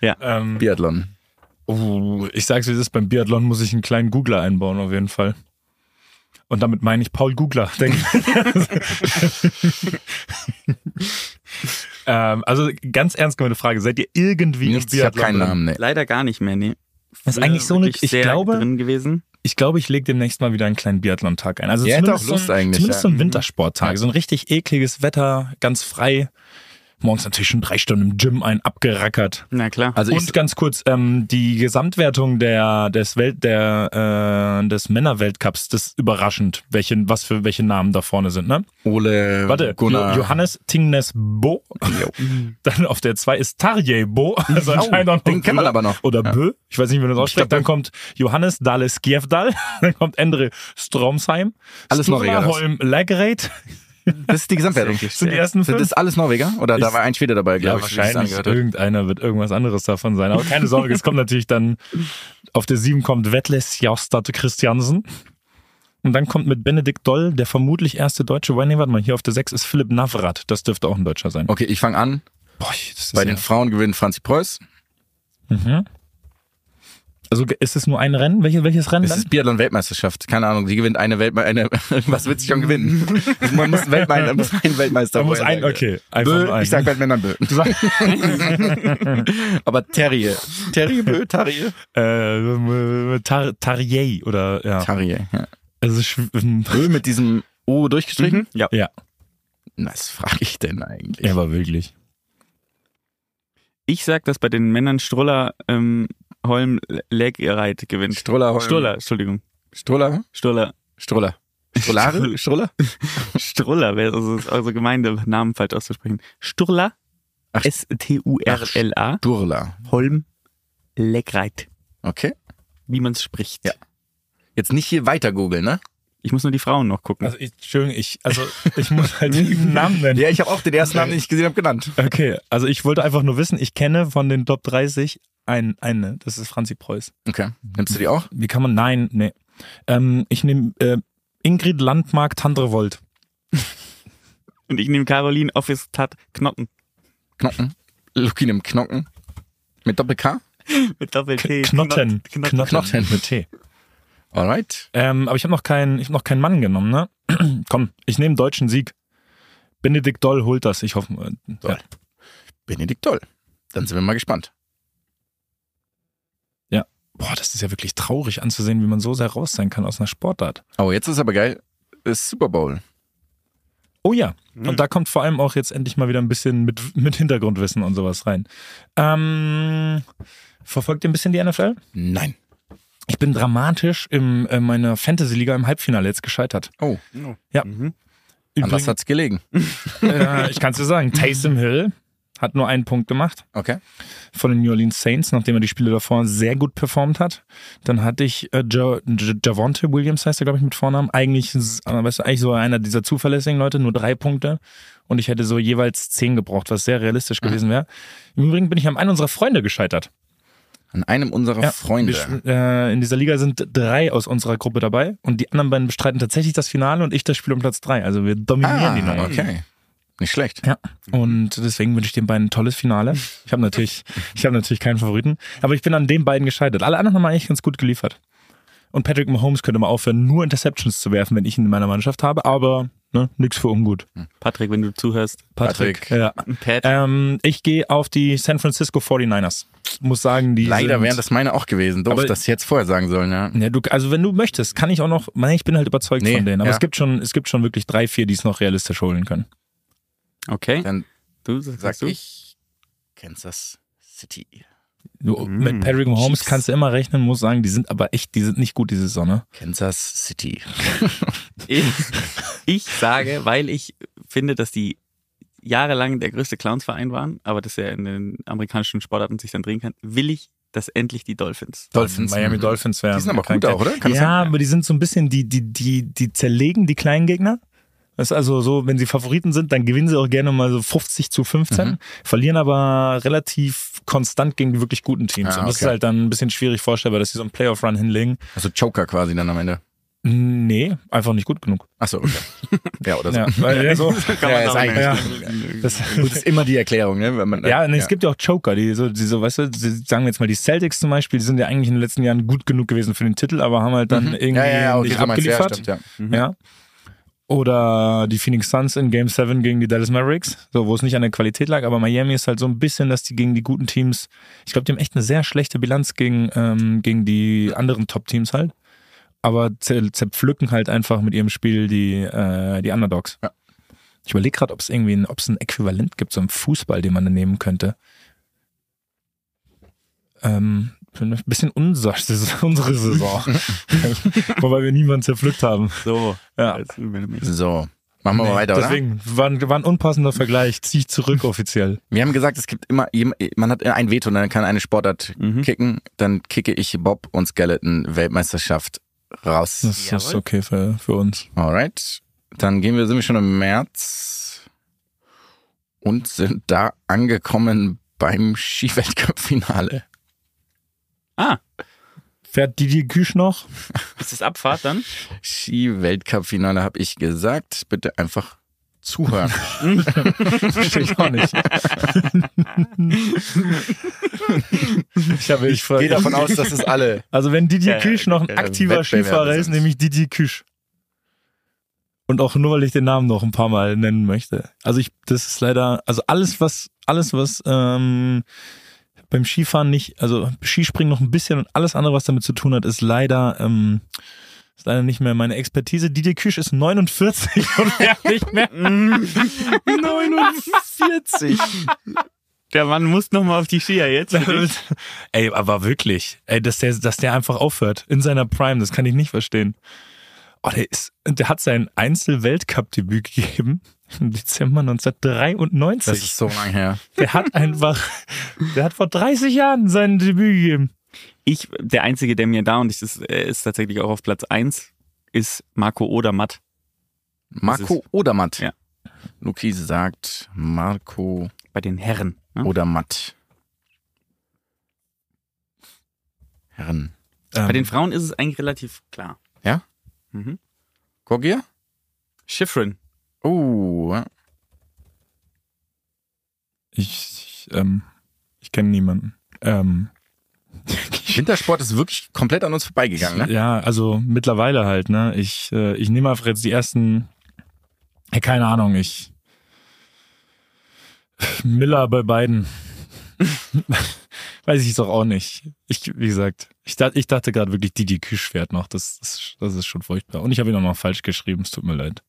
Speaker 5: Ja.
Speaker 4: Ähm,
Speaker 3: Biathlon.
Speaker 4: oh, ich sag's wie es ist, beim Biathlon muss ich einen kleinen Googler einbauen, auf jeden Fall. Und damit meine ich Paul Googler. *laughs* Denke ich. *laughs* ähm, also ganz ernst gemeinte Frage, seid ihr irgendwie im
Speaker 3: Nichts, ich habe
Speaker 4: Biathlon
Speaker 3: keinen
Speaker 4: drin?
Speaker 3: Namen, ne.
Speaker 5: Leider gar nicht mehr, nee.
Speaker 4: Das ist
Speaker 5: Früher
Speaker 4: eigentlich so eine,
Speaker 5: wirklich
Speaker 4: ich
Speaker 5: sehr
Speaker 4: glaube,
Speaker 5: drin gewesen.
Speaker 4: ich glaube, ich lege demnächst mal wieder einen kleinen Biathlon-Tag ein. Also
Speaker 3: Ja, hätte
Speaker 4: zumindest
Speaker 3: auch Lust
Speaker 4: so ein,
Speaker 3: eigentlich,
Speaker 4: Zumindest
Speaker 3: ja.
Speaker 4: so ein Wintersporttag, so ein richtig ekliges Wetter, ganz frei. morgens natürlich schon drei Stunden im Gym einen abgerackert.
Speaker 5: Na klar.
Speaker 3: Also
Speaker 4: Und
Speaker 3: ich,
Speaker 4: ganz kurz, ähm, die Gesamtwertung der, des, Welt, der, äh, des Männerweltcups, das ist überraschend, welche, was für welche Namen da vorne sind. Ne?
Speaker 3: Ole
Speaker 4: Warte,
Speaker 3: Äh, Gunnar.
Speaker 4: Jo- Johannes Tingnes Bo. *laughs* Dann auf der 2 ist Tarje Bo. *laughs* Also anscheinend auch noch
Speaker 3: den kennt man
Speaker 4: Bö.
Speaker 3: aber noch.
Speaker 4: Oder
Speaker 3: Ja.
Speaker 4: Bö. Ich weiß nicht, wie man das ausspricht. Dann kommt Johannes Dales Gievdal. *laughs* Dann kommt Endre Stromsheim.
Speaker 3: Alles Norweger, das.
Speaker 4: Holm Lagereit.
Speaker 3: Das ist die Gesamtwertung.
Speaker 4: sind die ersten
Speaker 3: Sind
Speaker 4: fünf.
Speaker 3: das alles Norweger? Oder da
Speaker 4: Ich-
Speaker 3: war ein Schwede dabei,
Speaker 4: Ja,
Speaker 3: glaube ich, wie ich,
Speaker 4: wahrscheinlich.
Speaker 3: angehört habe.
Speaker 4: Irgendeiner wird irgendwas anderes davon sein. Aber keine Sorge, es kommt natürlich dann, auf der 7 kommt Wettles Jaustad Christiansen. Und dann kommt mit Benedikt Doll der vermutlich erste Deutsche. Wobei, Nee, warte mal, hier auf der 6 ist Philipp Navrat. Das dürfte auch ein Deutscher sein.
Speaker 3: Okay, ich fange an.
Speaker 4: Boah, ich- das ist
Speaker 3: Oh, Bei
Speaker 4: ja-
Speaker 3: den Frauen gewinnt Franzi Preuß.
Speaker 4: also ist es nur ein Rennen? Welches, welches Rennen
Speaker 3: Es
Speaker 4: dann?
Speaker 3: ist Biathlon-Weltmeisterschaft. Keine Ahnung, die gewinnt eine *laughs* Weltmeisterschaft. Was wird sie schon gewinnen? Man muss, Weltme
Speaker 4: *laughs*
Speaker 3: man muss einen Weltmeister
Speaker 4: Man muss
Speaker 3: vorher
Speaker 4: einen-
Speaker 3: sagen.
Speaker 4: okay, einfach nur
Speaker 3: Bö,
Speaker 4: einen.
Speaker 3: ich
Speaker 4: *laughs*
Speaker 3: sag bei den Männern Bö. Aber Terrier. Terrier Bö, Terrier.
Speaker 4: äh, Tar Tarjei oder ja.
Speaker 3: Terrier, ja.
Speaker 4: also schw- ähm,
Speaker 3: Bö mit diesem O durchgestrichen?
Speaker 5: ja.
Speaker 4: ja,
Speaker 3: Na, Was frage ich denn eigentlich?
Speaker 4: er war wirklich.
Speaker 5: Ich sag, dass bei den Männern Struller ähm, Holm Legereit gewinnt.
Speaker 3: Struller, Holm.
Speaker 5: Struller, Entschuldigung.
Speaker 3: Struller?
Speaker 5: Struller.
Speaker 3: Struller. Strullare? Struller?
Speaker 5: Struller, wäre also ist eure Gemeinde, Namen falsch auszusprechen. Struller,
Speaker 3: Ach.
Speaker 5: S-T-U-R-L-A,
Speaker 3: Durla.
Speaker 5: Holm Legreit,
Speaker 3: Okay.
Speaker 5: wie man es spricht.
Speaker 3: Ja. Jetzt nicht hier weiter googeln, ne?
Speaker 5: Ich muss nur die Frauen noch gucken.
Speaker 4: Also ich, Entschuldigung, ich, also ich muss
Speaker 3: *laughs*
Speaker 4: halt den Namen nennen.
Speaker 3: Ja, ich habe auch den ersten Namen, den ich gesehen habe, genannt.
Speaker 4: Okay, also ich wollte einfach nur wissen, ich kenne von den Top 30 ein, eine, das ist Franzi Preuß.
Speaker 3: Okay. Nimmst du die auch?
Speaker 4: Wie kann man, nein, nee. Ähm, ich nehme äh, Ingrid Landmark Tandrevold.
Speaker 5: Und ich nehme Caroline Office Tat Knocken
Speaker 3: Knocken. Lukin im Knocken. Mit Doppel-K?
Speaker 5: mit Doppel-T.
Speaker 4: Knotten.
Speaker 5: Knot- Knotten.
Speaker 3: Knotten.
Speaker 4: Mit T.
Speaker 3: Alright.
Speaker 4: Ähm, aber ich habe noch keinen, ich habe noch keinen Mann genommen, ne? *clears throat* Komm, ich nehme deutschen Sieg. Benedikt Doll holt das, ich hoffe. äh,
Speaker 3: Doll. Benedikt Doll. Dann sind wir mal gespannt.
Speaker 4: Boah, das ist ja wirklich traurig anzusehen, wie man so sehr raus sein kann aus einer Sportart.
Speaker 3: Oh, jetzt ist aber geil. Ist Super Bowl.
Speaker 4: Oh ja, und da kommt vor allem auch jetzt endlich mal wieder ein bisschen mit, *laughs* mit Hintergrundwissen und sowas rein. Ähm, verfolgt ihr ein bisschen die NFL?
Speaker 3: Nein.
Speaker 4: Ich bin dramatisch in, in meiner Fantasy-Liga im Halbfinale jetzt gescheitert.
Speaker 3: Oh,
Speaker 4: Ja.
Speaker 3: an was
Speaker 4: Übrigens,
Speaker 3: hat's gelegen?
Speaker 4: äh, ich kann es dir sagen, Taysom Hill hat nur einen Punkt gemacht
Speaker 3: Okay.
Speaker 4: von den New Orleans Saints, nachdem er die Spiele davor sehr gut performt hat. Dann hatte ich äh, ja Ja- Javonte Williams, heißt er, glaube ich, mit Vornamen. Eigentlich, ist- aber weißt du, eigentlich so einer dieser zuverlässigen Leute, nur drei Punkte. Und ich hätte so jeweils zehn gebraucht, was sehr realistisch gewesen wäre. Im Übrigen bin ich an einem unserer Freunde gescheitert.
Speaker 3: An einem unserer
Speaker 4: Ja,
Speaker 3: Freunde.
Speaker 4: Wir, äh, in dieser Liga sind drei aus unserer Gruppe dabei und die anderen beiden bestreiten tatsächlich das Finale und ich das Spiel um Platz drei. Also wir dominieren die Nummer.
Speaker 3: Ah, okay. Nicht schlecht.
Speaker 4: Ja, und deswegen wünsche ich den beiden ein tolles Finale. Ich habe natürlich, ich habe natürlich keinen Favoriten, aber ich bin an den beiden gescheitert. Alle anderen haben eigentlich ganz gut geliefert. Und Patrick Mahomes könnte mal aufhören, nur Interceptions zu werfen, wenn ich ihn in meiner Mannschaft habe, aber ne, nix für ungut.
Speaker 5: Patrick, wenn du zuhörst.
Speaker 3: Hm, Patrick.
Speaker 4: Ja.
Speaker 5: Pat.
Speaker 4: Ähm, ich gehe auf die San Francisco 49ers. Muss sagen, die
Speaker 3: Leider
Speaker 4: sind,
Speaker 3: wären das meine auch gewesen. Doch,
Speaker 4: Aber-
Speaker 3: das jetzt vorher sagen ne? sollen, ja.
Speaker 4: Ja, du, also wenn du möchtest, kann ich auch noch, nein, ich bin halt überzeugt
Speaker 3: Nee,
Speaker 4: von denen, aber
Speaker 3: ja.
Speaker 4: es gibt schon, es gibt schon wirklich drei, vier, die es noch realistisch holen können.
Speaker 5: Okay.
Speaker 3: Dann
Speaker 5: Du sagst
Speaker 3: sag
Speaker 5: du?
Speaker 3: ich Kansas City.
Speaker 4: Du,
Speaker 3: Hm,
Speaker 4: Mit Patrick Mahomes
Speaker 3: Chiefs.
Speaker 4: kannst du immer rechnen, muss sagen, die sind aber echt, die sind nicht gut diese Saison, ne?
Speaker 3: Kansas
Speaker 4: *laughs*
Speaker 3: City.
Speaker 5: Ich, ich sage, weil ich finde, dass die jahrelang der größte Clownsverein waren, aber das ja in den amerikanischen Sportarten sich dann drehen kann, will ich, dass endlich die
Speaker 3: *laughs*
Speaker 5: Dolphins.
Speaker 3: Dolphins.
Speaker 4: Miami
Speaker 3: Mhm.
Speaker 4: Dolphins wären.
Speaker 3: Die sind aber
Speaker 4: Ähm, kein-
Speaker 3: gut auch, oder? Kann das
Speaker 4: ja,
Speaker 3: sein?
Speaker 4: aber die sind so ein bisschen, die, die, die, die zerlegen die kleinen Gegner. Das ist also so, wenn sie Favoriten sind, dann gewinnen sie auch gerne mal so 50 zu 15,
Speaker 3: Mhm.
Speaker 4: verlieren aber relativ konstant gegen die wirklich guten Teams.
Speaker 3: Ah,
Speaker 4: Und das
Speaker 3: okay.
Speaker 4: ist halt dann ein bisschen schwierig vorstellbar, dass sie so einen Playoff-Run hinlegen.
Speaker 3: Also Joker quasi dann am Ende.
Speaker 4: Nee, einfach nicht gut genug.
Speaker 3: Achso, okay.
Speaker 4: *laughs*
Speaker 3: ja, oder so.
Speaker 4: Ja, weil, also,
Speaker 5: Kann
Speaker 3: Ja, ist
Speaker 5: sagen,
Speaker 4: das,
Speaker 3: *laughs*
Speaker 4: *laughs*
Speaker 3: Gut, ist immer die Erklärung, ne? Wenn man,
Speaker 4: Ja, nee, es gibt ja auch Joker, die so, die so, weißt du, die, sagen wir jetzt mal, die Celtics zum Beispiel, die sind ja eigentlich in den letzten Jahren gut genug gewesen für den Titel, aber haben halt dann irgendwie
Speaker 3: Mhm. ja, ja, ja, okay,
Speaker 4: nicht
Speaker 3: so meinst du, ja,
Speaker 4: abgeliefert.
Speaker 3: stimmt, ja.
Speaker 4: Ja. Oder die Phoenix Suns in Game 7 gegen die Dallas Mavericks, so, wo es nicht an der Qualität lag, aber Miami ist halt so ein bisschen, dass die gegen die guten Teams, ich glaube, die haben echt eine sehr schlechte Bilanz gegen, ähm, gegen die anderen Top-Teams halt, aber zer zerpflücken halt einfach mit ihrem Spiel die, äh, die Underdogs.
Speaker 3: Ja.
Speaker 4: Ich überlege gerade, ob es irgendwie ein, ob's ein Äquivalent gibt, so einen Fußball, den man da nehmen könnte. Ähm, bin ein bisschen unser, *laughs* unsere Saison. Wobei wir niemanden zerpflückt haben.
Speaker 5: So.
Speaker 4: Ja.
Speaker 5: Als Minimum.
Speaker 3: So, machen wir mal
Speaker 4: Nee,
Speaker 3: weiter, oder?
Speaker 4: Äh,
Speaker 3: Hm.
Speaker 4: Deswegen war, ein- war ein unpassender Vergleich. Zieh ich zurück offiziell.
Speaker 3: Wir haben gesagt, es gibt immer, jem- man hat ein Veto, und dann kann eine Sportart
Speaker 5: Mhm.
Speaker 3: kicken, dann kicke ich Bob und Skeleton Weltmeisterschaft raus.
Speaker 4: Das ist
Speaker 5: Jawohl.
Speaker 4: okay für, für uns.
Speaker 3: Alright. Dann gehen wir, sind wir schon im März und sind da angekommen beim Skiweltcup-Finale.
Speaker 5: Ah,
Speaker 4: Fährt Didier Güsch noch?
Speaker 5: ist das Abfahrt
Speaker 3: *laughs*
Speaker 5: dann?
Speaker 3: Ski-Weltcup-Finale habe ich gesagt. Bitte einfach zuhören.
Speaker 4: Verstehe ich
Speaker 3: *laughs*
Speaker 4: auch nicht. *laughs* ich habe, ich,
Speaker 3: Geh davon aus, dass es alle.
Speaker 4: Also wenn Didier
Speaker 5: Ja, Also ja,
Speaker 4: Küsch noch ein
Speaker 3: ja,
Speaker 4: aktiver
Speaker 3: Wettbewerb
Speaker 4: Skifahrer ist,
Speaker 3: sind.
Speaker 4: nämlich Didier Küsch. Und auch nur, weil ich den Namen noch ein paar Mal nennen möchte. Also ich, das ist leider, also alles, was, alles, was ähm, beim Skifahren nicht, also Skispringen noch ein bisschen und alles andere, was damit zu tun hat, ist leider, ähm, ist leider nicht mehr meine Expertise. Didier Küsch ist 49 *laughs* und mehr nicht mehr.
Speaker 3: 49.
Speaker 5: Der Mann muss nochmal auf die Skier jetzt.
Speaker 4: *laughs* Ey, aber wirklich. Ey, dass der, dass der einfach aufhört in seiner Prime, das kann ich nicht verstehen. Oh, der ist, der hat sein Einzel-Weltcup-Debüt gegeben im Dezember 1993.
Speaker 3: Das ist so lang her.
Speaker 4: der hat einfach, der hat vor 30 Jahren sein Debüt gegeben.
Speaker 5: Ich, der Einzige, der mir da und ich, das äh, ist tatsächlich auch auf Platz 1, ist Marco Odermatt.
Speaker 3: Marco Odermatt.
Speaker 5: Ja.
Speaker 3: Luki sagt Marco
Speaker 5: Bei den Herren. Ne?
Speaker 3: Odermatt. Herren.
Speaker 5: Bei den
Speaker 4: Ähm,
Speaker 5: Frauen ist es eigentlich relativ klar.
Speaker 3: Ja?
Speaker 5: Mhm.
Speaker 3: Gogia?
Speaker 5: Schifrin.
Speaker 3: Oh, ja.
Speaker 4: ich, ich, ähm, ich kenne niemanden. Ähm, *laughs*
Speaker 3: Wintersport ist wirklich komplett an uns vorbeigegangen, ne?
Speaker 4: Ja, also mittlerweile halt, ne? Ich, äh, ich nehme einfach jetzt die ersten, ja, keine Ahnung, ich. Miller bei beiden. *laughs* Weiß ich doch auch nicht. Ich, wie gesagt, ich, dacht- ich dachte gerade wirklich, Didi Küsch fährt noch. Das, das, das ist schon furchtbar. Und ich habe ihn auch noch falsch geschrieben, es tut mir leid.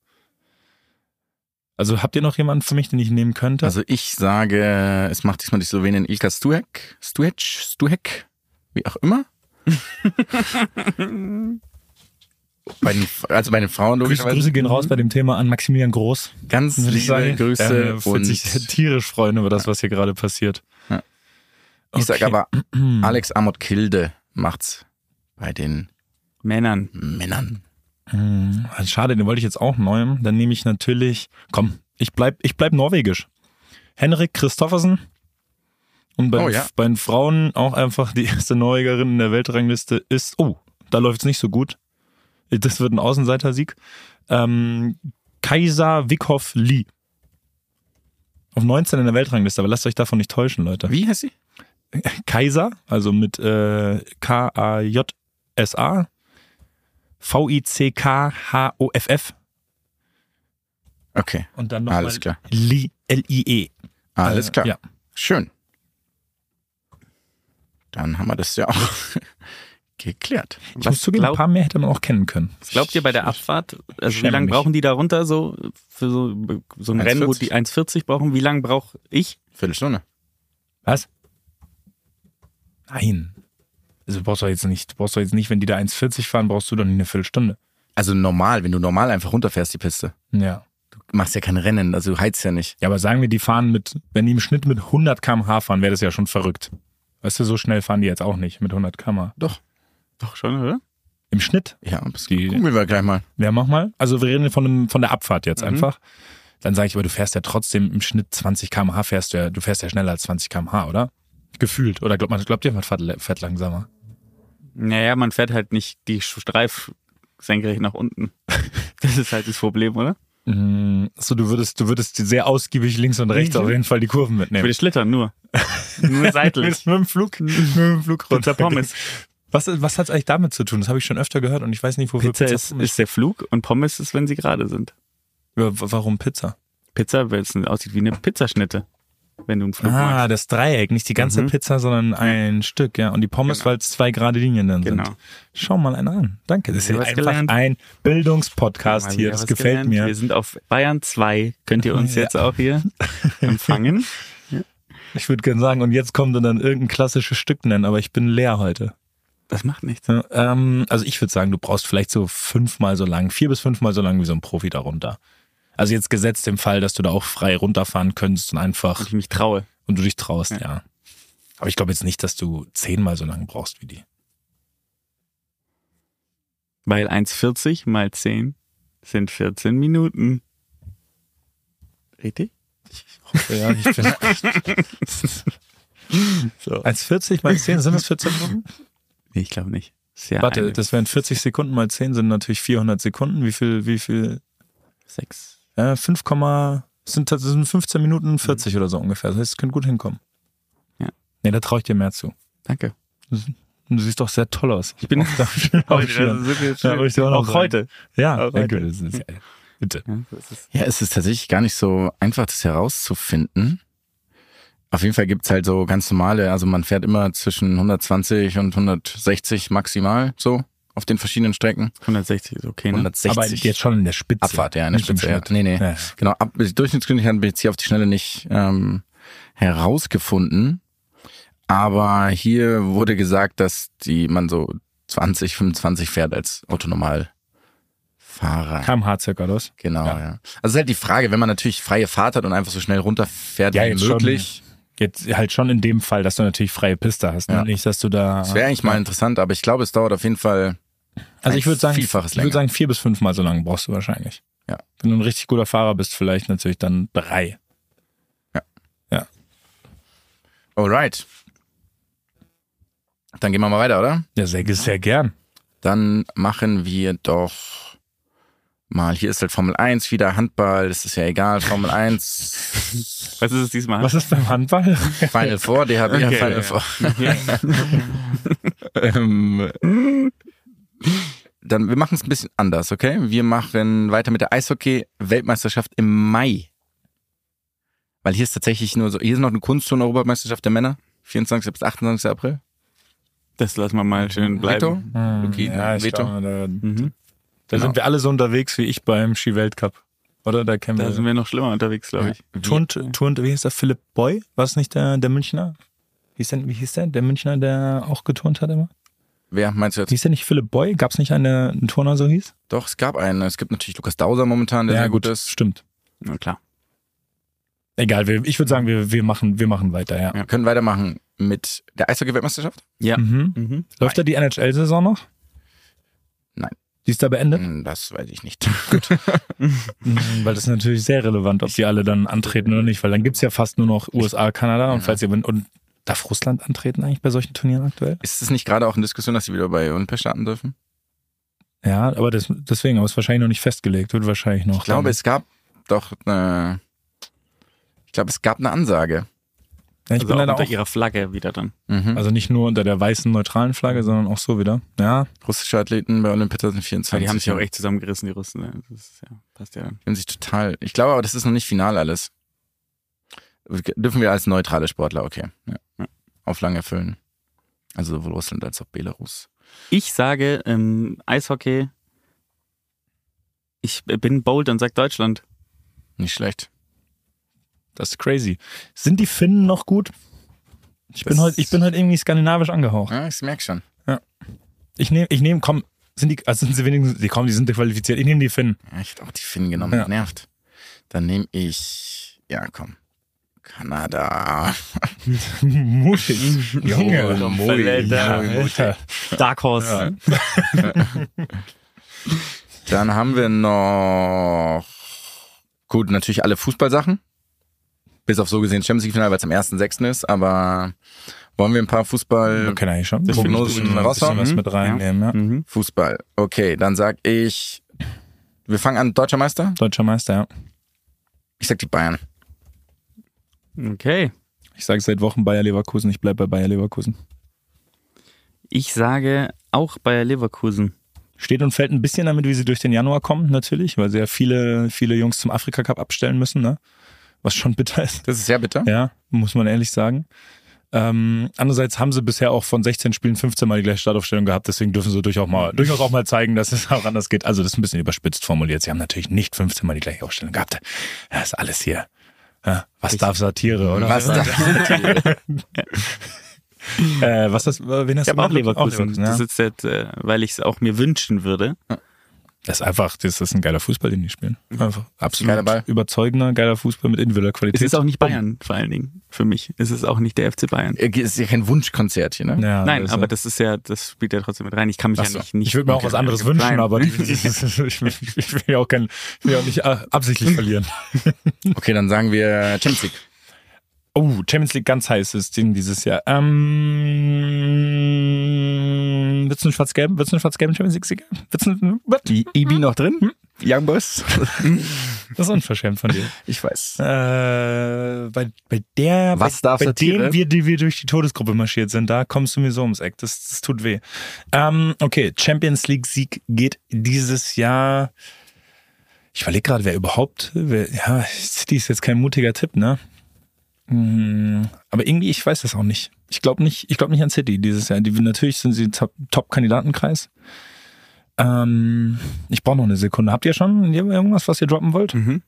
Speaker 4: Also habt ihr noch jemanden für mich, den ich nehmen könnte?
Speaker 3: Also ich sage, es macht diesmal die Slowenin Ilka Stuhek, Stuhec, Stuhek, wie auch
Speaker 4: *laughs*
Speaker 3: immer. bei den, also bei den Frauen
Speaker 4: Grüße,
Speaker 3: logischerweise.
Speaker 4: Grüße gehen raus bei dem Thema an Maximilian Groß.
Speaker 3: Ganz
Speaker 4: würde
Speaker 3: liebe
Speaker 4: ich sagen.
Speaker 3: Grüße
Speaker 4: Der wird
Speaker 3: und
Speaker 4: sich tierisch freuen über das, was hier gerade passiert.
Speaker 3: Ja. ich sage
Speaker 4: Okay. *clears throat*
Speaker 3: aber, Alex Amott Kilde macht's bei den
Speaker 5: Männern.
Speaker 3: Männern.
Speaker 4: Hm, Schade, den wollte ich jetzt auch neu. Dann nehme ich natürlich, komm, ich bleib, ich bleib norwegisch. Henrik Christoffersen. Und bei, den-
Speaker 3: Oh, ja.
Speaker 4: bei den Frauen auch einfach die erste Norwegerin in der Weltrangliste ist, oh, da läuft's nicht so gut. Das wird ein Außenseitersieg. Ähm, Kaiser Wickhoff Lee. Auf 19 in der Weltrangliste, aber lasst euch davon nicht täuschen, Leute.
Speaker 3: Wie heißt sie?
Speaker 4: Kaiser, also mit äh, K-A-J-S-A, V-I-C-K-H-O-F-F
Speaker 3: Okay,
Speaker 4: und dann
Speaker 3: Alles
Speaker 4: nochmal
Speaker 3: klar.
Speaker 4: Li- L-I-E.
Speaker 3: alles
Speaker 4: Äh,
Speaker 3: klar.
Speaker 4: Ja.
Speaker 3: Schön. Dann haben wir das ja auch *laughs* geklärt.
Speaker 4: Ich
Speaker 5: Was
Speaker 4: muss zugeben, ein
Speaker 5: glaub-
Speaker 4: paar mehr hätte man auch kennen können.
Speaker 5: Was Glaubt ihr bei der Abfahrt, also wie
Speaker 4: schäme
Speaker 5: lange
Speaker 4: mich.
Speaker 5: brauchen die da runter so für so, so ein Rennen, wo die 1,40 brauchen? Wie lange brauche ich?
Speaker 3: Viertelstunde.
Speaker 4: Was? Nein. Also du brauchst du jetzt nicht, du brauchst du jetzt nicht, wenn die da 1,40 fahren, brauchst du doch nicht eine Viertelstunde.
Speaker 3: Also normal, wenn du normal einfach runterfährst, die Piste.
Speaker 4: Ja.
Speaker 3: Du machst ja kein Rennen, also du heizt ja nicht.
Speaker 4: Ja, aber sagen wir, die fahren mit, wenn die im Schnitt mit 100 km/h fahren, wäre das ja schon verrückt. Weißt du, so schnell fahren die jetzt auch nicht mit 100 km/h.
Speaker 5: Doch schon, oder?
Speaker 4: Im Schnitt?
Speaker 3: Ja, das
Speaker 4: Die-
Speaker 3: googeln wir gleich mal.
Speaker 4: Ja, mach mal. Mhm. Also wir reden von, dem, von der Abfahrt jetzt einfach. Dann sage ich, aber du fährst ja trotzdem im Schnitt 20 km/h fährst du ja, du fährst ja schneller als 20 km/h, oder? Gefühlt. Oder glaubt man, glaubt ihr, man fährt, le- fährt langsamer?
Speaker 5: Naja, man fährt halt nicht die Streif senkrecht nach *laughs* unten. Das ist halt das Problem, oder?
Speaker 4: Mhm. So, du würdest, du würdest sehr ausgiebig links und rechts auf jeden Fall die Kurven
Speaker 5: Ich
Speaker 4: mitnehmen.
Speaker 5: würde schlittern, nur. *laughs* Nur seitlich.
Speaker 4: Mit, mit dem Flug, mit dem Flug
Speaker 5: Pizza
Speaker 4: runter.
Speaker 5: Pommes.
Speaker 4: Was, was hat's eigentlich damit zu tun? Das habe ich schon öfter gehört und ich weiß nicht,
Speaker 5: *laughs*
Speaker 4: wofür
Speaker 5: Pizza ist,
Speaker 4: Pommes-
Speaker 5: ist der Flug und Pommes ist, wenn sie gerade sind.
Speaker 4: Ja, w- Warum Pizza?
Speaker 5: Pizza, weil es aussieht wie eine Pizzaschnitte. wenn du einen Flug
Speaker 4: Ah,
Speaker 5: magst.
Speaker 4: das Dreieck, nicht die ganze
Speaker 5: Mhm.
Speaker 4: Pizza, sondern ein Stück, ja. Und die Pommes,
Speaker 5: Genau.
Speaker 4: weil es zwei gerade Linien dann
Speaker 5: Genau.
Speaker 4: sind. Schau mal einen an. Danke. Das ist
Speaker 5: Ja,
Speaker 4: ja
Speaker 5: was
Speaker 4: einfach
Speaker 5: gelernt.
Speaker 4: ein Bildungspodcast
Speaker 5: Mal
Speaker 4: hier.
Speaker 5: wieder
Speaker 4: Das
Speaker 5: was
Speaker 4: gefällt
Speaker 5: gelernt. Wir
Speaker 4: mir.
Speaker 5: sind auf Bayern 2. Könnt ihr uns
Speaker 4: Ja.
Speaker 5: jetzt auch
Speaker 4: *laughs*
Speaker 5: hier empfangen?
Speaker 4: Ich würde gerne sagen, und jetzt kommt dann irgendein klassisches Stück nennen, aber ich bin leer heute.
Speaker 5: Das macht nichts.
Speaker 4: Ja, Ähm, also ich würde sagen, du brauchst vielleicht so fünfmal so lang, vier bis fünfmal so lang wie so ein Profi darunter. Also jetzt gesetzt im Fall, dass du da auch frei runterfahren könntest und einfach
Speaker 5: Und ich mich traue.
Speaker 4: und du dich traust, Mhm. ja.
Speaker 5: Ja.
Speaker 4: Aber ich glaube jetzt nicht, dass du zehnmal so lang brauchst wie die.
Speaker 5: Weil 1,40 mal 10 sind 14 Minuten. Richtig?
Speaker 4: Ja, ich *laughs* bin
Speaker 5: So.
Speaker 4: Als 40 mal 10 sind das 14 Minuten?
Speaker 5: Nee, ich glaube nicht. Ist ja
Speaker 4: Warte,
Speaker 5: eine-
Speaker 4: das wären 40 Sekunden mal 10 sind natürlich 400 Sekunden. Wie viel, wie viel?
Speaker 5: sechs.
Speaker 4: Äh, 5, Komma- sind, das sind 15 Minuten
Speaker 3: Mhm.
Speaker 4: 40 oder so ungefähr. Das heißt, es könnte gut hinkommen.
Speaker 5: Ja.
Speaker 4: Nee, da traue ich dir mehr zu.
Speaker 5: Danke.
Speaker 4: Du siehst doch sehr toll aus.
Speaker 5: Ich bin
Speaker 3: *laughs*
Speaker 4: Auch schön. Ja, wollte ich dir auch noch
Speaker 5: auch
Speaker 4: sagen.
Speaker 5: heute.
Speaker 4: Ja,
Speaker 5: Auch
Speaker 4: danke. Das ist, ja, bitte.
Speaker 5: Ja, so ist es.
Speaker 3: Ja, es ist tatsächlich gar nicht so einfach, das herauszufinden. Auf jeden Fall gibt's halt so ganz normale, also man fährt immer zwischen 120 und 160 maximal so auf den verschiedenen Strecken.
Speaker 5: 160 ist okay, ne?
Speaker 3: 160
Speaker 4: Aber jetzt schon in der Spitze.
Speaker 3: Abfahrt, ja, in der
Speaker 4: Nicht im
Speaker 3: Spitze. Ja.
Speaker 4: Schnitt.
Speaker 3: Nee, nee.
Speaker 4: Ja.
Speaker 3: Genau, ab, durchschnittskündig haben wir jetzt hier auf die Schnelle nicht ähm, herausgefunden. Aber hier wurde gesagt, dass die man so 20, 25 fährt als Autonormalfahrer.
Speaker 4: KMH circa, oder was?
Speaker 3: Genau,
Speaker 4: Ja.
Speaker 3: ja. Also es ist halt die Frage, wenn man natürlich freie Fahrt hat und einfach so schnell runterfährt
Speaker 4: Ja,
Speaker 3: wie
Speaker 4: jetzt schon.
Speaker 3: möglich.
Speaker 4: Jetzt halt schon in dem Fall, dass du natürlich freie Piste hast.
Speaker 3: Ja.
Speaker 4: Ne? Nicht, dass du da.
Speaker 3: Das wäre eigentlich mal interessant, aber ich glaube, es dauert auf jeden Fall.
Speaker 4: Also ich
Speaker 3: ein
Speaker 4: würde sagen, ich
Speaker 3: Vielfaches
Speaker 4: würde
Speaker 3: länger.
Speaker 4: sagen, vier bis fünfmal so lange brauchst du wahrscheinlich.
Speaker 3: Ja.
Speaker 4: Wenn du ein richtig guter Fahrer bist, vielleicht natürlich dann drei.
Speaker 3: Alright. Dann gehen wir mal weiter, oder?
Speaker 4: Ja, sehr, sehr gern.
Speaker 3: Dann machen wir doch mal, hier ist halt Formel 1 wieder, Handball, das ist ja egal,
Speaker 5: *laughs*
Speaker 3: Formel 1,
Speaker 5: Was ist es diesmal?
Speaker 4: Was ist beim
Speaker 3: *laughs*
Speaker 4: Handball?
Speaker 3: Final Four, DHB,
Speaker 5: Okay,
Speaker 3: Final
Speaker 5: ja. *laughs*
Speaker 3: Four.
Speaker 5: Ja.
Speaker 3: ähm, dann, wir machen es ein bisschen anders, okay? Wir machen weiter mit der Eishockey-Weltmeisterschaft im Mai. Weil hier ist tatsächlich nur so, hier ist noch eine Kunst- und Europameisterschaft der Männer, 24. bis 28. April.
Speaker 5: Das lassen wir mal schön
Speaker 3: Veto?
Speaker 5: bleiben.
Speaker 3: Okay,
Speaker 4: ja, ich
Speaker 3: Veto.
Speaker 4: glaube, da, da
Speaker 5: Mhm.
Speaker 3: Genau.
Speaker 4: sind wir alle so unterwegs wie ich beim Ski-Weltcup. Oder? Da kennen
Speaker 5: Da sind
Speaker 4: wir.
Speaker 5: wir noch schlimmer unterwegs, glaube ich.
Speaker 4: Turnt, Turnt, wie hieß der? Philipp Boy? War es nicht der, der Münchner? Hieß der, wie hieß der? Der Münchner, der auch geturnt hat immer?
Speaker 3: Wer meinst du jetzt?
Speaker 4: Hieß der nicht Philipp Boy? Gab es nicht einen, der einen Turner so hieß?
Speaker 3: Doch, es gab einen. Es gibt natürlich Lukas Dauser momentan, der sehr gut ist.
Speaker 4: Stimmt.
Speaker 5: Na klar.
Speaker 4: Egal, wir, ich würde sagen, wir, wir, machen, wir machen weiter, ja.
Speaker 3: Wir können weitermachen mit der Eishockey-Weltmeisterschaft.
Speaker 5: Ja.
Speaker 4: Mhm.
Speaker 5: Mhm.
Speaker 4: Läuft da die NHL-Saison noch?
Speaker 3: Nein.
Speaker 4: Die ist da beendet?
Speaker 3: Hm, Das weiß ich nicht. *laughs*
Speaker 4: Mhm, Weil das ist natürlich sehr relevant, ob die alle dann antreten oder nicht, weil dann gibt's ja fast nur noch USA, Kanada und falls ihr und darf Russland antreten eigentlich bei solchen Turnieren aktuell?
Speaker 3: Ist es nicht gerade auch eine Diskussion, dass sie wieder bei Olympia starten dürfen?
Speaker 4: Ja, aber das, deswegen, aber ist wahrscheinlich noch nicht festgelegt, wird wahrscheinlich noch.
Speaker 3: Ich glaube, es gab doch eine. Ich glaube, es gab eine Ansage.
Speaker 4: ja, ich
Speaker 5: Also
Speaker 4: bin
Speaker 5: auch
Speaker 4: leider
Speaker 5: unter
Speaker 4: auch,
Speaker 5: ihrer Flagge wieder dann.
Speaker 3: Mhm.
Speaker 4: also nicht nur unter der weißen neutralen Flagge, sondern auch so wieder. Ja,
Speaker 3: Russische Athleten bei Olympia 2024.
Speaker 5: Ja, die haben sich auch echt zusammengerissen, die Russen. ne? Das ist, ja, passt ja dann.
Speaker 3: Die haben sich total. Ich glaube aber, das ist noch nicht final alles. Dürfen wir als neutrale Sportler, okay. Ja.
Speaker 5: Ja.
Speaker 3: Auflagen erfüllen. Also sowohl Russland als auch Belarus.
Speaker 5: Ich sage ähm, Eishockey. Ich bin bold und sag Deutschland.
Speaker 3: Nicht schlecht.
Speaker 4: das ist crazy. Sind die Finnen noch gut? Ich bin
Speaker 3: Das-
Speaker 4: heute, ich bin heute irgendwie skandinavisch angehaucht.
Speaker 3: Ja, ich merke schon.
Speaker 4: Ich nehme, ich nehme, komm, sind die, also sind sie wenigstens, die kommen, die sind qualifiziert. Ich nehme die Finnen. *laughs*
Speaker 3: Ja, ich hätte auch die Finnen genommen,
Speaker 4: Ja.
Speaker 3: das nervt. Dann nehme ich. Ja, komm. Kanada.
Speaker 4: Mutig. Junge.
Speaker 5: Oh,
Speaker 3: Mui.
Speaker 5: Alter.
Speaker 4: Alter.
Speaker 5: Dark Horse.
Speaker 3: Dann haben wir noch. Gut, natürlich alle Fußballsachen. Bis auf so gesehen Champions League Finale, weil es am 1.6. ist. Aber wollen wir ein paar Fußball.
Speaker 4: Wir können eigentlich schon
Speaker 3: Äh, Das finde ich
Speaker 4: Prognosen
Speaker 3: gut.
Speaker 4: ein bisschen
Speaker 3: Raushauen.
Speaker 4: was mit reinnehmen. Ja.
Speaker 5: Mhm.
Speaker 3: Fußball. Okay, dann sag ich. Wir fangen an, deutscher Meister.
Speaker 4: Deutscher Meister, ja.
Speaker 3: Ich sag die Bayern.
Speaker 5: Okay.
Speaker 4: Ich sage seit Wochen Bayer Leverkusen, ich bleibe bei Bayer Leverkusen.
Speaker 5: Ich sage auch Bayer Leverkusen.
Speaker 4: Steht und fällt ein bisschen damit, wie sie durch den Januar kommen, natürlich, weil sie ja viele, viele Jungs zum Afrika-Cup abstellen müssen, ne? Was schon bitter ist.
Speaker 3: Das ist sehr bitter.
Speaker 4: Ja. muss man ehrlich sagen. Ähm, andererseits haben sie bisher auch von 16 Spielen 15 Mal die gleiche Startaufstellung gehabt, deswegen dürfen sie durchaus, mal, durchaus auch mal zeigen, dass es auch anders geht. Also das ist ein bisschen überspitzt formuliert. Sie haben natürlich nicht 15 Mal die gleiche Aufstellung gehabt. Das ist alles hier. Ja, was darf Satire, oder?
Speaker 3: Was
Speaker 4: Äh, was das, äh, wen hast
Speaker 5: Hm. Ich
Speaker 4: du
Speaker 5: habe auch
Speaker 4: noch?
Speaker 5: Leverkusen.
Speaker 4: ja.
Speaker 5: Das ist jetzt, äh, weil ich es auch mir wünschen würde.
Speaker 4: Das ist einfach, das ist ein geiler Fußball, den die spielen.
Speaker 5: Hm.
Speaker 4: Einfach absolut
Speaker 3: Geiler Ball.
Speaker 4: überzeugender, geiler Fußball mit individueller Qualität.
Speaker 5: Es ist auch nicht Bayern, vor allen Dingen, für mich. Es ist auch nicht der FC Bayern.
Speaker 3: *laughs* ist ja kein Wunschkonzert hier, ne?
Speaker 4: Ja,
Speaker 5: Nein,
Speaker 4: das-
Speaker 5: aber das ist ja, das spielt ja trotzdem mit rein. Ich kann mich
Speaker 4: Ah, also. Ach
Speaker 5: ja
Speaker 4: so.
Speaker 5: nicht, nicht.
Speaker 4: ich würde mir auch was anderes wünschen,
Speaker 5: Nein. *laughs*
Speaker 4: aber *laughs* ich, ich, will- ich will ja auch, kein, ich will ja auch nicht äh, absichtlich verlieren.
Speaker 3: Okay, dann sagen wir Champions League.
Speaker 4: Oh, Champions League ganz heißes Ding dieses Jahr. Ähm, willst du einen schwarz-gelben? Willst du einen schwarz-gelben Champions League-Sieger? Willst du einen, was?
Speaker 3: Die EB noch drin? Young Boys?
Speaker 4: Das ist unverschämt von dir.
Speaker 3: Ich weiß.
Speaker 4: Äh, bei, bei der,
Speaker 3: Was
Speaker 4: bei,
Speaker 3: darf
Speaker 4: bei
Speaker 3: Satire?
Speaker 4: dem wir, die wir durch die Todesgruppe marschiert sind, da kommst du mir so ums Eck. Das, das tut weh. Ähm, okay, Champions League Sieg geht dieses Jahr. Ich überlege gerade, wer überhaupt. Wer, ja, City ist jetzt kein mutiger Tipp, ne? Hm, Aber irgendwie, ich weiß das auch nicht. Ich glaube nicht, ich glaube nicht an City dieses Jahr. Die, natürlich sind sie Top- Top-Kandidatenkreis. ähm, ich brauche noch eine Sekunde. Habt ihr schon irgendwas, was ihr droppen wollt?
Speaker 5: Mhm.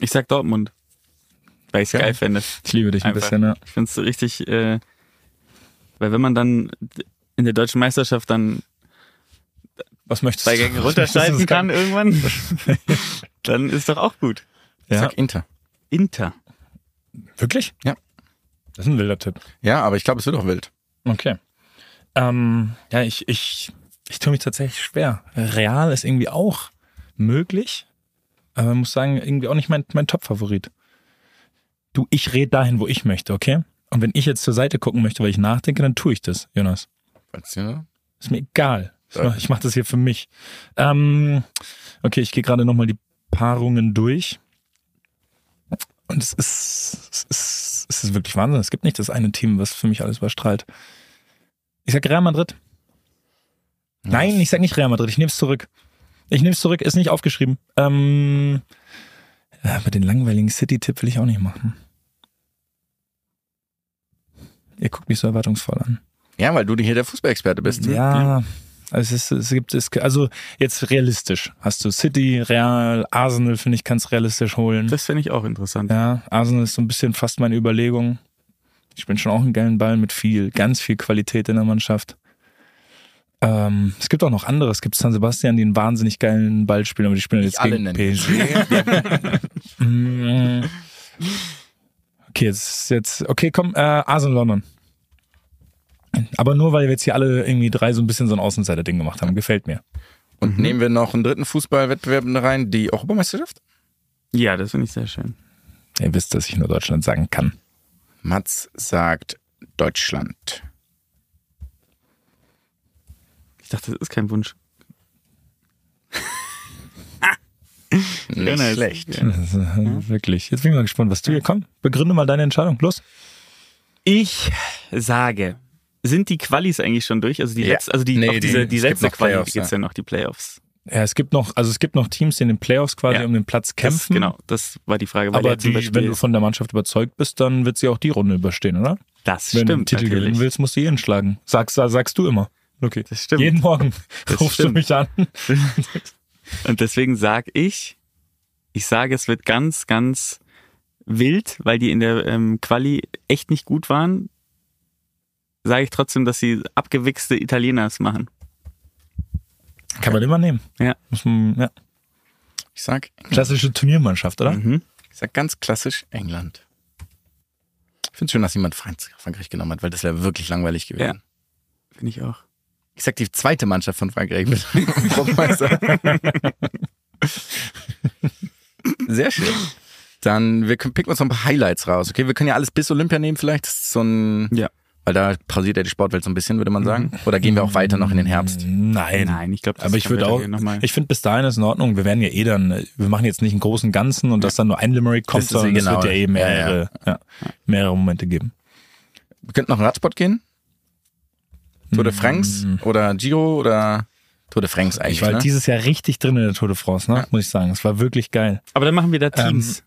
Speaker 5: Ich sag Dortmund. Weil ich es
Speaker 4: Ja.
Speaker 5: geil fände.
Speaker 4: Ich liebe dich ein
Speaker 5: Einfach.
Speaker 4: bisschen, ne?
Speaker 5: Ich finde es richtig, äh, weil wenn man dann in der deutschen Meisterschaft dann
Speaker 4: Was möchtest
Speaker 5: zwei
Speaker 4: du?
Speaker 5: Gänge
Speaker 4: Was *laughs*
Speaker 5: runterschalten
Speaker 4: möchtest du
Speaker 5: kann irgendwann, *laughs* dann ist doch auch gut.
Speaker 3: Ich
Speaker 4: sagen?
Speaker 3: Sag Inter.
Speaker 5: Inter.
Speaker 4: Ja. Wirklich?
Speaker 3: Ja.
Speaker 4: Das ist ein wilder Tipp.
Speaker 3: Ja, aber ich glaube, es wird auch wild.
Speaker 4: Okay. Ähm, ja, ich, ich, ich tue mich tatsächlich schwer. Real ist irgendwie auch möglich, aber muss sagen, irgendwie auch nicht mein, mein Top-Favorit. Du, ich rede dahin, wo ich möchte, okay? Und wenn ich jetzt zur Seite gucken möchte, weil ich nachdenke, dann tue ich das, Jonas.
Speaker 3: Weißt du, ne?
Speaker 4: Ist mir egal. Ich
Speaker 3: Ja.
Speaker 4: mach- Ich mache das hier für mich. Ähm, okay, ich gehe gerade nochmal die Paarungen durch. Und es ist, es, ist, es ist wirklich Wahnsinn. Es gibt nicht das eine Team, was für mich alles überstrahlt. Ich sag Real Madrid. Nein, ich sag nicht Real Madrid. Ich nehme es zurück. Ich nehme es zurück. Ist nicht aufgeschrieben. Ähm, ja, aber den langweiligen City-Tipp will ich auch nicht machen. Ihr guckt mich so erwartungsvoll an.
Speaker 3: Ja, weil du hier der Fußballexperte bist. ne?
Speaker 4: Ja, also es, ist, es gibt es, also jetzt realistisch. Hast du City, Real, Arsenal, finde ich, kannst realistisch holen.
Speaker 5: Das finde ich auch interessant.
Speaker 4: Hm. Ja, Arsenal ist so ein bisschen fast meine Überlegung. Ich bin schon auch einen geilen Ball mit viel, ganz viel Qualität in der Mannschaft. Ähm, es gibt auch noch andere. Es gibt San Sebastian, die einen wahnsinnig geilen Ball spielen, aber die spielen
Speaker 3: Nicht
Speaker 4: jetzt
Speaker 3: alle
Speaker 4: gegen
Speaker 3: nennen.
Speaker 4: PSG.
Speaker 3: *laughs*
Speaker 4: Mm. *laughs* Okay, jetzt, jetzt okay, komm, äh, Arsenal London. Aber nur, weil wir jetzt hier alle irgendwie drei so ein bisschen so ein Außenseiter-Ding gemacht haben. Gefällt mir.
Speaker 3: Und nehmen wir noch einen dritten Fußballwettbewerb rein, die Europameisterschaft?
Speaker 5: Ja, das finde ich sehr schön.
Speaker 4: Ihr wisst, dass ich nur Deutschland sagen kann.
Speaker 3: Mats sagt Deutschland.
Speaker 5: Ich dachte, das ist kein Wunsch. *laughs*
Speaker 3: Nicht
Speaker 5: Jonas.
Speaker 3: schlecht.
Speaker 4: Das, äh, Wirklich. Jetzt bin ich mal gespannt, was du hier kommst. Begründe mal deine Entscheidung. Los.
Speaker 5: Ich sage, sind die Qualis eigentlich schon durch? Also die
Speaker 3: Ja.
Speaker 5: letzte, also die,
Speaker 3: Nee,
Speaker 5: auch
Speaker 3: die-
Speaker 5: diese, die
Speaker 3: es gibt
Speaker 5: letzte
Speaker 3: noch
Speaker 5: Quali
Speaker 3: Playoffs,
Speaker 5: geht's
Speaker 3: ja.
Speaker 5: ja noch, die Playoffs.
Speaker 4: Ja, es gibt noch, also es gibt noch Teams, die in den Playoffs quasi
Speaker 5: Ja.
Speaker 4: um den Platz kämpfen.
Speaker 5: Das, genau, das war die Frage. Weil
Speaker 4: Aber
Speaker 5: ja zum
Speaker 4: die, wenn
Speaker 5: Beispiel,
Speaker 4: du von der Mannschaft überzeugt bist, dann wird sie auch die Runde überstehen, oder?
Speaker 5: das
Speaker 4: wenn du einen
Speaker 5: stimmt
Speaker 4: Titel gewinnen
Speaker 5: natürlich.
Speaker 4: willst, musst du eh jeden schlagen. Sagst, sagst du immer. Okay.
Speaker 5: Das stimmt.
Speaker 4: Jeden Morgen
Speaker 5: Das
Speaker 4: *laughs* rufst du
Speaker 5: stimmt.
Speaker 4: mich an.
Speaker 5: Und deswegen sage ich, ich sage, es wird ganz, ganz wild, weil die in der ähm, Quali echt nicht gut waren. Sage ich trotzdem, dass sie abgewichste Italiener es machen.
Speaker 4: Kann man immer nehmen.
Speaker 5: Ja.
Speaker 4: Muss man, ja.
Speaker 3: Ich sag,
Speaker 4: Klassische Turniermannschaft, oder?
Speaker 5: Mhm.
Speaker 3: ich sag ganz klassisch England. Ich finde schön, dass niemand Franz- Frankreich genommen hat, weil das wäre wirklich langweilig gewesen.
Speaker 5: Ja. Finde ich auch.
Speaker 3: Ich sag die zweite Mannschaft von Frankreich wird *laughs* Europameister. Sehr schön. Dann wir können, picken uns noch ein paar Highlights raus. Okay, wir können ja alles bis Olympia nehmen vielleicht. Das ist so ein,
Speaker 5: Ja.
Speaker 3: weil da pausiert ja die Sportwelt so ein bisschen, würde man sagen.
Speaker 4: Mhm.
Speaker 3: Oder gehen wir auch weiter noch in den Herbst?
Speaker 4: Nein.
Speaker 5: Nein, ich glaube, das
Speaker 4: Aber ich
Speaker 5: können wir
Speaker 4: würde
Speaker 5: doch
Speaker 4: auch,
Speaker 5: hier nochmal.
Speaker 4: ich finde bis dahin ist in Ordnung. Wir werden ja eh dann, äh, wir machen jetzt nicht einen großen Ganzen und dass dann nur ein Limerick kommt,
Speaker 3: Das ist
Speaker 4: sondern es
Speaker 3: genau-
Speaker 4: wird ja eh mehrere,
Speaker 3: ja,
Speaker 4: ja, mehrere Momente geben.
Speaker 3: Wir könnten noch in Radsport gehen. Tour de France oder Giro oder Tour de France eigentlich.
Speaker 4: Mhm. Ich war
Speaker 3: ne?
Speaker 4: dieses Jahr *laughs* richtig drin in der Tour de France, ne? muss ich sagen. Es war wirklich geil.
Speaker 5: Aber dann machen wir da Teams.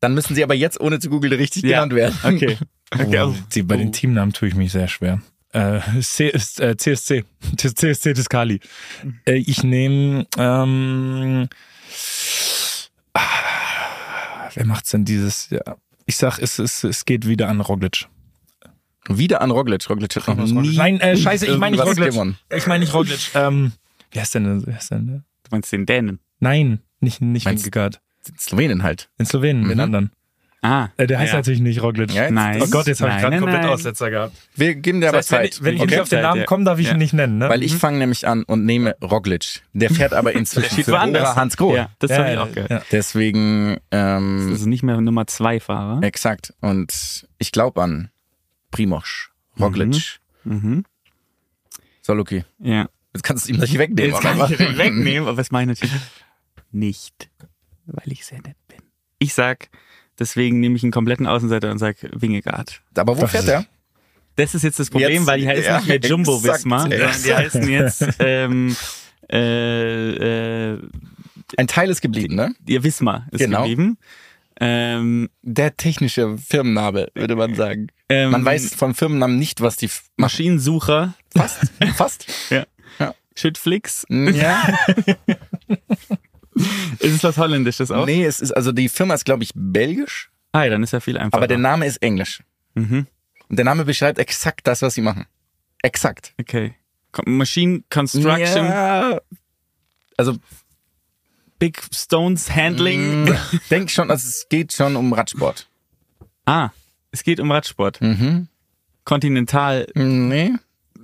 Speaker 3: Dann müssen sie aber jetzt ohne zu googeln richtig
Speaker 5: Ja.
Speaker 3: genannt werden.
Speaker 5: Okay. okay.
Speaker 4: Oh, die, bei den Teamnamen tue ich mich sehr schwer. Äh, C, *laughs* ist, äh, CSC, T- CSC Tiscali. Äh, ich nehme, ähm, ah, wer macht's denn dieses Jahr? Ich sag, es, es, es geht wieder an Roglic.
Speaker 3: *laughs* Wieder an Roglic. Roglic hat noch nie
Speaker 4: Nein, äh, scheiße, ich meine nicht
Speaker 3: irgendwas
Speaker 4: Roglic.
Speaker 3: gewonnen.
Speaker 4: Ich meine nicht Roglic. Ähm, wer ist denn, wer ist denn der?
Speaker 5: Du meinst den Dänen.
Speaker 4: Nein, nicht, nicht
Speaker 3: Meinst-
Speaker 4: Winkegaard.
Speaker 3: Slowenien halt.
Speaker 4: In Slowenen, den
Speaker 3: Mhm.
Speaker 4: anderen.
Speaker 5: Ah.
Speaker 4: Äh, der heißt
Speaker 5: ja.
Speaker 4: natürlich nicht Roglic.
Speaker 3: Ja, jetzt-
Speaker 5: Nein.
Speaker 4: Oh Gott, jetzt habe
Speaker 5: Nein,
Speaker 4: ich gerade
Speaker 5: nein,
Speaker 4: komplett
Speaker 5: nein.
Speaker 4: Aussetzer gehabt.
Speaker 3: Wir geben dir aber
Speaker 4: wenn
Speaker 3: Zeit.
Speaker 4: ich, wenn ich
Speaker 5: Okay.
Speaker 4: nicht auf den Namen
Speaker 5: Ja.
Speaker 4: komme, darf ich
Speaker 5: Ja.
Speaker 4: ihn nicht nennen, ne?
Speaker 3: Weil
Speaker 5: Mhm.
Speaker 3: ich fange nämlich an und nehme Roglic. Der
Speaker 5: *laughs*
Speaker 3: fährt aber inzwischen
Speaker 5: steht
Speaker 3: für
Speaker 5: woanders.
Speaker 3: Ora Hans Groh.
Speaker 5: Ja, das
Speaker 4: Ja,
Speaker 5: hab habe ich
Speaker 4: ja,
Speaker 5: auch gehört.
Speaker 4: ja.
Speaker 3: Deswegen, ähm,
Speaker 5: Das ist nicht mehr Nummer zwei Fahrer.
Speaker 3: exakt. Und ich glaube an Primoz, Roglic,
Speaker 5: Mhm.
Speaker 3: Soluki.
Speaker 5: Ja.
Speaker 3: Jetzt kannst du ihm nicht wegnehmen.
Speaker 5: Jetzt kann
Speaker 3: aber-
Speaker 5: ich den wegnehmen, aber das meine ich natürlich nicht, weil ich sehr nett bin. Ich sag, deswegen nehme ich einen kompletten Außenseiter und sag Wingegaard.
Speaker 3: *laughs* Aber wo
Speaker 4: Das
Speaker 3: fährt
Speaker 4: ist-
Speaker 3: er?
Speaker 5: Das ist jetzt das Problem,
Speaker 3: Jetzt-
Speaker 5: weil die heißen
Speaker 3: *laughs* ja,
Speaker 5: nicht mehr Jumbo
Speaker 3: exakt,
Speaker 5: Visma, sondern die
Speaker 3: exakt.
Speaker 5: heißen jetzt ähm, äh, äh,
Speaker 3: Ein Teil ist geblieben, ne?
Speaker 5: ihr Visma ist
Speaker 3: Genau.
Speaker 5: geblieben. Ähm,
Speaker 3: Der technische Firmenname, würde man sagen.
Speaker 5: ähm,
Speaker 3: Man weiß vom Firmennamen nicht, was die f- machen.
Speaker 5: Maschinensucher
Speaker 3: Fast, *laughs* fast.
Speaker 5: Shitflix.
Speaker 3: Ja.
Speaker 5: Ist es was Holländisches auch?
Speaker 3: Nee, es ist, also die Firma ist, glaube ich, belgisch,
Speaker 5: Ah, ja, dann ist ja viel einfacher.
Speaker 3: aber der Name ist englisch.
Speaker 5: mhm.
Speaker 3: Und der Name beschreibt exakt das, was sie machen. Exakt.
Speaker 5: Okay. Kom- Machine Construction,
Speaker 3: Ja. Also
Speaker 5: Big Stones
Speaker 3: Mm.
Speaker 5: Handling.
Speaker 3: denk schon, also es geht schon um Radsport.
Speaker 5: Ah, es geht um Radsport.
Speaker 3: Mhm.
Speaker 5: Continental
Speaker 3: Nee.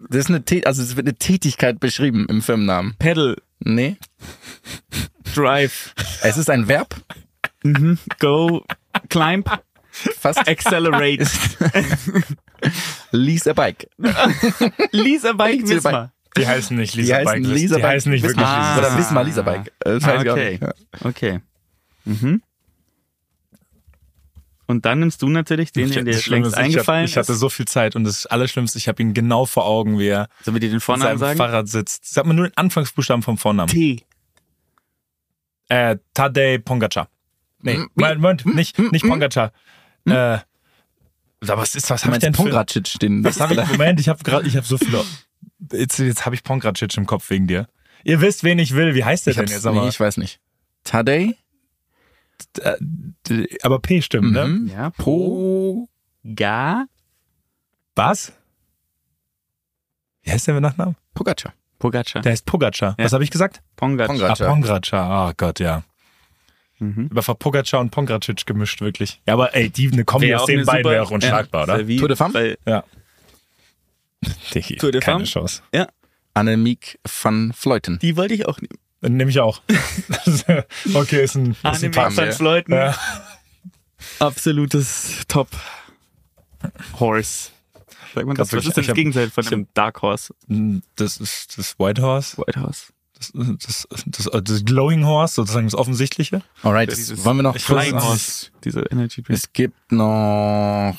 Speaker 3: Das ist eine Tät also es wird eine Tätigkeit beschrieben im Firmennamen.
Speaker 5: Pedal
Speaker 3: Nee.
Speaker 5: Drive
Speaker 3: Es ist ein Verb.
Speaker 5: mhm. Go Climb
Speaker 4: *laughs*
Speaker 3: Fast
Speaker 5: Accelerate.
Speaker 3: lease a bike.
Speaker 5: Lisa Bike
Speaker 3: Lisa
Speaker 5: Wismar.
Speaker 4: Die heißen nicht
Speaker 3: Die
Speaker 4: Lisa
Speaker 3: heißen
Speaker 4: Bike.
Speaker 3: Lisa
Speaker 4: Die
Speaker 3: Bike
Speaker 4: heißen nicht wirklich
Speaker 5: Wismar.
Speaker 4: Lisa
Speaker 5: Ah.
Speaker 4: Bike.
Speaker 3: Oder Wismar Lisa Bike. Das weiß ich auch
Speaker 5: Okay.
Speaker 3: nicht. Ja.
Speaker 5: Okay. Mhm. Und dann nimmst du natürlich den, den dir
Speaker 4: Das Schlimme
Speaker 5: längst
Speaker 4: ist, ich, hab,
Speaker 5: eingefallen
Speaker 4: ich hatte
Speaker 5: ist.
Speaker 4: so viel Zeit und das Allerschlimmste, ich habe ihn genau vor Augen, wie er
Speaker 5: Sollen wir dir den
Speaker 4: auf
Speaker 5: Vornamen
Speaker 4: seinem
Speaker 5: sagen?
Speaker 4: Fahrrad sitzt. Sag mal nur den Anfangsbuchstaben vom Vornamen.
Speaker 5: T.
Speaker 4: Äh, Tadej Pongacar. Nee, Moment, Moment, nicht, nicht Pongacar. Äh, was ist, was
Speaker 3: Du
Speaker 4: habe
Speaker 3: meinst
Speaker 4: ich denn für-
Speaker 3: Pongracic, den
Speaker 4: Was hab ich, Moment, ich habe gerade, ich habe so viele. Jetzt, jetzt habe ich Pongracic im Kopf wegen dir. Ihr wisst, wen ich will. Wie heißt der
Speaker 3: ich,
Speaker 4: denn
Speaker 3: hab's,
Speaker 4: jetzt
Speaker 3: nee,
Speaker 4: aber?
Speaker 3: ich weiß nicht. Tadej
Speaker 4: aber P stimmt, ne?
Speaker 3: mhm.
Speaker 5: Ja.
Speaker 3: Po
Speaker 5: Ga.
Speaker 4: Was? Wie heißt der mit Nachnamen?
Speaker 3: Pogacar.
Speaker 5: Pogacar.
Speaker 4: Der heißt Pogacar.
Speaker 5: Ja.
Speaker 4: Was habe ich gesagt?
Speaker 5: Pongacar.
Speaker 4: Ah,
Speaker 3: Pongracic.
Speaker 4: Pongracar. Ah Gott, ja.
Speaker 5: Mhm.
Speaker 4: Aber von Pogacar und Pongracic gemischt, wirklich. Ja, aber ey, die, eine Kombi
Speaker 5: Wäre
Speaker 4: aus
Speaker 5: auch
Speaker 4: den
Speaker 5: eine
Speaker 4: beiden
Speaker 5: super-
Speaker 4: wäre auch unschlagbar,
Speaker 5: ja,
Speaker 4: oder?
Speaker 5: Wie,
Speaker 3: Tour de Femme?
Speaker 5: Weil,
Speaker 4: *laughs* Digi,
Speaker 5: Tour de Femme?
Speaker 4: keine Chance.
Speaker 3: Annemiek van Fleuten.
Speaker 5: die wollte ich auch nehmen.
Speaker 4: Dann nehme ich
Speaker 5: *laughs*
Speaker 4: auch. *laughs* okay, ist ein, ist ein
Speaker 5: Annemiek
Speaker 4: Pass.
Speaker 5: van Vleuten.
Speaker 4: Ja.
Speaker 5: *laughs* Absolutes Top Horse. Sagt man das?
Speaker 4: Glaub,
Speaker 5: Was ist
Speaker 4: ich-
Speaker 5: denn
Speaker 4: ich
Speaker 5: das
Speaker 4: hab-
Speaker 5: Gegenteil von
Speaker 4: ich
Speaker 5: einem Dark Horse?
Speaker 4: Hm, Das ist das White Horse,
Speaker 5: White Horse.
Speaker 4: das, äh, das, das, das Glowing Horse, sozusagen das Offensichtliche.
Speaker 3: Alright,
Speaker 5: Dieses-
Speaker 3: wollen wir noch
Speaker 4: Ich weiß
Speaker 3: kurz-
Speaker 4: es auch
Speaker 5: Horse. Dieser Energy Drink.
Speaker 3: Es gibt noch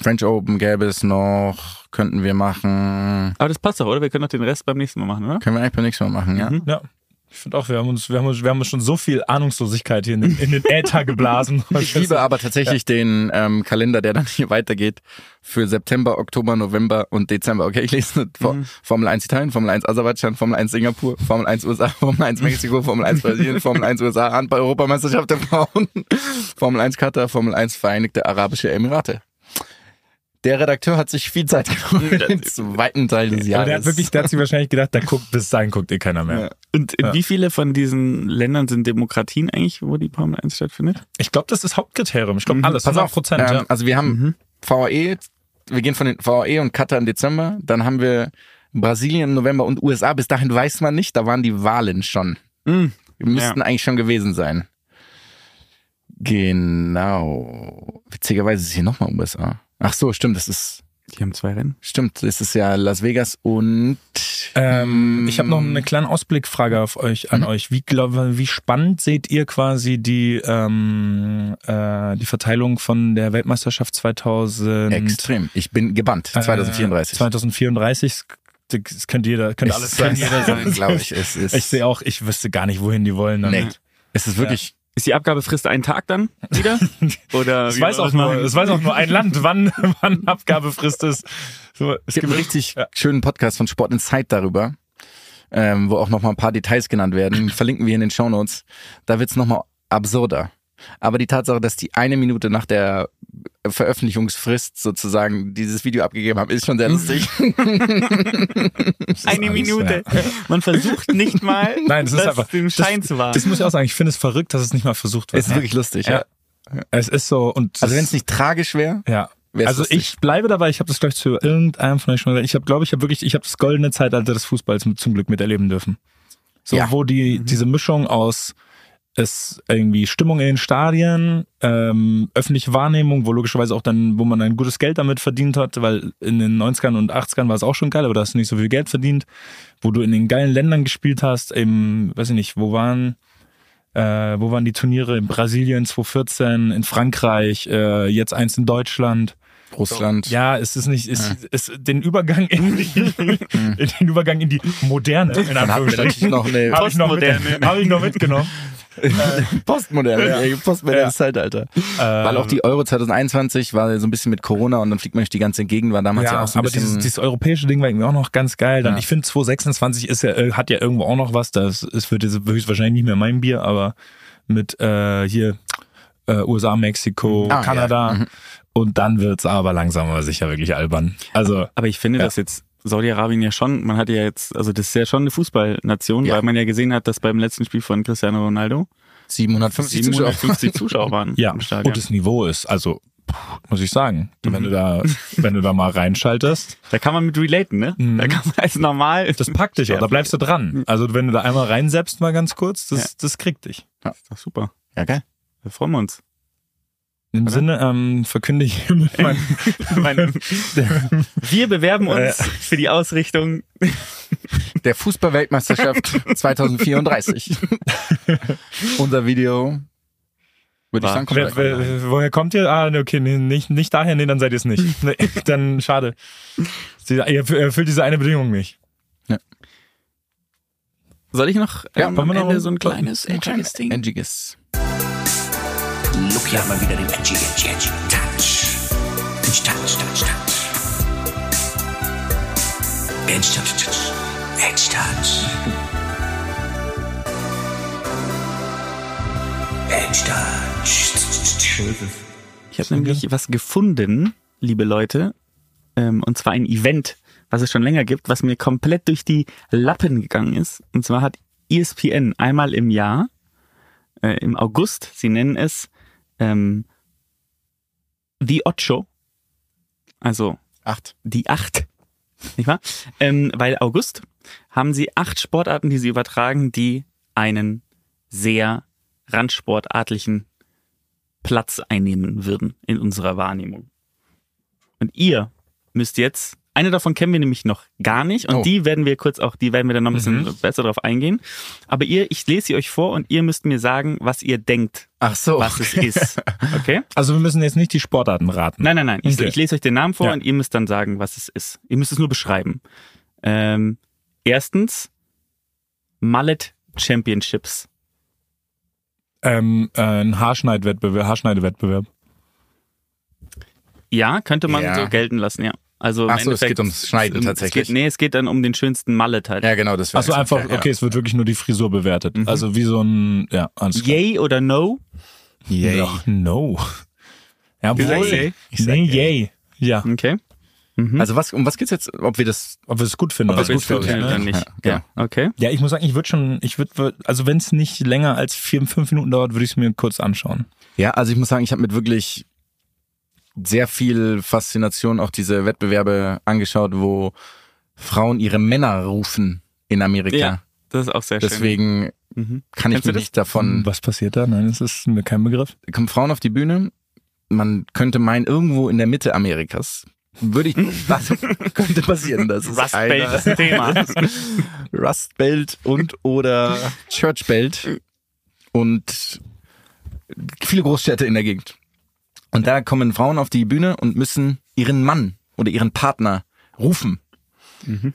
Speaker 3: French Open gäbe es noch, könnten wir machen.
Speaker 5: Aber das passt doch, oder? Wir können doch den Rest beim nächsten Mal machen, oder?
Speaker 3: Können wir eigentlich beim nächsten Mal machen, ja?
Speaker 5: Mhm.
Speaker 4: Ja. Ich finde auch, wir haben, uns, wir, haben uns, wir haben uns schon so viel Ahnungslosigkeit hier in den, in den Äther *laughs* geblasen.
Speaker 3: Ich liebe aber tatsächlich den ähm, Kalender, der dann hier weitergeht für September, Oktober, November und Dezember. Okay, ich lese nicht
Speaker 4: Mhm.
Speaker 3: vor. Formel 1 Italien, Formel 1 Aserbaidschan, Formel 1 Singapur, Formel 1 USA, *laughs* Formel 1 Mexiko, Formel 1
Speaker 4: *laughs*
Speaker 3: Brasilien, Formel 1 USA, Handball-Europameisterschaft der Frauen, *laughs* Formel 1 Katar, Formel 1 Vereinigte Arabische Emirate. Der Redakteur hat sich viel
Speaker 4: *laughs*
Speaker 3: Zeit genommen für den zweiten Teil des
Speaker 4: aber
Speaker 3: Jahres.
Speaker 4: der hat wirklich, der hat sich wahrscheinlich gedacht, da guckt, bis dahin guckt eh keiner mehr.
Speaker 3: Ja.
Speaker 5: Und in
Speaker 4: Ja.
Speaker 5: wie viele von diesen Ländern sind Demokratien eigentlich, wo die Formel 1 stattfindet?
Speaker 4: Ich glaube, das ist Hauptkriterium. Ich glaube,
Speaker 5: Mhm.
Speaker 4: alles.
Speaker 3: Pass
Speaker 4: 100
Speaker 3: auf,
Speaker 4: Prozent.
Speaker 3: ähm,
Speaker 4: ja.
Speaker 3: Also wir haben
Speaker 5: Mhm.
Speaker 3: VAE, wir gehen von den VAE und Katar im Dezember, dann haben wir Brasilien im November und USA. Bis dahin weiß man nicht, da waren die Wahlen schon.
Speaker 5: Mhm.
Speaker 3: Wir müssten eigentlich schon gewesen sein. Genau. Witzigerweise ist hier nochmal USA. Ach so, stimmt, das ist,
Speaker 5: Die haben zwei Rennen.
Speaker 3: stimmt, das ist ja Las Vegas und
Speaker 4: Ähm, ich habe noch eine kleine Ausblickfrage auf euch, an euch. Wie, glaub, wie spannend seht ihr quasi die, ähm, äh, die Verteilung von der Weltmeisterschaft 2000,
Speaker 3: extrem. Ich bin gebannt.
Speaker 4: äh,
Speaker 3: 2034.
Speaker 4: 2034, das könnte jeder, könnte alles
Speaker 3: es
Speaker 4: sein.
Speaker 3: kann
Speaker 4: *laughs*
Speaker 3: jeder sein, glaube ich. Es ist,
Speaker 4: Ich sehe auch, ich wüsste gar nicht, wohin die wollen.
Speaker 3: Nee.
Speaker 4: damit.
Speaker 3: Es ist wirklich
Speaker 5: Ist die Abgabefrist einen Tag dann *laughs* wieder? Oder
Speaker 4: Das
Speaker 5: wie
Speaker 4: weiß,
Speaker 5: wir
Speaker 4: auch nur,
Speaker 5: machen?
Speaker 4: das weiß auch nur ein Land, wann, *laughs* wann Abgabefrist ist. So, es
Speaker 3: Es gibt
Speaker 4: gibt
Speaker 3: einen richtig
Speaker 4: Genau. Ja.
Speaker 3: schönen Podcast von Sport in Zeit darüber, ähm, wo auch nochmal ein paar Details genannt
Speaker 4: *clears throat*
Speaker 3: werden. Verlinken wir in den Shownotes. Da wird's noch nochmal absurder. Aber die Tatsache, dass die eine Minute nach der Veröffentlichungsfrist sozusagen dieses Video abgegeben haben, ist schon sehr
Speaker 4: *laughs*
Speaker 3: lustig.
Speaker 5: eine
Speaker 4: alles,
Speaker 5: Minute. *laughs* Man versucht nicht mal,
Speaker 4: Nein, das ist einfach-
Speaker 5: dem Schein zu wahren.
Speaker 4: Das muss ich auch sagen, ich finde es verrückt, dass es nicht mal versucht wird.
Speaker 3: Es ist wirklich lustig. Ja.
Speaker 4: Ja. Es ist so und
Speaker 3: Also wenn
Speaker 4: es-
Speaker 3: es nicht tragisch wäre,
Speaker 4: ja.
Speaker 3: wär's
Speaker 4: Also
Speaker 3: lustig.
Speaker 4: ich bleibe dabei, ich habe das gleich zu irgendeinem von euch schon gesagt. Ich habe glaube ich habe wirklich ich habe das goldene Zeitalter des Fußballs mit- zum Glück miterleben dürfen. So
Speaker 3: Ja.
Speaker 4: wo die diese Mischung aus es irgendwie Stimmung in den Stadien, ähm, öffentliche Wahrnehmung, wo logischerweise auch dann, wo man ein gutes Geld damit verdient hat, weil in den 90ern und 80ern war es auch schon geil, aber da hast du nicht so viel Geld verdient, wo du in den geilen Ländern gespielt hast, eben, weiß ich nicht, wo waren, äh, wo waren die Turniere in Brasilien 2014, in Frankreich, äh, jetzt eins in Deutschland.
Speaker 3: Russland.
Speaker 4: Ja, es ist nicht,
Speaker 3: Hm.
Speaker 4: es es- den Übergang in, die, in den Übergang in die moderne, in
Speaker 3: Dann hatten wir natürlich
Speaker 4: Anführungsstrichen.
Speaker 3: noch eine
Speaker 4: Habe ich, noch mit,
Speaker 5: Postmoderne.
Speaker 4: hab ich noch mitgenommen.
Speaker 3: postmoderne, postmodernes Zeitalter.
Speaker 4: Ähm.
Speaker 3: Weil auch die Euro 2021 war so ein bisschen mit Corona und dann fliegt man durch die ganze Gegend, war damals ja,
Speaker 4: Ja,
Speaker 3: auch so ein
Speaker 4: aber
Speaker 3: bisschen...
Speaker 4: dieses, dieses europäische Ding war irgendwie auch noch ganz geil. Dann,
Speaker 3: Ja.
Speaker 4: Ich finde 226 ist ja, äh, hat ja irgendwo auch noch was. Das, es wird jetzt höchstwahrscheinlich nicht mehr mein Bier, aber mit äh, hier äh, USA, Mexiko,
Speaker 3: Ah,
Speaker 4: Kanada. Und dann wird's aber langsam aber sicher wirklich albern. Also
Speaker 5: Aber ich finde,
Speaker 4: Ja.
Speaker 5: dass jetzt Saudi-Arabien ja schon, man hat ja jetzt, also das ist ja schon eine Fußballnation,
Speaker 3: Ja.
Speaker 5: weil man ja gesehen hat, dass beim letzten Spiel von Cristiano Ronaldo
Speaker 3: 750 Zuschauer.
Speaker 5: 750 Zuschauer
Speaker 4: *laughs*
Speaker 5: waren
Speaker 4: ja,
Speaker 5: im Stadion.
Speaker 4: gutes Niveau ist. Also puh, muss ich sagen, wenn
Speaker 3: *laughs*
Speaker 4: du da, wenn du da mal reinschaltest,
Speaker 5: Da kann man mit relaten, ne? Da kann man als normal.
Speaker 4: Mhm. das packt dich auch. Da bleibst du dran. Also wenn du da einmal reinsetzt, mal ganz kurz, das,
Speaker 5: *laughs* Ja.
Speaker 4: das kriegt dich.
Speaker 5: Ist doch super.
Speaker 3: Ja, geil.
Speaker 5: Da freuen wir
Speaker 4: *laughs*
Speaker 5: uns.
Speaker 4: Im Sinne ähm, verkünde ich hiermit mein,
Speaker 5: Mein- wir bewerben uns für die Ausrichtung. *laughs*
Speaker 3: Der Fußball-Weltmeisterschaft 2034. Unser Video. Würde ich
Speaker 5: War-
Speaker 3: sagen, kommt
Speaker 4: Wer,
Speaker 3: gleich online.
Speaker 4: wer, woher kommt ihr? Ah, nee, okay, nee, nicht, nicht daher, nee, dann seid ihr
Speaker 5: *laughs*
Speaker 4: es nicht. Nee, dann schade. Sie, ihr erf- erfüllt diese eine Bedingung nicht.
Speaker 5: Soll ich noch
Speaker 3: Ja,
Speaker 5: ähm,
Speaker 4: wollen
Speaker 5: am
Speaker 4: wir noch
Speaker 5: Ende
Speaker 4: ein-
Speaker 5: so ein kleines edgiges Ding?
Speaker 3: Edgiges.
Speaker 1: Luki hat mal wieder den edgy, edgy, edgy Touch. Edgy Touch, Touch, Touch. Edgy Touch, Touch. Edgy Touch. Edgy Touch.
Speaker 5: Ich habe nämlich was gefunden, liebe Leute, ähm, und zwar ein Event, was es schon länger gibt, was mir komplett durch die Lappen gegangen ist. Und zwar hat E ESPN einmal im Jahr, äh, im August, sie nennen es ähm, The Odd Show, also
Speaker 3: Acht.
Speaker 5: die acht, nicht wahr? Ähm, weil August haben sie acht Sportarten, die sie übertragen, die einen sehr randsportartlichen Platz einnehmen würden in unserer Wahrnehmung. Und ihr müsst jetzt, eine davon kennen wir nämlich noch gar nicht und
Speaker 3: Oh.
Speaker 5: die werden wir kurz auch, die werden wir dann noch ein bisschen besser drauf eingehen. Aber ihr, ich lese sie euch vor und ihr müsst mir sagen, was ihr denkt,
Speaker 3: Ach so.
Speaker 5: was
Speaker 3: *laughs*
Speaker 5: es ist. Okay?
Speaker 4: Also wir müssen jetzt nicht die Sportarten raten.
Speaker 5: Nein, nein, nein. Ich,
Speaker 4: Okay.
Speaker 5: ich lese euch den Namen vor
Speaker 4: Ja.
Speaker 5: und ihr müsst dann sagen, was es ist. Ihr müsst es nur beschreiben. Ähm, erstens, Mallet Championships.
Speaker 4: Ähm, äh, ein Haarschneidwettbewerb, Haarschneidewettbewerb.
Speaker 5: Ja, könnte man
Speaker 3: Ja.
Speaker 5: so gelten lassen, ja. Also im
Speaker 3: Ach so, es
Speaker 5: Endeffekt-
Speaker 3: geht ums Schneiden
Speaker 5: es-
Speaker 3: tatsächlich.
Speaker 5: Es geht, nee, es geht dann um den schönsten Mallet halt.
Speaker 3: Ja, genau, das wäre
Speaker 4: Achso,
Speaker 3: jetzt-
Speaker 4: Also einfach,
Speaker 3: ja, Mhm. ja.
Speaker 4: okay, es wird wirklich nur die Frisur bewertet. Also wie so ein, ja, alles klar.
Speaker 5: Yay oder no?
Speaker 3: Yay.
Speaker 4: Ach, no. Jawohl.
Speaker 5: sagst yay.
Speaker 4: Ich sag nee, yay. Ja,
Speaker 5: Okay.
Speaker 3: Also was, um was geht's jetzt? Ob wir das
Speaker 4: ob wir es gut finden.
Speaker 3: Ob wir
Speaker 4: oder
Speaker 3: es gut
Speaker 4: nicht. Ne?
Speaker 3: finden,
Speaker 4: Ja.
Speaker 5: Oder nicht? Ja,
Speaker 3: genau.
Speaker 5: okay.
Speaker 4: Ja, ich muss sagen, ich würde schon, ich würde, also wenn es nicht länger als vier, fünf Minuten dauert, würde ich es mir kurz anschauen.
Speaker 3: Ja, also ich muss sagen, ich habe mit wirklich sehr viel Faszination auch diese Wettbewerbe angeschaut, wo Frauen ihre Männer rufen in Amerika.
Speaker 5: Ja, das ist auch sehr schön.
Speaker 3: Deswegen
Speaker 5: Mhm.
Speaker 3: kann
Speaker 5: Kennst du
Speaker 3: ich mich
Speaker 5: das?
Speaker 3: nicht davon.
Speaker 4: Was passiert da? Nein, es ist mir kein Begriff.
Speaker 3: Kommen Frauen auf die Bühne? Man könnte meinen, irgendwo in der Mitte Amerikas.
Speaker 5: *laughs*
Speaker 3: Würde ich, das könnte passieren. Das ist
Speaker 5: Rust Belt
Speaker 3: einer-
Speaker 5: ist ein
Speaker 3: *laughs*
Speaker 5: Thema.
Speaker 3: Rust Belt und oder Church Belt und viele Großstädte in der Gegend. Und da kommen Frauen auf die Bühne und müssen ihren Mann oder ihren Partner rufen.
Speaker 5: Mhm.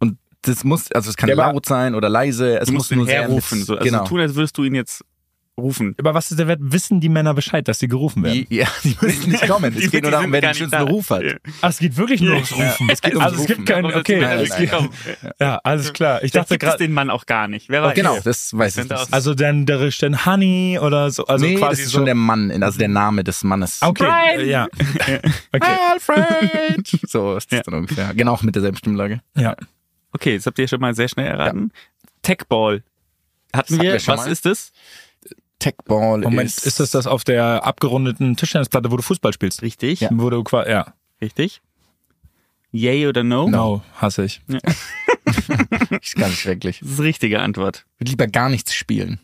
Speaker 3: Und das muss, also es kann
Speaker 4: Ja, aber-
Speaker 3: laut sein oder leise, es
Speaker 5: Du
Speaker 3: muss
Speaker 5: musst ihn
Speaker 3: nur sehr
Speaker 5: herrufen.
Speaker 3: mit-
Speaker 5: So. Also
Speaker 3: genau.
Speaker 5: tun, als würdest du ihn jetzt rufen.
Speaker 4: Über was ist der Wert? Wissen die Männer Bescheid, dass sie gerufen werden?
Speaker 3: Die, ja, die müssen nicht kommen.
Speaker 5: Die-
Speaker 3: Es geht nur
Speaker 5: die
Speaker 3: darum,
Speaker 5: sind
Speaker 3: wer
Speaker 5: gar
Speaker 3: den
Speaker 5: nicht
Speaker 3: schönsten
Speaker 5: da.
Speaker 3: Ruf hat.
Speaker 5: Ja.
Speaker 4: Ach, Also es geht wirklich nur ums Rufen.
Speaker 3: Es geht ums
Speaker 4: also es
Speaker 3: Rufen.
Speaker 4: gibt keinen,
Speaker 5: Warum
Speaker 4: okay,
Speaker 5: sind die
Speaker 3: nein,
Speaker 5: Männer
Speaker 4: alles
Speaker 5: nicht
Speaker 4: klar.
Speaker 5: gekommen?
Speaker 4: Ja, alles klar. Ich
Speaker 5: Vielleicht
Speaker 4: dachte
Speaker 5: gibt es
Speaker 4: gerade,
Speaker 5: den Mann auch gar nicht. Wer weiß. *laughs*
Speaker 3: Genau, das weiß ich
Speaker 5: Könnte
Speaker 3: nicht.
Speaker 5: auch-
Speaker 4: also dann der stand Honey oder so, also
Speaker 3: nee, das
Speaker 4: quasi
Speaker 3: ist
Speaker 4: so.
Speaker 3: schon der Mann, in- also der Name des Mannes.
Speaker 4: okay,
Speaker 5: Brian!
Speaker 4: äh, ja. Okay,
Speaker 3: Alfred! *laughs* so ist das
Speaker 5: Ja.
Speaker 3: dann ungefähr. Genau, mit derselben Stimmlage.
Speaker 4: ja.
Speaker 5: Okay, jetzt habt ihr schon mal sehr schnell erraten. Techball. Hatten
Speaker 3: Das hatten
Speaker 5: wir,
Speaker 3: wir schon
Speaker 5: was
Speaker 3: mal.
Speaker 5: ist das?
Speaker 3: Techball
Speaker 4: Moment,
Speaker 3: ist...
Speaker 4: ist, das das auf der abgerundeten Tischtennisplatte, wo du Fußball spielst?
Speaker 5: Richtig.
Speaker 4: Wo du qua- ja.
Speaker 5: Richtig. Yay oder no?
Speaker 3: Genau.
Speaker 4: No, hasse ich.
Speaker 3: Ist ganz schrecklich.
Speaker 5: Das ist die richtige Antwort.
Speaker 3: Ich würde lieber gar nichts spielen.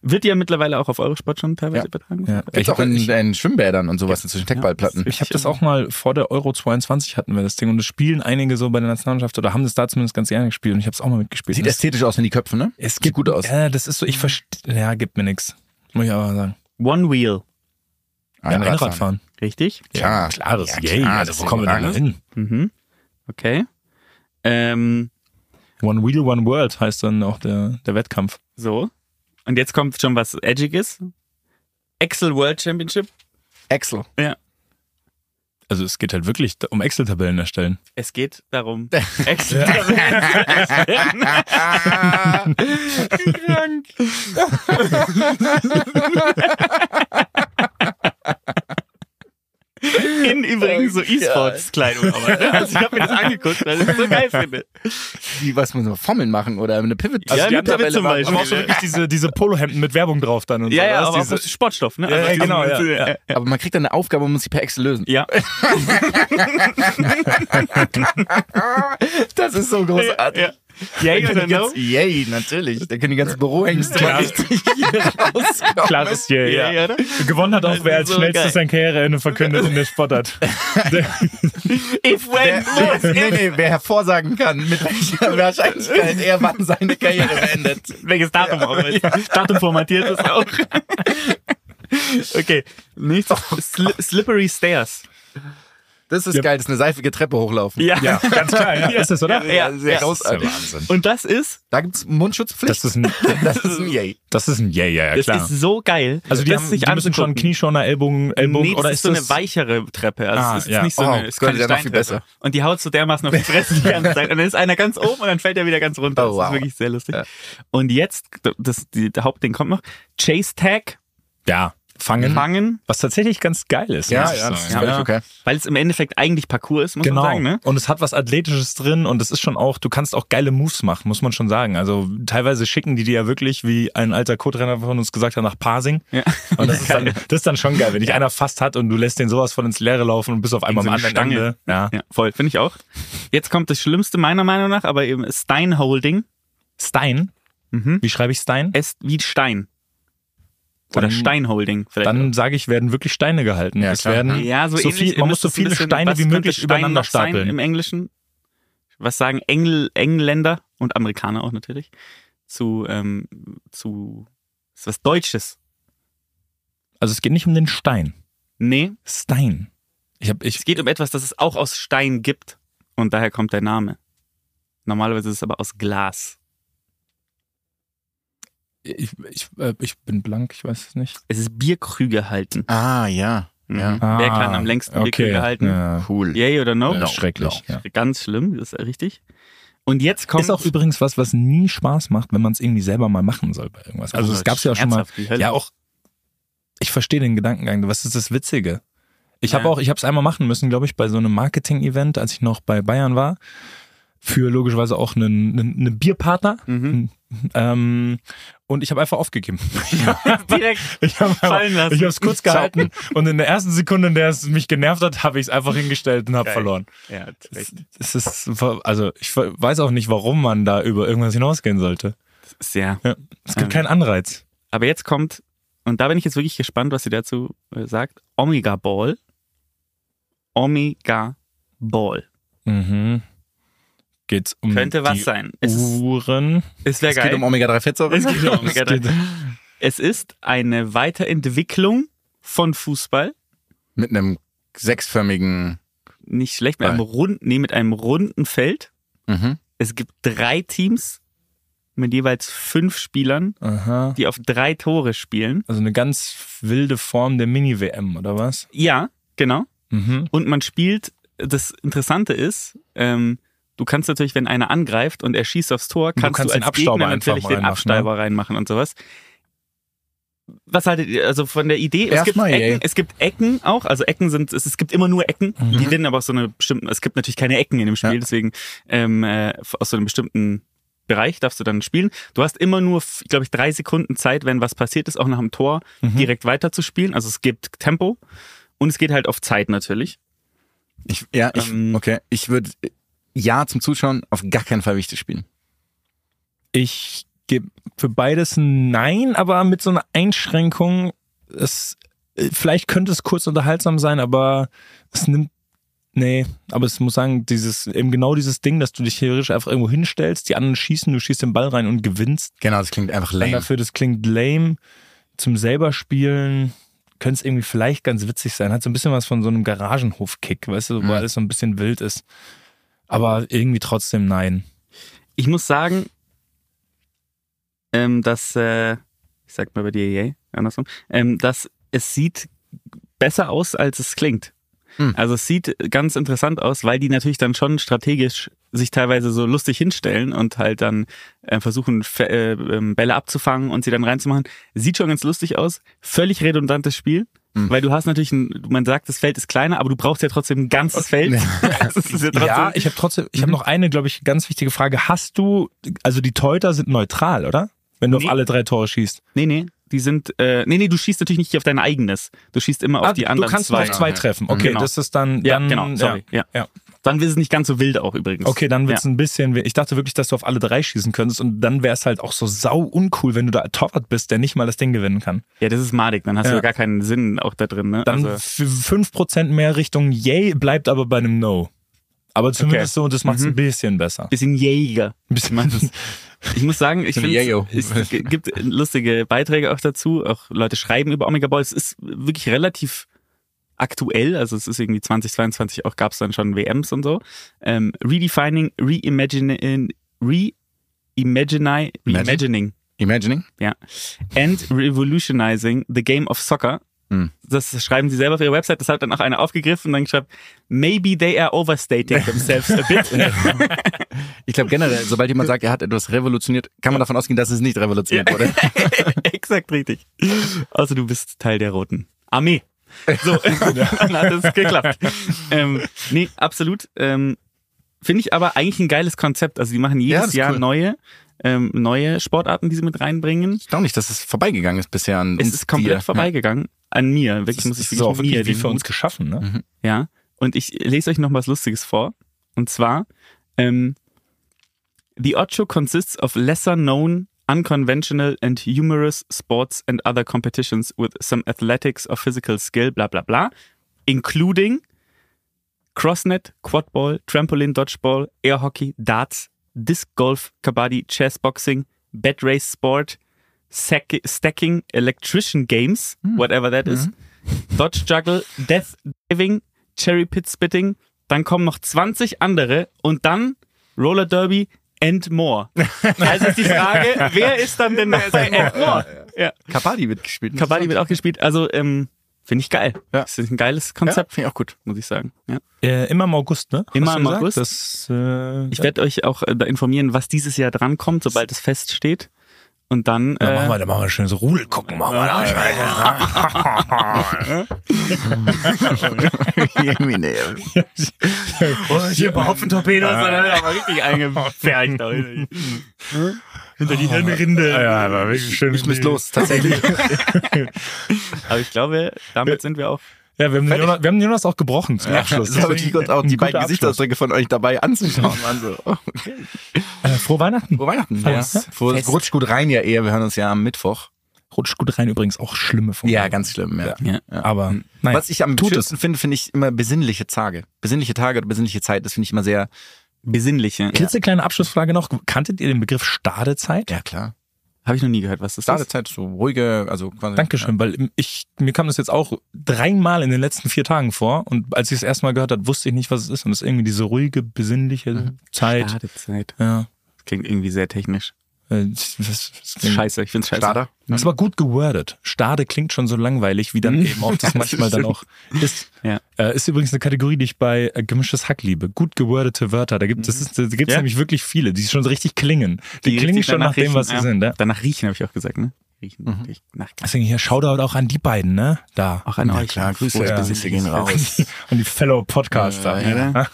Speaker 5: Wird ja mittlerweile auch auf Eurosport schon teilweise
Speaker 3: Ja.
Speaker 5: übertragen?
Speaker 4: Ja.
Speaker 3: Gibt's
Speaker 4: Ich
Speaker 3: auch
Speaker 4: habe
Speaker 3: in, in Schwimmbädern und sowas inzwischen Techballplatten.
Speaker 5: Ja,
Speaker 4: Ich ähm, habe das auch mal vor der Euro 22 hatten wir das Ding und das spielen einige so bei der Nationalmannschaft oder haben das da zumindest ganz gerne gespielt und ich habe es auch mal mitgespielt.
Speaker 3: Sieht
Speaker 4: Und das-
Speaker 3: ästhetisch aus in die Köpfe, ne?
Speaker 4: es
Speaker 3: Sieht
Speaker 4: gibt,
Speaker 3: gut aus.
Speaker 4: Ja, das ist so, ich verstehe, ja, gibt mir nix. Muss ich aber sagen.
Speaker 5: One Wheel.
Speaker 4: Ja,
Speaker 3: Einradfahren.
Speaker 4: Einradfahren.
Speaker 5: Richtig.
Speaker 3: Klar.
Speaker 4: Klares
Speaker 3: Ja,
Speaker 4: Yay,
Speaker 3: klar,
Speaker 4: also
Speaker 3: das
Speaker 4: wo
Speaker 3: ist
Speaker 4: kommen wir denn da
Speaker 3: überragend.
Speaker 4: hin?
Speaker 5: Mhm. Okay. Ähm,
Speaker 4: One Wheel, One World heißt dann auch der, der Wettkampf.
Speaker 5: so. Und jetzt kommt schon was Edgiges. Excel World Championship.
Speaker 3: Excel.
Speaker 4: Also es geht halt wirklich um Excel-Tabellen erstellen.
Speaker 5: Es geht darum. Excel. Krank. In übrigens so E-Sports-Kleidung. aber, ne? Also ich habe mir das angeguckt, weil ich das so *laughs* geil finde.
Speaker 3: Wie, was muss man Formeln machen oder eine Pivot?
Speaker 5: Ja,
Speaker 3: Also
Speaker 5: eine
Speaker 3: Tabelle
Speaker 5: Pivot zum
Speaker 3: machen.
Speaker 5: Beispiel.
Speaker 4: Aber auch so *laughs* wirklich diese, diese Polohemden mit Werbung drauf dann und
Speaker 5: Ja,
Speaker 4: so.
Speaker 5: ja,
Speaker 4: das
Speaker 5: aber
Speaker 4: ist
Speaker 5: auch
Speaker 4: diese,
Speaker 5: Stoffstoff, ne?
Speaker 4: Ja, ja,
Speaker 5: Also
Speaker 4: genau,
Speaker 5: diesen-
Speaker 4: ja,
Speaker 5: äh,
Speaker 3: Aber man kriegt dann eine Aufgabe und muss sie per Excel lösen.
Speaker 5: ja.
Speaker 3: Das ist so großartig.
Speaker 5: ja. genau. Yay oder no?
Speaker 3: Yay, natürlich. Da können die ganzen Bürohengste mal
Speaker 4: Klar.
Speaker 3: richtig hier rauskommen.
Speaker 4: klares Yay.
Speaker 5: Ja, ja, oder?
Speaker 4: Gewonnen hat auch wer als
Speaker 5: So
Speaker 4: schnellstes
Speaker 5: geil.
Speaker 4: sein Karriereende verkündet in der *laughs* Sportart.
Speaker 5: If
Speaker 3: Wer,
Speaker 5: when, was?
Speaker 3: wer, Äh, nee, nee, wer hervorsagen kann, mit *laughs* welcher Wahrscheinlichkeit er wann seine Karriere beendet.
Speaker 5: Welches Datum auch immer. Datum formatiert ist auch. Oh okay. Nichts. Sli- slippery Stairs.
Speaker 3: Das ist geil, das ist eine seifige Treppe hochlaufen.
Speaker 4: Ja, ganz klar, ja, ist es, oder?
Speaker 5: Ja,
Speaker 3: sehr
Speaker 5: ja.
Speaker 3: großartig.
Speaker 4: Wahnsinn.
Speaker 5: Und das ist,
Speaker 3: Da gibt's Mundschutzpflicht.
Speaker 4: Das ist ein,
Speaker 3: Das ist ein Yay.
Speaker 4: das ist ein Yay, ja, ja,
Speaker 5: das
Speaker 4: klar.
Speaker 5: ist so geil.
Speaker 4: also die,
Speaker 5: das
Speaker 4: haben,
Speaker 5: sich
Speaker 4: die müssen schon
Speaker 5: anzugucken.
Speaker 4: Knieschoner, Ellbogen, Ellbogen
Speaker 5: Nee, das
Speaker 4: oder
Speaker 5: ist so eine
Speaker 4: das-
Speaker 5: weichere Treppe. Also
Speaker 4: Ah,
Speaker 5: es ist
Speaker 4: ja.
Speaker 5: nicht so
Speaker 3: Oh,
Speaker 5: eine, es
Speaker 3: das
Speaker 5: ist keine
Speaker 3: könnte ja noch viel
Speaker 5: Steintreppe.
Speaker 3: besser.
Speaker 5: Und die haut so dermaßen auf die Fresse die ganze Zeit. Und dann ist einer ganz oben und dann fällt er wieder ganz runter. Das
Speaker 3: Oh,
Speaker 5: ist
Speaker 3: wow.
Speaker 5: wirklich sehr lustig.
Speaker 3: Ja.
Speaker 5: Und jetzt, das, die, der Hauptding kommt noch, Chase Tag,
Speaker 4: Ja, fangen.
Speaker 5: fangen,
Speaker 4: Was tatsächlich ganz geil Mhm. ist. muss ich sagen. Ja.
Speaker 3: okay.
Speaker 5: weil es im Endeffekt eigentlich Parcours ist, muss
Speaker 4: Genau.
Speaker 5: man sagen. Ne?
Speaker 4: Und es hat was Athletisches drin und es ist schon auch, du kannst auch geile Moves machen, muss man schon sagen. Also teilweise schicken die dir ja wirklich, wie ein alter Co-Trainer von uns gesagt hat, nach Parsing.
Speaker 5: Ja. *laughs*
Speaker 4: Und das ist, dann, das ist dann schon geil, wenn dich einer fast hat und du lässt den sowas von ins Leere laufen und bist auf einmal
Speaker 5: so
Speaker 4: am
Speaker 5: eine
Speaker 4: anderen Ende. Ja.
Speaker 5: Ja, voll, finde ich auch. Jetzt kommt das Schlimmste meiner Meinung nach, aber eben Stein Holding.
Speaker 4: Stein.
Speaker 5: Mhm.
Speaker 4: Wie schreibe ich Stein?
Speaker 5: Es wie Stein. Oder
Speaker 4: Dann-
Speaker 5: Stein Holding vielleicht.
Speaker 4: Dann sage ich, werden wirklich Steine gehalten.
Speaker 3: Ja,
Speaker 4: es
Speaker 3: klar.
Speaker 4: werden
Speaker 5: ja, so,
Speaker 4: so
Speaker 5: ähnlich.
Speaker 4: viel,
Speaker 5: Ihr
Speaker 4: man
Speaker 5: müsst
Speaker 4: muss so
Speaker 5: es ein
Speaker 4: viele
Speaker 5: bisschen-
Speaker 4: Steine
Speaker 5: was
Speaker 4: wie
Speaker 5: könnte
Speaker 4: möglich
Speaker 5: Stein
Speaker 4: übereinander
Speaker 5: noch sein
Speaker 4: stapeln.
Speaker 5: Im Englischen. Was sagen Engl Engländer und Amerikaner auch natürlich zu ähm, zu ist was Deutsches?
Speaker 4: Also es geht nicht um den Stein.
Speaker 5: Nee,
Speaker 4: Stein. Ich habe ich
Speaker 5: es geht um etwas, das es auch aus Stein gibt und daher kommt der Name. Normalerweise ist es aber aus Glas.
Speaker 4: ich, ich, äh, ich bin blank, ich weiß es nicht.
Speaker 5: Es ist Bierkrüge halten.
Speaker 3: Ah, ja. ja.
Speaker 5: Mhm. Wer kann am längsten
Speaker 4: Ah, okay.
Speaker 5: Bierkrüge halten?
Speaker 4: Ja.
Speaker 3: Cool.
Speaker 5: Yay oder no?
Speaker 4: Ja, schrecklich. Ja.
Speaker 5: Ganz schlimm, das ist richtig. Und jetzt kommt
Speaker 4: Ist auch übrigens was, was nie Spaß macht, wenn man es irgendwie selber mal machen soll bei irgendwas. Also es gab ja auch schon mal.
Speaker 5: Ernsthaft, Oh, die Hölle.
Speaker 4: Ja, auch. Ich verstehe den Gedankengang. Was ist das Witzige? Ich habe
Speaker 5: Ja.
Speaker 4: auch, ich habe es einmal machen müssen, glaube ich, bei so einem Marketing-Event, als ich noch bei Bayern war, für logischerweise auch einen, einen, einen Bierpartner.
Speaker 5: Mhm.
Speaker 4: Ähm, und ich habe einfach aufgegeben.
Speaker 5: *laughs*
Speaker 4: *laughs*
Speaker 5: direkt
Speaker 4: Ich habe
Speaker 5: fallen lassen.
Speaker 4: ich hab's kurz gehalten und in der ersten Sekunde, in der es mich genervt hat, habe ich es einfach hingestellt und habe
Speaker 5: Geil.
Speaker 4: verloren.
Speaker 5: Ja, das ist echt-
Speaker 4: Es ist, also ich ver- weiß auch nicht, warum man da über irgendwas hinausgehen sollte.
Speaker 5: das ist ja.
Speaker 4: Ja. Es gibt
Speaker 5: Ähm.
Speaker 4: keinen Anreiz.
Speaker 5: Aber jetzt kommt, und da bin ich jetzt wirklich gespannt, was sie dazu äh, sagt: Omega Ball. Omega Ball.
Speaker 4: Mhm. Geht's um
Speaker 5: Könnte was
Speaker 4: die Uh.
Speaker 5: sein. Es, ist-
Speaker 4: Uhren?
Speaker 5: es wäre
Speaker 3: Es geht
Speaker 5: geil.
Speaker 3: um Omega-3-Fettsäuren.
Speaker 5: es geht um Omega
Speaker 4: Es geht-
Speaker 5: 3. Es ist eine Weiterentwicklung von Fußball.
Speaker 3: Mit einem sechsförmigen.
Speaker 5: Nicht schlecht, mit einem,
Speaker 3: Geil.
Speaker 5: rund, nee, mit einem runden Feld.
Speaker 3: Mhm.
Speaker 5: Es gibt drei Teams mit jeweils fünf Spielern,
Speaker 4: Aha.
Speaker 5: die auf drei Tore spielen.
Speaker 4: Also eine ganz wilde Form der Mini-WM, oder was?
Speaker 5: Ja, genau.
Speaker 4: Mhm.
Speaker 5: Und man spielt, das Interessante ist, ähm, du kannst natürlich, wenn einer angreift und er schießt aufs Tor,
Speaker 4: Du
Speaker 5: kannst du,
Speaker 4: kannst den
Speaker 5: als
Speaker 4: Abstauber
Speaker 5: Gegner
Speaker 4: einfach
Speaker 5: natürlich den
Speaker 4: reinmachen, ne?
Speaker 5: Absteiber reinmachen und sowas. Was haltet ihr, also von der Idee, es gibt,
Speaker 4: Erstmal yay.
Speaker 5: Ecken, es gibt Ecken auch, also Ecken sind, es, es gibt immer nur Ecken,
Speaker 4: Mhm.
Speaker 5: die werden aber aus so einer bestimmten, es gibt natürlich keine Ecken in dem Spiel,
Speaker 3: Ja.
Speaker 5: deswegen ähm, äh, aus so einem bestimmten Bereich darfst du dann spielen. Du hast immer nur, glaube ich, drei Sekunden Zeit, wenn was passiert ist, auch nach dem Tor
Speaker 4: Mhm.
Speaker 5: direkt weiter zu spielen. Also es gibt Tempo und es geht halt auf Zeit natürlich.
Speaker 3: Ich, ja, ich,
Speaker 5: Ähm.
Speaker 3: okay. Ich würde ja zum Zuschauen auf gar keinen Fall wichtig spielen.
Speaker 4: Ich gebe für beides ein Nein, aber mit so einer Einschränkung. Es, äh, vielleicht könnte es kurz unterhaltsam sein, aber es nimmt. Nee, aber es muss sagen, dieses, eben genau dieses Ding, dass du dich theoretisch einfach irgendwo hinstellst, die anderen schießen, du schießt den Ball rein und gewinnst.
Speaker 3: Genau, das klingt einfach
Speaker 4: Dann
Speaker 3: lame.
Speaker 4: dafür, das klingt lame. Zum selber spielen könnte es irgendwie vielleicht ganz witzig sein. Hat so ein bisschen was von so einem Garagenhof-Kick, weißt du, wo
Speaker 3: Mhm.
Speaker 4: alles so ein bisschen wild ist. Aber irgendwie trotzdem nein.
Speaker 5: Ich muss sagen, ähm, dass, äh, ich sag mal bei dir, yay, andersrum, ähm, dass es sieht besser aus, als es klingt.
Speaker 3: Hm.
Speaker 5: Also es sieht ganz interessant aus, weil die natürlich dann schon strategisch sich teilweise so lustig hinstellen und halt dann äh, versuchen, Fe- äh, ähm, Bälle abzufangen und sie dann reinzumachen. Sieht schon ganz lustig aus. Völlig redundantes Spiel.
Speaker 3: Hm.
Speaker 5: Weil du hast natürlich, ein, man sagt, das Feld ist kleiner, aber du brauchst ja trotzdem ein ganzes
Speaker 3: *laughs*
Speaker 5: Feld. Das ist ja,
Speaker 4: Ja,
Speaker 5: trotzdem-
Speaker 4: ich habe trotzdem,
Speaker 5: Mhm.
Speaker 4: ich habe noch eine, glaube ich, ganz wichtige Frage. Hast du, also die Teuter sind neutral, oder? Wenn du
Speaker 5: Nee.
Speaker 4: auf alle drei Tore schießt.
Speaker 5: Nee, nee, die sind, äh, nee, nee, du schießt natürlich nicht auf dein eigenes. Du schießt immer auf
Speaker 4: Ah,
Speaker 5: die anderen
Speaker 4: du kannst
Speaker 5: zwei.
Speaker 4: noch zwei treffen. Okay,
Speaker 5: Genau.
Speaker 4: das ist dann,
Speaker 5: Ja,
Speaker 4: dann
Speaker 5: genau, sorry. Ja.
Speaker 4: ja.
Speaker 5: Dann ist es nicht ganz so wild auch übrigens.
Speaker 4: Okay, dann wird's
Speaker 5: ja.
Speaker 4: ein bisschen. we- Ich dachte wirklich, dass du auf alle drei schießen könntest und dann wär's halt auch so sau uncool, wenn du da Torwart bist, der nicht mal das Ding gewinnen kann.
Speaker 5: ja, das ist madig, dann hast du
Speaker 4: Ja.
Speaker 5: ja gar keinen Sinn auch da drin, ne?
Speaker 4: Dann
Speaker 5: also,
Speaker 4: f- 5% mehr Richtung Yay, bleibt aber bei einem No. Aber zumindest so, das macht's
Speaker 5: Mhm.
Speaker 4: ein bisschen besser.
Speaker 5: bisschen jäger.
Speaker 4: Ein bisschen
Speaker 5: Ich muss sagen, ich
Speaker 3: So ein
Speaker 5: finde,
Speaker 3: Yayo.
Speaker 5: es g- gibt lustige Beiträge auch dazu. Auch Leute schreiben über Omega Ball. Es ist wirklich relativ aktuell. Also es ist irgendwie 2022 auch gab es dann schon WMs und so. Ähm, redefining, reimagining, reimagining, reimagining.
Speaker 3: Imagining?
Speaker 5: and revolutionizing the game of soccer.
Speaker 3: Hm.
Speaker 5: Das schreiben sie selber auf ihrer Website, das hat dann auch einer aufgegriffen und dann geschrieben, maybe they are overstating
Speaker 3: *laughs*
Speaker 5: themselves a bit.
Speaker 3: Ich glaube generell, sobald jemand sagt, er hat etwas revolutioniert, kann man davon ausgehen, dass es nicht revolutioniert wurde.
Speaker 5: Exakt richtig. Also du bist Teil der Roten Armee.
Speaker 3: *laughs*
Speaker 5: So, *laughs* dann hat es geklappt. Ähm, nee, absolut. Ähm, Finde ich aber eigentlich ein geiles Konzept. Also die machen
Speaker 3: Ja, das
Speaker 5: jedes
Speaker 3: ist
Speaker 5: Jahr
Speaker 3: cool.
Speaker 5: neue, ähm, neue Sportarten, die sie mit reinbringen.
Speaker 3: Erstaunlich, dass es vorbeigegangen ist bisher an
Speaker 5: Es
Speaker 3: uns
Speaker 5: ist komplett
Speaker 3: vier.
Speaker 5: vorbeigegangen. An mir. Wirklich muss
Speaker 4: *laughs*
Speaker 5: ich
Speaker 4: ist auch
Speaker 5: mir
Speaker 4: wirklich wie
Speaker 5: den
Speaker 4: für
Speaker 5: Hut
Speaker 4: uns geschaffen, ne?
Speaker 5: Mhm. Ja, und ich lese euch noch was Lustiges vor. Und zwar, ähm, The Ocho consists of lesser known, unconventional and humorous sports and other competitions with some athletics or physical skill, bla bla bla, including Crossnet, Quadball, Trampoline, Dodgeball, Air Hockey, Darts, Disc Golf, Kabaddi, Chess Boxing, Bed Race Sport, sack Stacking, Electrician Games, whatever that is, Dodge Juggle, Death Diving, Cherry Pit Spitting, dann kommen noch 20 andere und dann Roller Derby and
Speaker 4: *laughs*
Speaker 5: more. Also ist die Frage, wer ist dann denn noch bei and more? Ja.
Speaker 3: Kabaddi wird gespielt.
Speaker 5: Kabaddi wird auch gespielt, also ähm, finde ich geil.
Speaker 3: Ja.
Speaker 5: Das ist ein geiles
Speaker 3: Ja,
Speaker 5: Konzept,
Speaker 3: finde ich auch *laughs* gut.
Speaker 5: muss ich sagen. Ja.
Speaker 4: Äh, immer im August, ne?
Speaker 5: Immer
Speaker 4: Hast du
Speaker 5: im
Speaker 4: gesagt?
Speaker 5: August.
Speaker 4: Das, äh,
Speaker 5: Ich werde euch auch äh, da informieren, was dieses Jahr drankommt, sobald es feststeht. Und dann.
Speaker 4: Dann
Speaker 5: Äh, *laughs*
Speaker 4: machen wir, dann machen wir schön so Rudel gucken, machen wir
Speaker 5: hier bei Hopfentorpedos, dann haben wir aber richtig eingepfercht.
Speaker 4: Hinter die Helmrinde. Ja, war wirklich schön.
Speaker 3: Ich muss los,
Speaker 4: *laughs*
Speaker 3: tatsächlich.
Speaker 5: Aber ich glaube, damit sind wir auch.
Speaker 4: Ja, wir haben, den Jonas, wir haben den Jonas auch gebrochen zum Abschluss.
Speaker 3: Das habe ich und auch
Speaker 4: Ein
Speaker 3: die beiden
Speaker 4: guter Abschluss.
Speaker 3: Gesichtsausdrücke von euch dabei anzuschauen. waren so, oh, okay.
Speaker 4: Äh, frohe Weihnachten.
Speaker 3: Frohe Weihnachten.
Speaker 4: Ja.
Speaker 3: Frohe,
Speaker 5: Fest.
Speaker 3: rutscht gut rein ja eher. Wir hören uns ja am Mittwoch.
Speaker 4: Rutscht gut rein, übrigens auch schlimme Funken.
Speaker 3: Ja, ganz schlimm. Ja.
Speaker 5: Ja.
Speaker 4: Aber naja,
Speaker 3: Was ich am
Speaker 4: tut
Speaker 3: schönsten finde, finde ich immer besinnliche Tage. Besinnliche Tage oder besinnliche Zeit, das finde ich immer sehr.
Speaker 5: Besinnliche.
Speaker 4: es. Klitzekleine Abschlussfrage noch. Kanntet ihr den Begriff Stadezeit?
Speaker 3: Ja, klar.
Speaker 5: Habe ich noch nie gehört, was das ist.
Speaker 3: Zeit, so ruhige, also quasi.
Speaker 4: Dankeschön, weil ich, mir kam das jetzt auch dreimal in den letzten vier Tagen vor und als ich es erstmal gehört habe, wusste ich nicht, was es ist und
Speaker 3: Mhm.
Speaker 4: es ist irgendwie diese ruhige, besinnliche Zeit.
Speaker 5: Stadezeit.
Speaker 4: Ja.
Speaker 5: Klingt irgendwie sehr technisch.
Speaker 4: Äh, das, das, das,
Speaker 5: Scheiße, ich find's scheiße.
Speaker 3: Starter.
Speaker 4: Das
Speaker 5: Hm.
Speaker 4: war gut gewordet. Stade klingt schon so langweilig, wie dann
Speaker 5: *laughs*
Speaker 4: eben auch das manchmal dann auch ist.
Speaker 5: Ja.
Speaker 4: Äh, ist übrigens eine Kategorie, die ich bei äh, gemischtes Hack liebe. Gut gewordete Wörter. Da gibt es da gibt's
Speaker 5: Mhm. Ja.
Speaker 4: nämlich wirklich viele, die schon so richtig klingen. Die,
Speaker 5: Die
Speaker 4: klingen
Speaker 5: richtig
Speaker 4: schon nach
Speaker 5: danach
Speaker 4: dem, was sie
Speaker 5: riechen, ja.
Speaker 4: sind. ne? Mhm. Ja?
Speaker 5: Danach riechen, habe ich auch gesagt, ne? Riechen, riechen nach
Speaker 4: Deswegen hier Shoutout auch an die beiden, ne? Da.
Speaker 5: Auch ein
Speaker 3: Na klar, Grüße,
Speaker 4: Ja.
Speaker 3: Besitzer gehen raus.
Speaker 4: *laughs* Und die Fellow Podcaster.
Speaker 5: Äh,
Speaker 3: Ja, ja.
Speaker 4: Ja. *laughs*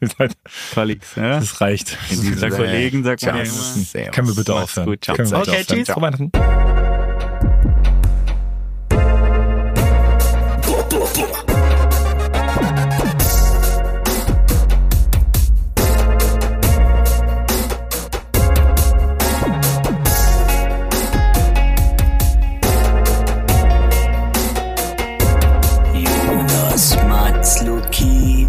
Speaker 4: Ihr seid-
Speaker 5: Colleagues, ja?
Speaker 4: Das reicht.
Speaker 5: Unter Kollegen sagt man ja immer.
Speaker 3: Servus.
Speaker 4: Können wir bitte aufhören.
Speaker 5: gut, ciao.
Speaker 4: Können wir bitte
Speaker 5: Okay,
Speaker 4: aufhören.
Speaker 5: tschüss.
Speaker 4: Frohe Weihnachten.
Speaker 1: Jonas Matz Luki.